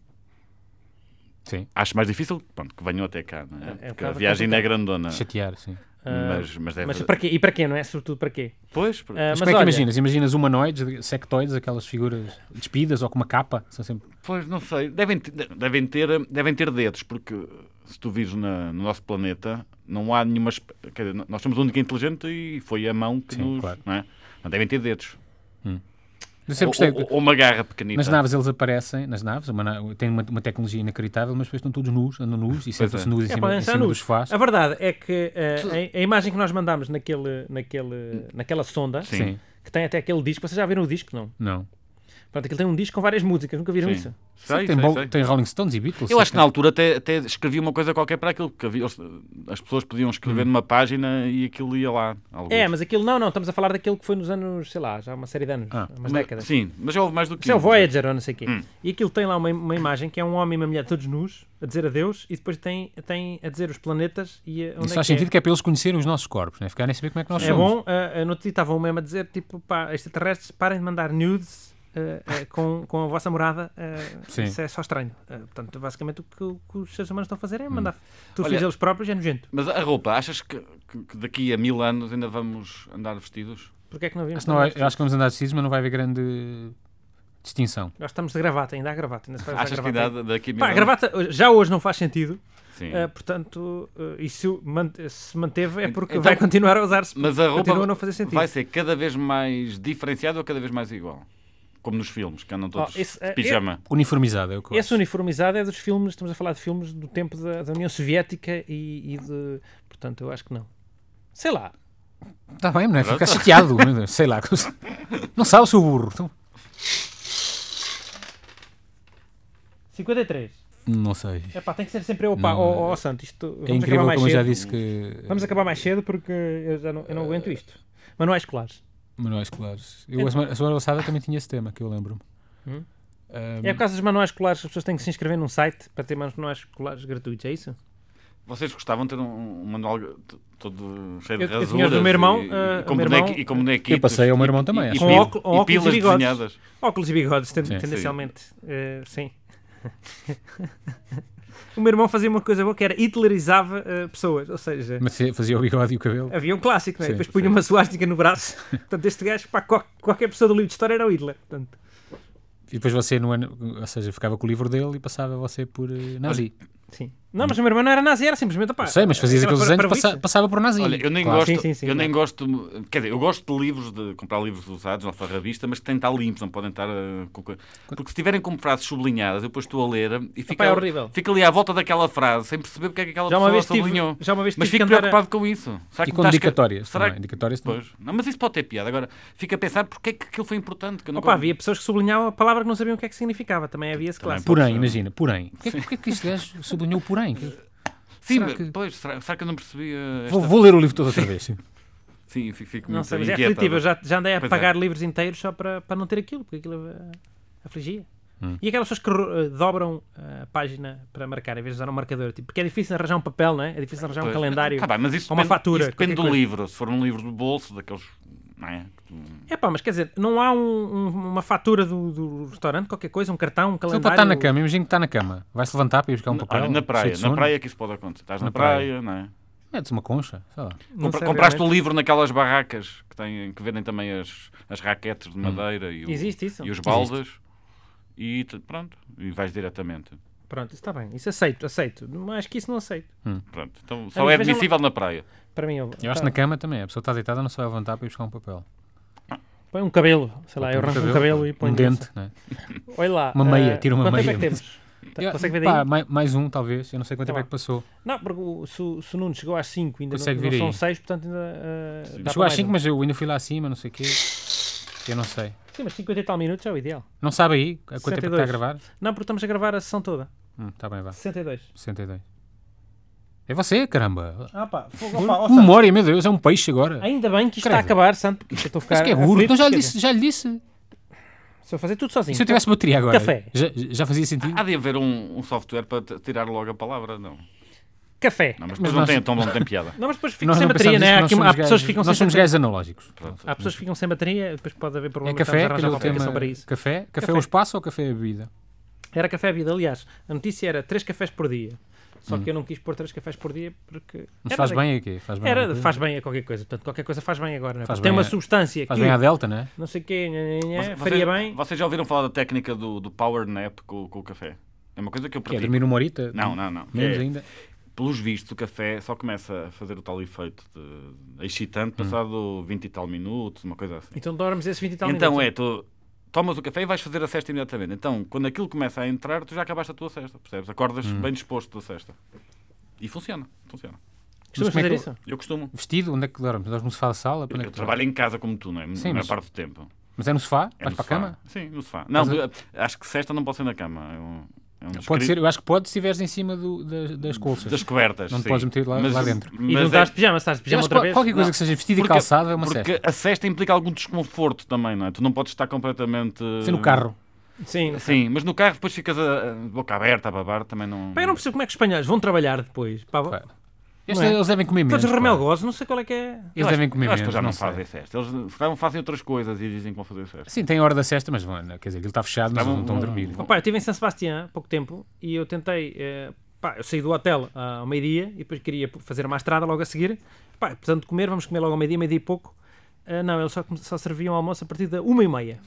Speaker 1: Sim.
Speaker 3: Acho mais difícil pronto, que venham até cá, não é?
Speaker 2: É um
Speaker 3: Porque a
Speaker 2: bocado
Speaker 3: viagem não é grandona.
Speaker 1: Chatear, sim.
Speaker 2: Ah,
Speaker 3: Mas, mas deve.
Speaker 2: Mas para quê? E para quê, não é? Sobretudo para quê?
Speaker 3: Pois, por-
Speaker 2: Ah,
Speaker 1: Mas, como
Speaker 2: mas
Speaker 1: é que
Speaker 2: olha,
Speaker 1: imaginas? Imaginas humanoides, sectoides, aquelas figuras despidas ou com uma capa? São sempre...
Speaker 3: pois, não sei. Devem, te- devem, ter, devem ter dedos, porque se tu vires na- no nosso planeta, não há nenhuma. esp- quer dizer, Nós somos o único inteligente e foi a mão que
Speaker 1: Sim,
Speaker 3: nos.
Speaker 1: claro.
Speaker 3: Não é? Não devem ter dedos.
Speaker 1: Eu sempre
Speaker 3: Ou,
Speaker 1: gostei.
Speaker 3: ou- ou uma garra pequenita.
Speaker 1: Nas naves eles aparecem, nas naves, uma na- têm uma, uma tecnologia inacreditável, mas depois estão todos nus, andam nus e sentam-se
Speaker 3: é.
Speaker 1: nus em
Speaker 2: É,
Speaker 1: cima,
Speaker 2: podem
Speaker 1: em
Speaker 2: estar
Speaker 1: cima
Speaker 2: nus.
Speaker 1: dos sofás.
Speaker 2: A verdade é que eh, a, a imagem que nós mandámos naquele, naquele, naquela sonda,
Speaker 3: Sim.
Speaker 1: Sim.
Speaker 2: que tem até aquele disco, vocês já viram o disco, não?
Speaker 1: Não.
Speaker 2: Pronto, aquilo tem um disco com várias músicas, nunca viram
Speaker 3: Sim.
Speaker 2: isso?
Speaker 3: Sei,
Speaker 1: tem,
Speaker 3: sei,
Speaker 1: Bo-
Speaker 3: sei.
Speaker 1: tem Rolling Stones e Beatles.
Speaker 3: Eu acho que na
Speaker 1: certo?
Speaker 3: altura até, até escrevi uma coisa qualquer para aquilo, porque havia- as pessoas podiam
Speaker 1: Hum.
Speaker 3: escrever numa página e aquilo ia lá. alguns.
Speaker 2: É, mas aquilo não, não, estamos a falar daquilo que foi nos anos, sei lá, já há uma série de anos,
Speaker 1: Ah,
Speaker 2: umas
Speaker 3: Mas-
Speaker 2: décadas.
Speaker 3: Sim, mas já houve mais do que
Speaker 2: Isso é o
Speaker 3: um.
Speaker 2: Voyager ou não sei o quê.
Speaker 1: Hum.
Speaker 2: E aquilo tem lá uma, uma imagem que é um homem e uma mulher todos nus a dizer adeus e depois tem, tem a dizer os planetas e a, onde
Speaker 1: Isso faz
Speaker 2: é que é.
Speaker 1: sentido que é para eles conhecerem os nossos corpos, né? ficarem a saber como é que nós
Speaker 2: É
Speaker 1: somos.
Speaker 2: bom, a, a notícia estava mesmo a dizer, tipo, pá, extraterrestres, parem de mandar nudes eh, eh, com, com a vossa morada, eh,
Speaker 1: Sim.
Speaker 2: isso é só estranho. Eh, portanto, basicamente o que, o que os seres humanos estão a fazer é mandar tu
Speaker 3: Hum. Olha-
Speaker 2: fiz eles próprios, é nojento.
Speaker 3: Mas a roupa, achas que, que- que daqui a mil anos ainda vamos andar vestidos?
Speaker 2: Porquê é que não vimos?
Speaker 1: Acho, que não vai- eu acho que vamos andar de cisma, não vai haver grande distinção.
Speaker 2: Nós estamos de gravata, ainda há gravata, ainda se faz
Speaker 3: Achas que
Speaker 2: gravata.
Speaker 3: ainda há daqui a mil
Speaker 2: Pá, a
Speaker 3: anos?
Speaker 2: gravata eh, já hoje não faz sentido,
Speaker 3: Sim.
Speaker 2: eh, portanto, eh, isso man- se manteve é porque
Speaker 3: Então-
Speaker 2: vai continuar a usar-se.
Speaker 3: Mas a
Speaker 2: continua
Speaker 3: roupa
Speaker 2: a não fazer sentido.
Speaker 3: vai ser cada vez mais diferenciada ou cada vez mais igual? Como nos filmes, que andam todos
Speaker 2: Oh, esse-
Speaker 3: de pijama.
Speaker 1: Uniformizado é o que eu
Speaker 2: Esse
Speaker 1: acho.
Speaker 2: uniformizado é dos filmes, estamos a falar de filmes do tempo da, da União Soviética e, e de. Portanto, eu acho que não. Sei lá.
Speaker 1: Está bem, não é? Fica chateado. meu Deus, Sei lá. Não sabe o seu burro. Então,
Speaker 2: 53.
Speaker 1: Não sei.
Speaker 2: Epá, tem que ser sempre eu, pá,
Speaker 1: Não,
Speaker 2: ó ó, ó, santo, isto vamos
Speaker 1: É
Speaker 2: acabar
Speaker 1: incrível
Speaker 2: mais
Speaker 1: como eu já
Speaker 2: cedo.
Speaker 1: disse que
Speaker 2: Vamos acabar mais cedo porque eu já não, eu não aguento isto. Manuais escolares.
Speaker 1: Manuais escolares. Eu, Hum? a, semana, a semana passada também tinha esse tema, que eu lembro-me. Ahm,
Speaker 2: É por causa dos manuais escolares que as pessoas têm que se inscrever num site para ter manuais escolares gratuitos, é isso?
Speaker 3: Vocês gostavam de ter um, um manual t- todo cheio
Speaker 2: Eu-
Speaker 3: de
Speaker 2: eu tinha
Speaker 3: rasuras?
Speaker 2: os do meu irmão,
Speaker 3: e,
Speaker 2: ah,
Speaker 3: e, com
Speaker 2: o meu
Speaker 3: bonequi-
Speaker 2: irmão-
Speaker 3: e com bonequitos
Speaker 1: Eu passei ao meu
Speaker 3: e-
Speaker 1: irmão também,
Speaker 3: e-
Speaker 1: acho.
Speaker 3: e
Speaker 2: Com
Speaker 3: pil-
Speaker 2: óculo- óculos
Speaker 3: E pilas
Speaker 2: e bigodes.
Speaker 3: desenhadas.
Speaker 2: Óculos e bigodes, ten-
Speaker 1: Sim.
Speaker 2: tendencialmente. eh, sim. o meu irmão fazia uma coisa boa que era hitlerizava eh, pessoas, ou seja,
Speaker 1: mas se- fazia o bigode e o cabelo.
Speaker 2: Havia um clássico, não é?
Speaker 1: Sim,
Speaker 2: Depois punha uma suástica no braço. Portanto, este gajo, pá, qual- qualquer pessoa do livro de história era o Hitler. Portanto,
Speaker 1: E depois você, no ano, ou seja, ficava com o livro dele e passava você por eh, nazi.
Speaker 2: Sim. Não, mas o meu irmão não era nazi, era simplesmente pá.
Speaker 1: Eu sei, mas fazias
Speaker 2: era
Speaker 1: aqueles
Speaker 2: para-
Speaker 1: desenhos,
Speaker 2: para
Speaker 1: passa,
Speaker 2: isso.
Speaker 1: passava por nazi.
Speaker 3: Olha, eu nem
Speaker 1: Claro.
Speaker 3: gosto,
Speaker 2: Sim, sim, sim,
Speaker 3: eu nem
Speaker 2: claro.
Speaker 3: gosto, quer dizer, eu gosto de livros de comprar livros usados, nossa revista, mas que têm de estar limpos, não podem estar eh, com coisa- porque se tiverem como frases sublinhadas, eu depois estou a ler e fica,
Speaker 2: Epá, é horrível.
Speaker 3: fica ali à volta daquela frase, sem perceber porque é que aquela
Speaker 2: Já uma
Speaker 3: pessoa
Speaker 2: vez tive-
Speaker 3: sublinhou.
Speaker 2: já uma vez
Speaker 3: mas
Speaker 2: tive
Speaker 3: fico
Speaker 2: que andar a-
Speaker 3: preocupado com isso. Será
Speaker 1: E
Speaker 3: que
Speaker 1: com
Speaker 3: me estás que-
Speaker 1: dedicatórias
Speaker 3: Será
Speaker 1: também, dedicatórias também.
Speaker 3: Pois. Não, mas isso pode ter piada. Agora, fica a pensar porque é que aquilo foi importante, que eu não
Speaker 2: Opa, havia pessoas que sublinhavam a palavra que não sabiam o que é que significava. Também havia esse
Speaker 3: Também
Speaker 2: clássico.
Speaker 1: Porém,
Speaker 3: Pode ser.
Speaker 1: imagina, porém. Porquê é que- porquê é que este gajo sublinhou o porém?
Speaker 3: Sim,
Speaker 1: Será
Speaker 3: mas-
Speaker 1: que-
Speaker 3: pois, será, será que eu não percebi eh, esta...
Speaker 1: Vou, vou ler o livro todo outra vez.
Speaker 3: Sim, fico, fico
Speaker 2: Não
Speaker 3: muito
Speaker 2: sei, mas é
Speaker 3: inquieto.
Speaker 2: aflitivo. Eu já, já andei a
Speaker 3: Pois é.
Speaker 2: pagar livros inteiros só para, para não ter aquilo, porque aquilo eh, afligia.
Speaker 1: Hum.
Speaker 2: E aquelas pessoas que ro- eh, dobram eh, a página para marcar, em vez de usar um marcador. Tipo, porque é difícil arranjar um papel, não é? É difícil arranjar um
Speaker 3: Pois.
Speaker 2: calendário.
Speaker 3: Tá bem, mas isso
Speaker 2: ou uma
Speaker 3: depende-
Speaker 2: fatura,
Speaker 3: isso depende
Speaker 2: qualquer
Speaker 3: do
Speaker 2: coisa.
Speaker 3: livro. Se for um livro do bolso, daqueles. Não é? Que tu-
Speaker 2: É pá, mas quer dizer, não há um- um- uma fatura do, do restaurante, qualquer coisa, um cartão, um
Speaker 1: Ele
Speaker 2: calendário.
Speaker 1: está na cama, imagina que está na cama. Vai-se levantar para ir buscar um
Speaker 3: Olha,
Speaker 1: papel.
Speaker 3: na
Speaker 1: cheio
Speaker 3: praia,
Speaker 1: de
Speaker 3: na
Speaker 1: sono.
Speaker 3: praia que isso pode acontecer. Estás na,
Speaker 1: Na
Speaker 3: praia, não é?
Speaker 1: Metes uma concha, sei lá.
Speaker 2: Não
Speaker 3: Compra-
Speaker 2: sei
Speaker 3: compraste
Speaker 2: realmente.
Speaker 3: o livro naquelas barracas que, têm, que vendem também as, as raquetes de madeira e, o-
Speaker 2: Hum. Existe isso?
Speaker 3: e os baldas. E tu- pronto, e vais diretamente.
Speaker 2: Pronto, isso está bem. Isso aceito, aceito. Mas que isso não aceito.
Speaker 3: Pronto, então
Speaker 2: mas
Speaker 3: só é
Speaker 2: vejam lá-
Speaker 3: admissível na praia.
Speaker 2: Para mim, eu,
Speaker 1: Eu
Speaker 3: Tá.
Speaker 1: acho que na cama também. A pessoa está deitada, não se vai levantar para ir buscar um papel.
Speaker 2: põe um cabelo, sei lá, eu
Speaker 1: Um
Speaker 2: arranco um cabelo e ponho
Speaker 1: Um dente, né?
Speaker 2: nessa. Olha lá.
Speaker 1: Uma meia,
Speaker 2: eh,
Speaker 1: tira uma
Speaker 2: quanto
Speaker 1: meia.
Speaker 2: Tempo é que temos? Tá-
Speaker 1: Eu-
Speaker 2: Consegue ver
Speaker 1: pá,
Speaker 2: daí?
Speaker 1: mai- mais um, talvez. Eu não sei quanto
Speaker 2: Tá
Speaker 1: tempo é
Speaker 2: lá.
Speaker 1: que passou.
Speaker 2: Não, porque o- se, o- se o Nuno chegou às 5, ainda não,
Speaker 1: Consegue
Speaker 2: não
Speaker 1: vir
Speaker 2: são
Speaker 1: aí.
Speaker 2: 6, portanto ainda. eh, dá para
Speaker 1: Chegou às
Speaker 2: mais
Speaker 1: 5,
Speaker 2: um.
Speaker 1: mas eu ainda fui lá acima, não sei o quê. Eu não sei.
Speaker 2: Sim, mas 50 e tal minutos é o ideal.
Speaker 1: Não sabe aí a quanto tempo é que está a
Speaker 2: 62.
Speaker 1: gravar?
Speaker 2: Não, porque estamos a gravar a sessão toda.
Speaker 1: Hum, tá bem, vá.
Speaker 2: 62.
Speaker 1: 62. É você, caramba. um
Speaker 2: Ah pá, fogo,
Speaker 1: Humor,
Speaker 2: opá, ó, Santo,
Speaker 1: Memória, meu Deus, é um peixe agora.
Speaker 2: Ainda bem que isto está a
Speaker 1: Credo.
Speaker 2: acabar, Santo, porque eu estou a ficar.
Speaker 1: Mas que é burro.
Speaker 2: aflito,
Speaker 1: Então já lhe
Speaker 2: quer
Speaker 1: disse.
Speaker 2: dizer,
Speaker 1: Já lhe disse.
Speaker 2: Se eu fazer tudo sozinho.
Speaker 1: Se eu tivesse bateria agora,
Speaker 2: Então, Café.
Speaker 1: já, já fazia sentido?
Speaker 3: Há de haver um, um software para t- tirar logo a palavra, não.
Speaker 2: Café. Não,
Speaker 3: Não,
Speaker 1: Mas
Speaker 3: mas depois não
Speaker 1: nós-
Speaker 3: tem, então não tem piada.
Speaker 2: mas depois fico
Speaker 1: Nós
Speaker 2: sem
Speaker 1: não
Speaker 2: bateria,
Speaker 1: pensámos nisso,
Speaker 2: né? Há,
Speaker 1: nós
Speaker 2: aqui- há
Speaker 1: somos
Speaker 2: pessoas
Speaker 1: gajos-
Speaker 2: que ficam
Speaker 1: Nós
Speaker 2: sem
Speaker 1: somos
Speaker 2: bateria.
Speaker 1: gajos analógicos.
Speaker 3: Pronto.
Speaker 2: Há pessoas que ficam sem bateria, depois pode haver
Speaker 1: É
Speaker 2: problema.
Speaker 1: café,
Speaker 2: estamos a
Speaker 1: aquele é
Speaker 2: arranjar
Speaker 1: o
Speaker 2: uma aplicação
Speaker 1: tema.
Speaker 2: para isso.
Speaker 1: Café, café
Speaker 2: Café.
Speaker 1: é o espaço ou café é a bebida?
Speaker 2: Era café à vida, aliás. A notícia era 3 cafés por dia. Só que eu não quis pôr 3 cafés por dia porque.
Speaker 1: Hum. Mas
Speaker 2: era
Speaker 1: faz
Speaker 2: da-
Speaker 1: bem aqui, faz bem.
Speaker 2: Era,
Speaker 1: aqui.
Speaker 2: faz bem a qualquer coisa. Portanto, qualquer coisa faz bem agora. Não é?
Speaker 1: Faz
Speaker 2: Tem
Speaker 1: bem
Speaker 2: uma
Speaker 1: a-
Speaker 2: substância
Speaker 1: Faz
Speaker 2: que
Speaker 1: bem à Delta, né?
Speaker 2: não sei o quê, nhã, nhã, nhã,
Speaker 3: Vocês-
Speaker 2: faria bem.
Speaker 3: Vocês já ouviram falar da técnica do, do power nap com, com o café? É uma coisa que eu
Speaker 1: Que é
Speaker 3: pratico.
Speaker 1: dormir uma horita?
Speaker 3: Não, não, não.
Speaker 1: Menos
Speaker 3: É-
Speaker 1: ainda.
Speaker 3: pelos vistos, o café só começa a fazer o tal efeito de excitante passado 20 e tal minutos, uma coisa assim.
Speaker 2: Então dormes esses 20 Hum. e tal
Speaker 3: Então
Speaker 2: minutos.
Speaker 3: é, tu tomas o café e vais fazer a cesta imediatamente. Então, quando aquilo começa a entrar, tu já acabaste a tua cesta, percebes? Acordas
Speaker 2: Hum.
Speaker 3: bem disposto da cesta. E funciona, funciona.
Speaker 2: Costumas
Speaker 1: Mas como é
Speaker 2: fazer
Speaker 1: que
Speaker 2: isso?
Speaker 3: Eu costumo.
Speaker 1: Vestido, onde é que dormes? Dormes no sofá da sala? Onde é
Speaker 3: Eu,
Speaker 1: que tu
Speaker 3: trabalho em casa como tu, não é?
Speaker 1: Sim,
Speaker 3: na maior
Speaker 1: mas-
Speaker 3: parte do tempo.
Speaker 1: dormes? Mas é no sofá?
Speaker 3: É
Speaker 1: Vais para a
Speaker 3: no sofá.
Speaker 1: cama?
Speaker 3: Sim, no sofá. Não,
Speaker 1: Mas-
Speaker 3: acho que cesta não pode ser na cama. É um, é um
Speaker 1: Pode
Speaker 3: descri-
Speaker 1: ser, eu acho que pode se estiveres em cima do- das, das colchas.
Speaker 3: das cobertas.
Speaker 1: Não te
Speaker 3: sim.
Speaker 1: podes meter lá- lá dentro.
Speaker 2: E não
Speaker 3: mas é-
Speaker 2: estás de pijama, estás de
Speaker 1: Eu
Speaker 2: pijama
Speaker 1: acho que
Speaker 2: outra
Speaker 1: qual-
Speaker 2: vez?
Speaker 1: qualquer coisa que seja vestida e calçada é uma
Speaker 3: porque
Speaker 1: cesta.
Speaker 3: a cesta implica algum desconforto também, não é? Tu não podes estar completamente.
Speaker 1: Ser no carro.
Speaker 2: Sim.
Speaker 3: Sim, mas no carro depois ficas a, a boca aberta a babar, também não.
Speaker 2: Pá, eu não percebo como é que os espanhóis vão trabalhar depois. Pá,
Speaker 1: Pá,
Speaker 2: todos
Speaker 1: Este-
Speaker 2: Não é?
Speaker 1: Eles devem comer menos. pá.
Speaker 2: remelgosos, não sei qual é que é.
Speaker 1: Eles devem comer
Speaker 3: Eu
Speaker 1: menos.
Speaker 3: acho que eles já não,
Speaker 1: sei.
Speaker 3: fazem cesta. Eles se calhar, fazem outras coisas e dizem que vão fazer cesta.
Speaker 1: Sim, tem hora da cesta, mas mano, quer dizer, aquilo está fechado, mas
Speaker 3: Estavam-
Speaker 1: eles não estão a dormir.
Speaker 3: Bom.
Speaker 2: Pá, eu estive em São Sebastião há pouco tempo e eu tentei. eh, pá, eu saí do hotel ah, ao meio-dia e depois queria p- fazer uma estrada logo a seguir. Pá, precisando de comer, vamos comer logo ao meio-dia, meio-dia e pouco. Ah, não, eles só, come- só serviam almoço a partir da uma e meia.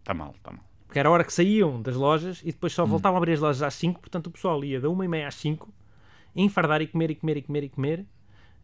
Speaker 3: Está Tá mal, está mal.
Speaker 2: Porque era a hora que saíam das lojas e depois
Speaker 3: Hum.
Speaker 2: só voltavam a abrir as lojas às 5, portanto o pessoal ia da 1 e meia às 5, enfardar e comer e comer e comer e comer,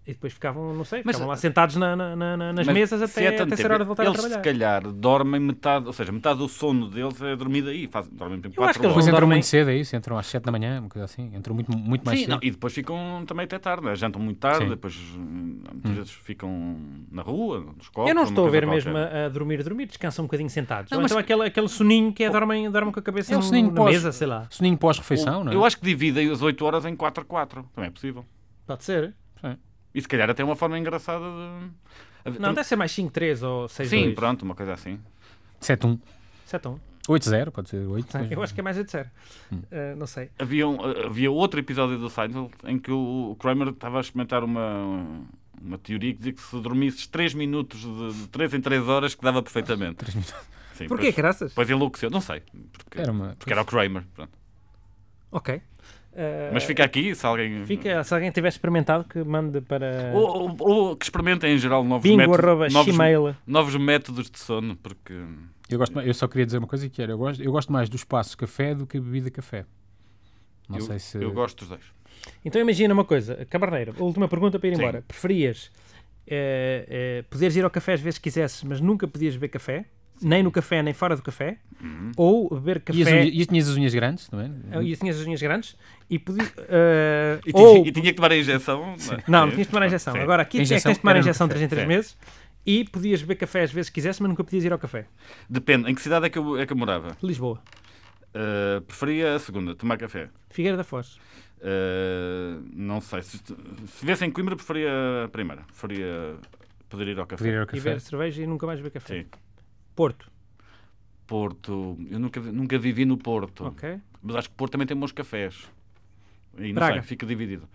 Speaker 2: e depois ficavam, não sei,
Speaker 1: Mas-
Speaker 2: ficavam lá sentados na- na- na- na- nas
Speaker 3: Mas
Speaker 2: mesas
Speaker 3: se
Speaker 2: até,
Speaker 3: é tanto
Speaker 2: até ser
Speaker 3: tempo,
Speaker 2: hora de voltar
Speaker 3: eles
Speaker 2: a trabalhar.
Speaker 3: se calhar dormem metade, ou seja, metade do sono deles é dormir daí. Faz, dormem tipo
Speaker 2: Eu acho
Speaker 3: 4
Speaker 2: que eles
Speaker 1: Depois
Speaker 2: não
Speaker 1: entram
Speaker 2: dormem.
Speaker 1: muito cedo, é isso? Entram às 7 da manhã, uma coisa assim. Entram muito, muito mais
Speaker 3: Sim,
Speaker 1: cedo.
Speaker 3: não, e depois ficam também até tarde, né? jantam muito tarde,
Speaker 1: Sim.
Speaker 3: depois hum, muitas vezes ficam na rua, nos copos.
Speaker 2: Eu não
Speaker 3: ou uma
Speaker 2: estou a
Speaker 3: coisa
Speaker 2: ver mesmo
Speaker 3: qualquer.
Speaker 2: a, a dormir, dormir, descansam um bocadinho sentados.
Speaker 3: Não,
Speaker 2: Ou
Speaker 3: mas-
Speaker 2: então aquele, aquele soninho que é dormem, dormem com a cabeça
Speaker 1: É o
Speaker 2: no-
Speaker 1: soninho
Speaker 2: na
Speaker 1: pós-
Speaker 2: mesa, sei lá.
Speaker 1: Soninho pós-refeição, não é?
Speaker 3: Eu acho que dividem as 8 horas em 4 a 4, também é possível.
Speaker 2: Pode ser.
Speaker 3: E se calhar até uma forma engraçada de.
Speaker 2: Não, deve ser mais 5, 3 ou 6,
Speaker 3: Sim,
Speaker 2: 2.
Speaker 3: pronto, uma coisa assim.
Speaker 1: 7-1.
Speaker 2: Isso é tão.
Speaker 1: 8-0, um. pode ser 8.
Speaker 2: Eu acho que é mais a dizer.
Speaker 3: Hum.
Speaker 2: Ah, não sei.
Speaker 3: Havia, um- havia outro episódio do Seinfeld em que o Kramer estava a experimentar uma, uma teoria que dizia que se dormisses 3 minutos de 3 em 3 horas que dava perfeitamente. 3 minutos. Sim,
Speaker 2: Porquê,
Speaker 3: Depois,
Speaker 2: graças?
Speaker 3: depois enlouqueceu, não sei. Porque
Speaker 1: Era uma-
Speaker 3: porque era o Kramer. Pronto.
Speaker 2: Ok. Ah,
Speaker 3: Mas fica aqui, se alguém.
Speaker 2: fica- se alguém tiver experimentado, que mande para
Speaker 3: Ou, ou- ou que experimentem em geral novos, métodos, novos,
Speaker 2: bingo.gmail.
Speaker 3: novos métodos de sono, porque.
Speaker 1: Eu, gosto, ma- eu só queria dizer uma coisa que era, eu gosto, eu gosto mais do espaço café do que a bebida café. Não
Speaker 3: eu,
Speaker 1: sei se...
Speaker 3: eu gosto dos dois.
Speaker 2: Então imagina uma coisa, Cabarneiro, a última pergunta para ir
Speaker 3: Sim.
Speaker 2: embora. Preferias eh, eh, poderes ir ao café às vezes que quisesses, mas nunca podias beber café, nem no café, nem fora do café,
Speaker 3: Uhum.
Speaker 2: ou beber
Speaker 1: E, as unhas,
Speaker 2: café
Speaker 1: e tinhas as unhas grandes, não é?
Speaker 2: e tinhas as unhas grandes e podias. eh,
Speaker 3: E, tinha-
Speaker 2: ou,
Speaker 3: e tinha que tomar a injeção. Não, é?
Speaker 2: Não, não
Speaker 3: Sim.
Speaker 2: tinhas de tomar a injeção.
Speaker 3: Sim.
Speaker 2: Agora
Speaker 1: A
Speaker 2: aqui é que
Speaker 1: injeção
Speaker 2: tens de tomar a
Speaker 1: era no
Speaker 2: injeção de
Speaker 1: café,
Speaker 2: 3 em 3
Speaker 3: sim.
Speaker 2: meses e podias beber café às vezes que quisesse, mas nunca podias ir ao café.
Speaker 3: Depende. Em que cidade é que eu, é que eu morava?
Speaker 2: Lisboa,
Speaker 3: Uh, preferia a segunda, tomar café.
Speaker 2: Figueira da Foz.
Speaker 3: Uh, não sei. Se, se viesse em Coimbra, preferia a primeira. Preferia poder ir ao café.
Speaker 1: Poder ir ao
Speaker 2: E
Speaker 1: café.
Speaker 2: beber cerveja e nunca mais beber café.
Speaker 3: Sim.
Speaker 2: Porto,
Speaker 3: Porto. Eu nunca, vi- nunca vivi no Porto.
Speaker 2: ok?
Speaker 3: Mas acho que Porto também tem bons cafés. E não
Speaker 2: Braga.
Speaker 3: sei, fica dividido.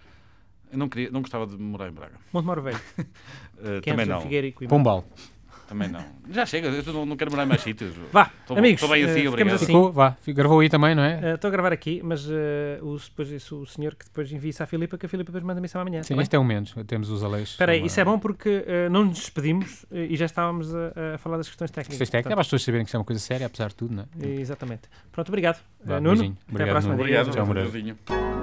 Speaker 3: Eu não, queria, não gostava de morar em Braga.
Speaker 2: Montemor Velho,
Speaker 3: Uh,
Speaker 2: que é
Speaker 3: também
Speaker 2: antes da
Speaker 3: não.
Speaker 2: Figueira e Coimbra.
Speaker 1: Pombal.
Speaker 3: Também não. Já chega, eu não, não quero morar em mais sítios.
Speaker 2: Vá,
Speaker 3: Tô-
Speaker 2: amigos,
Speaker 3: tô bem
Speaker 2: eh,
Speaker 3: assim,
Speaker 2: ficamos
Speaker 3: obrigado.
Speaker 2: assim.
Speaker 1: Ficou? Vá. Fi- Gravou aí também, não é?
Speaker 2: Eh, Estou a gravar aqui, mas eh, o, depois, isso, o senhor que depois envia isso à Filipa, que a Filipa depois manda-me isso amanhã.
Speaker 1: Sim, este é um menos. Temos os aleixos.
Speaker 2: Espera aí,
Speaker 1: Uma-
Speaker 2: isso é bom porque eh, não nos despedimos eh, e já estávamos a, a falar das questões técnicas.
Speaker 1: Isto é que é para as pessoas saberem que isto é uma coisa séria, apesar de tudo, não é?
Speaker 2: Portanto, Exatamente. Pronto, obrigado. Eh,
Speaker 1: Vá,
Speaker 2: Nuno,
Speaker 1: beijinho.
Speaker 2: até à
Speaker 1: Obrigado,
Speaker 2: próxima.
Speaker 1: Nuno.
Speaker 3: Obrigado,
Speaker 1: Tchau, Moreira.
Speaker 3: Joãozinho.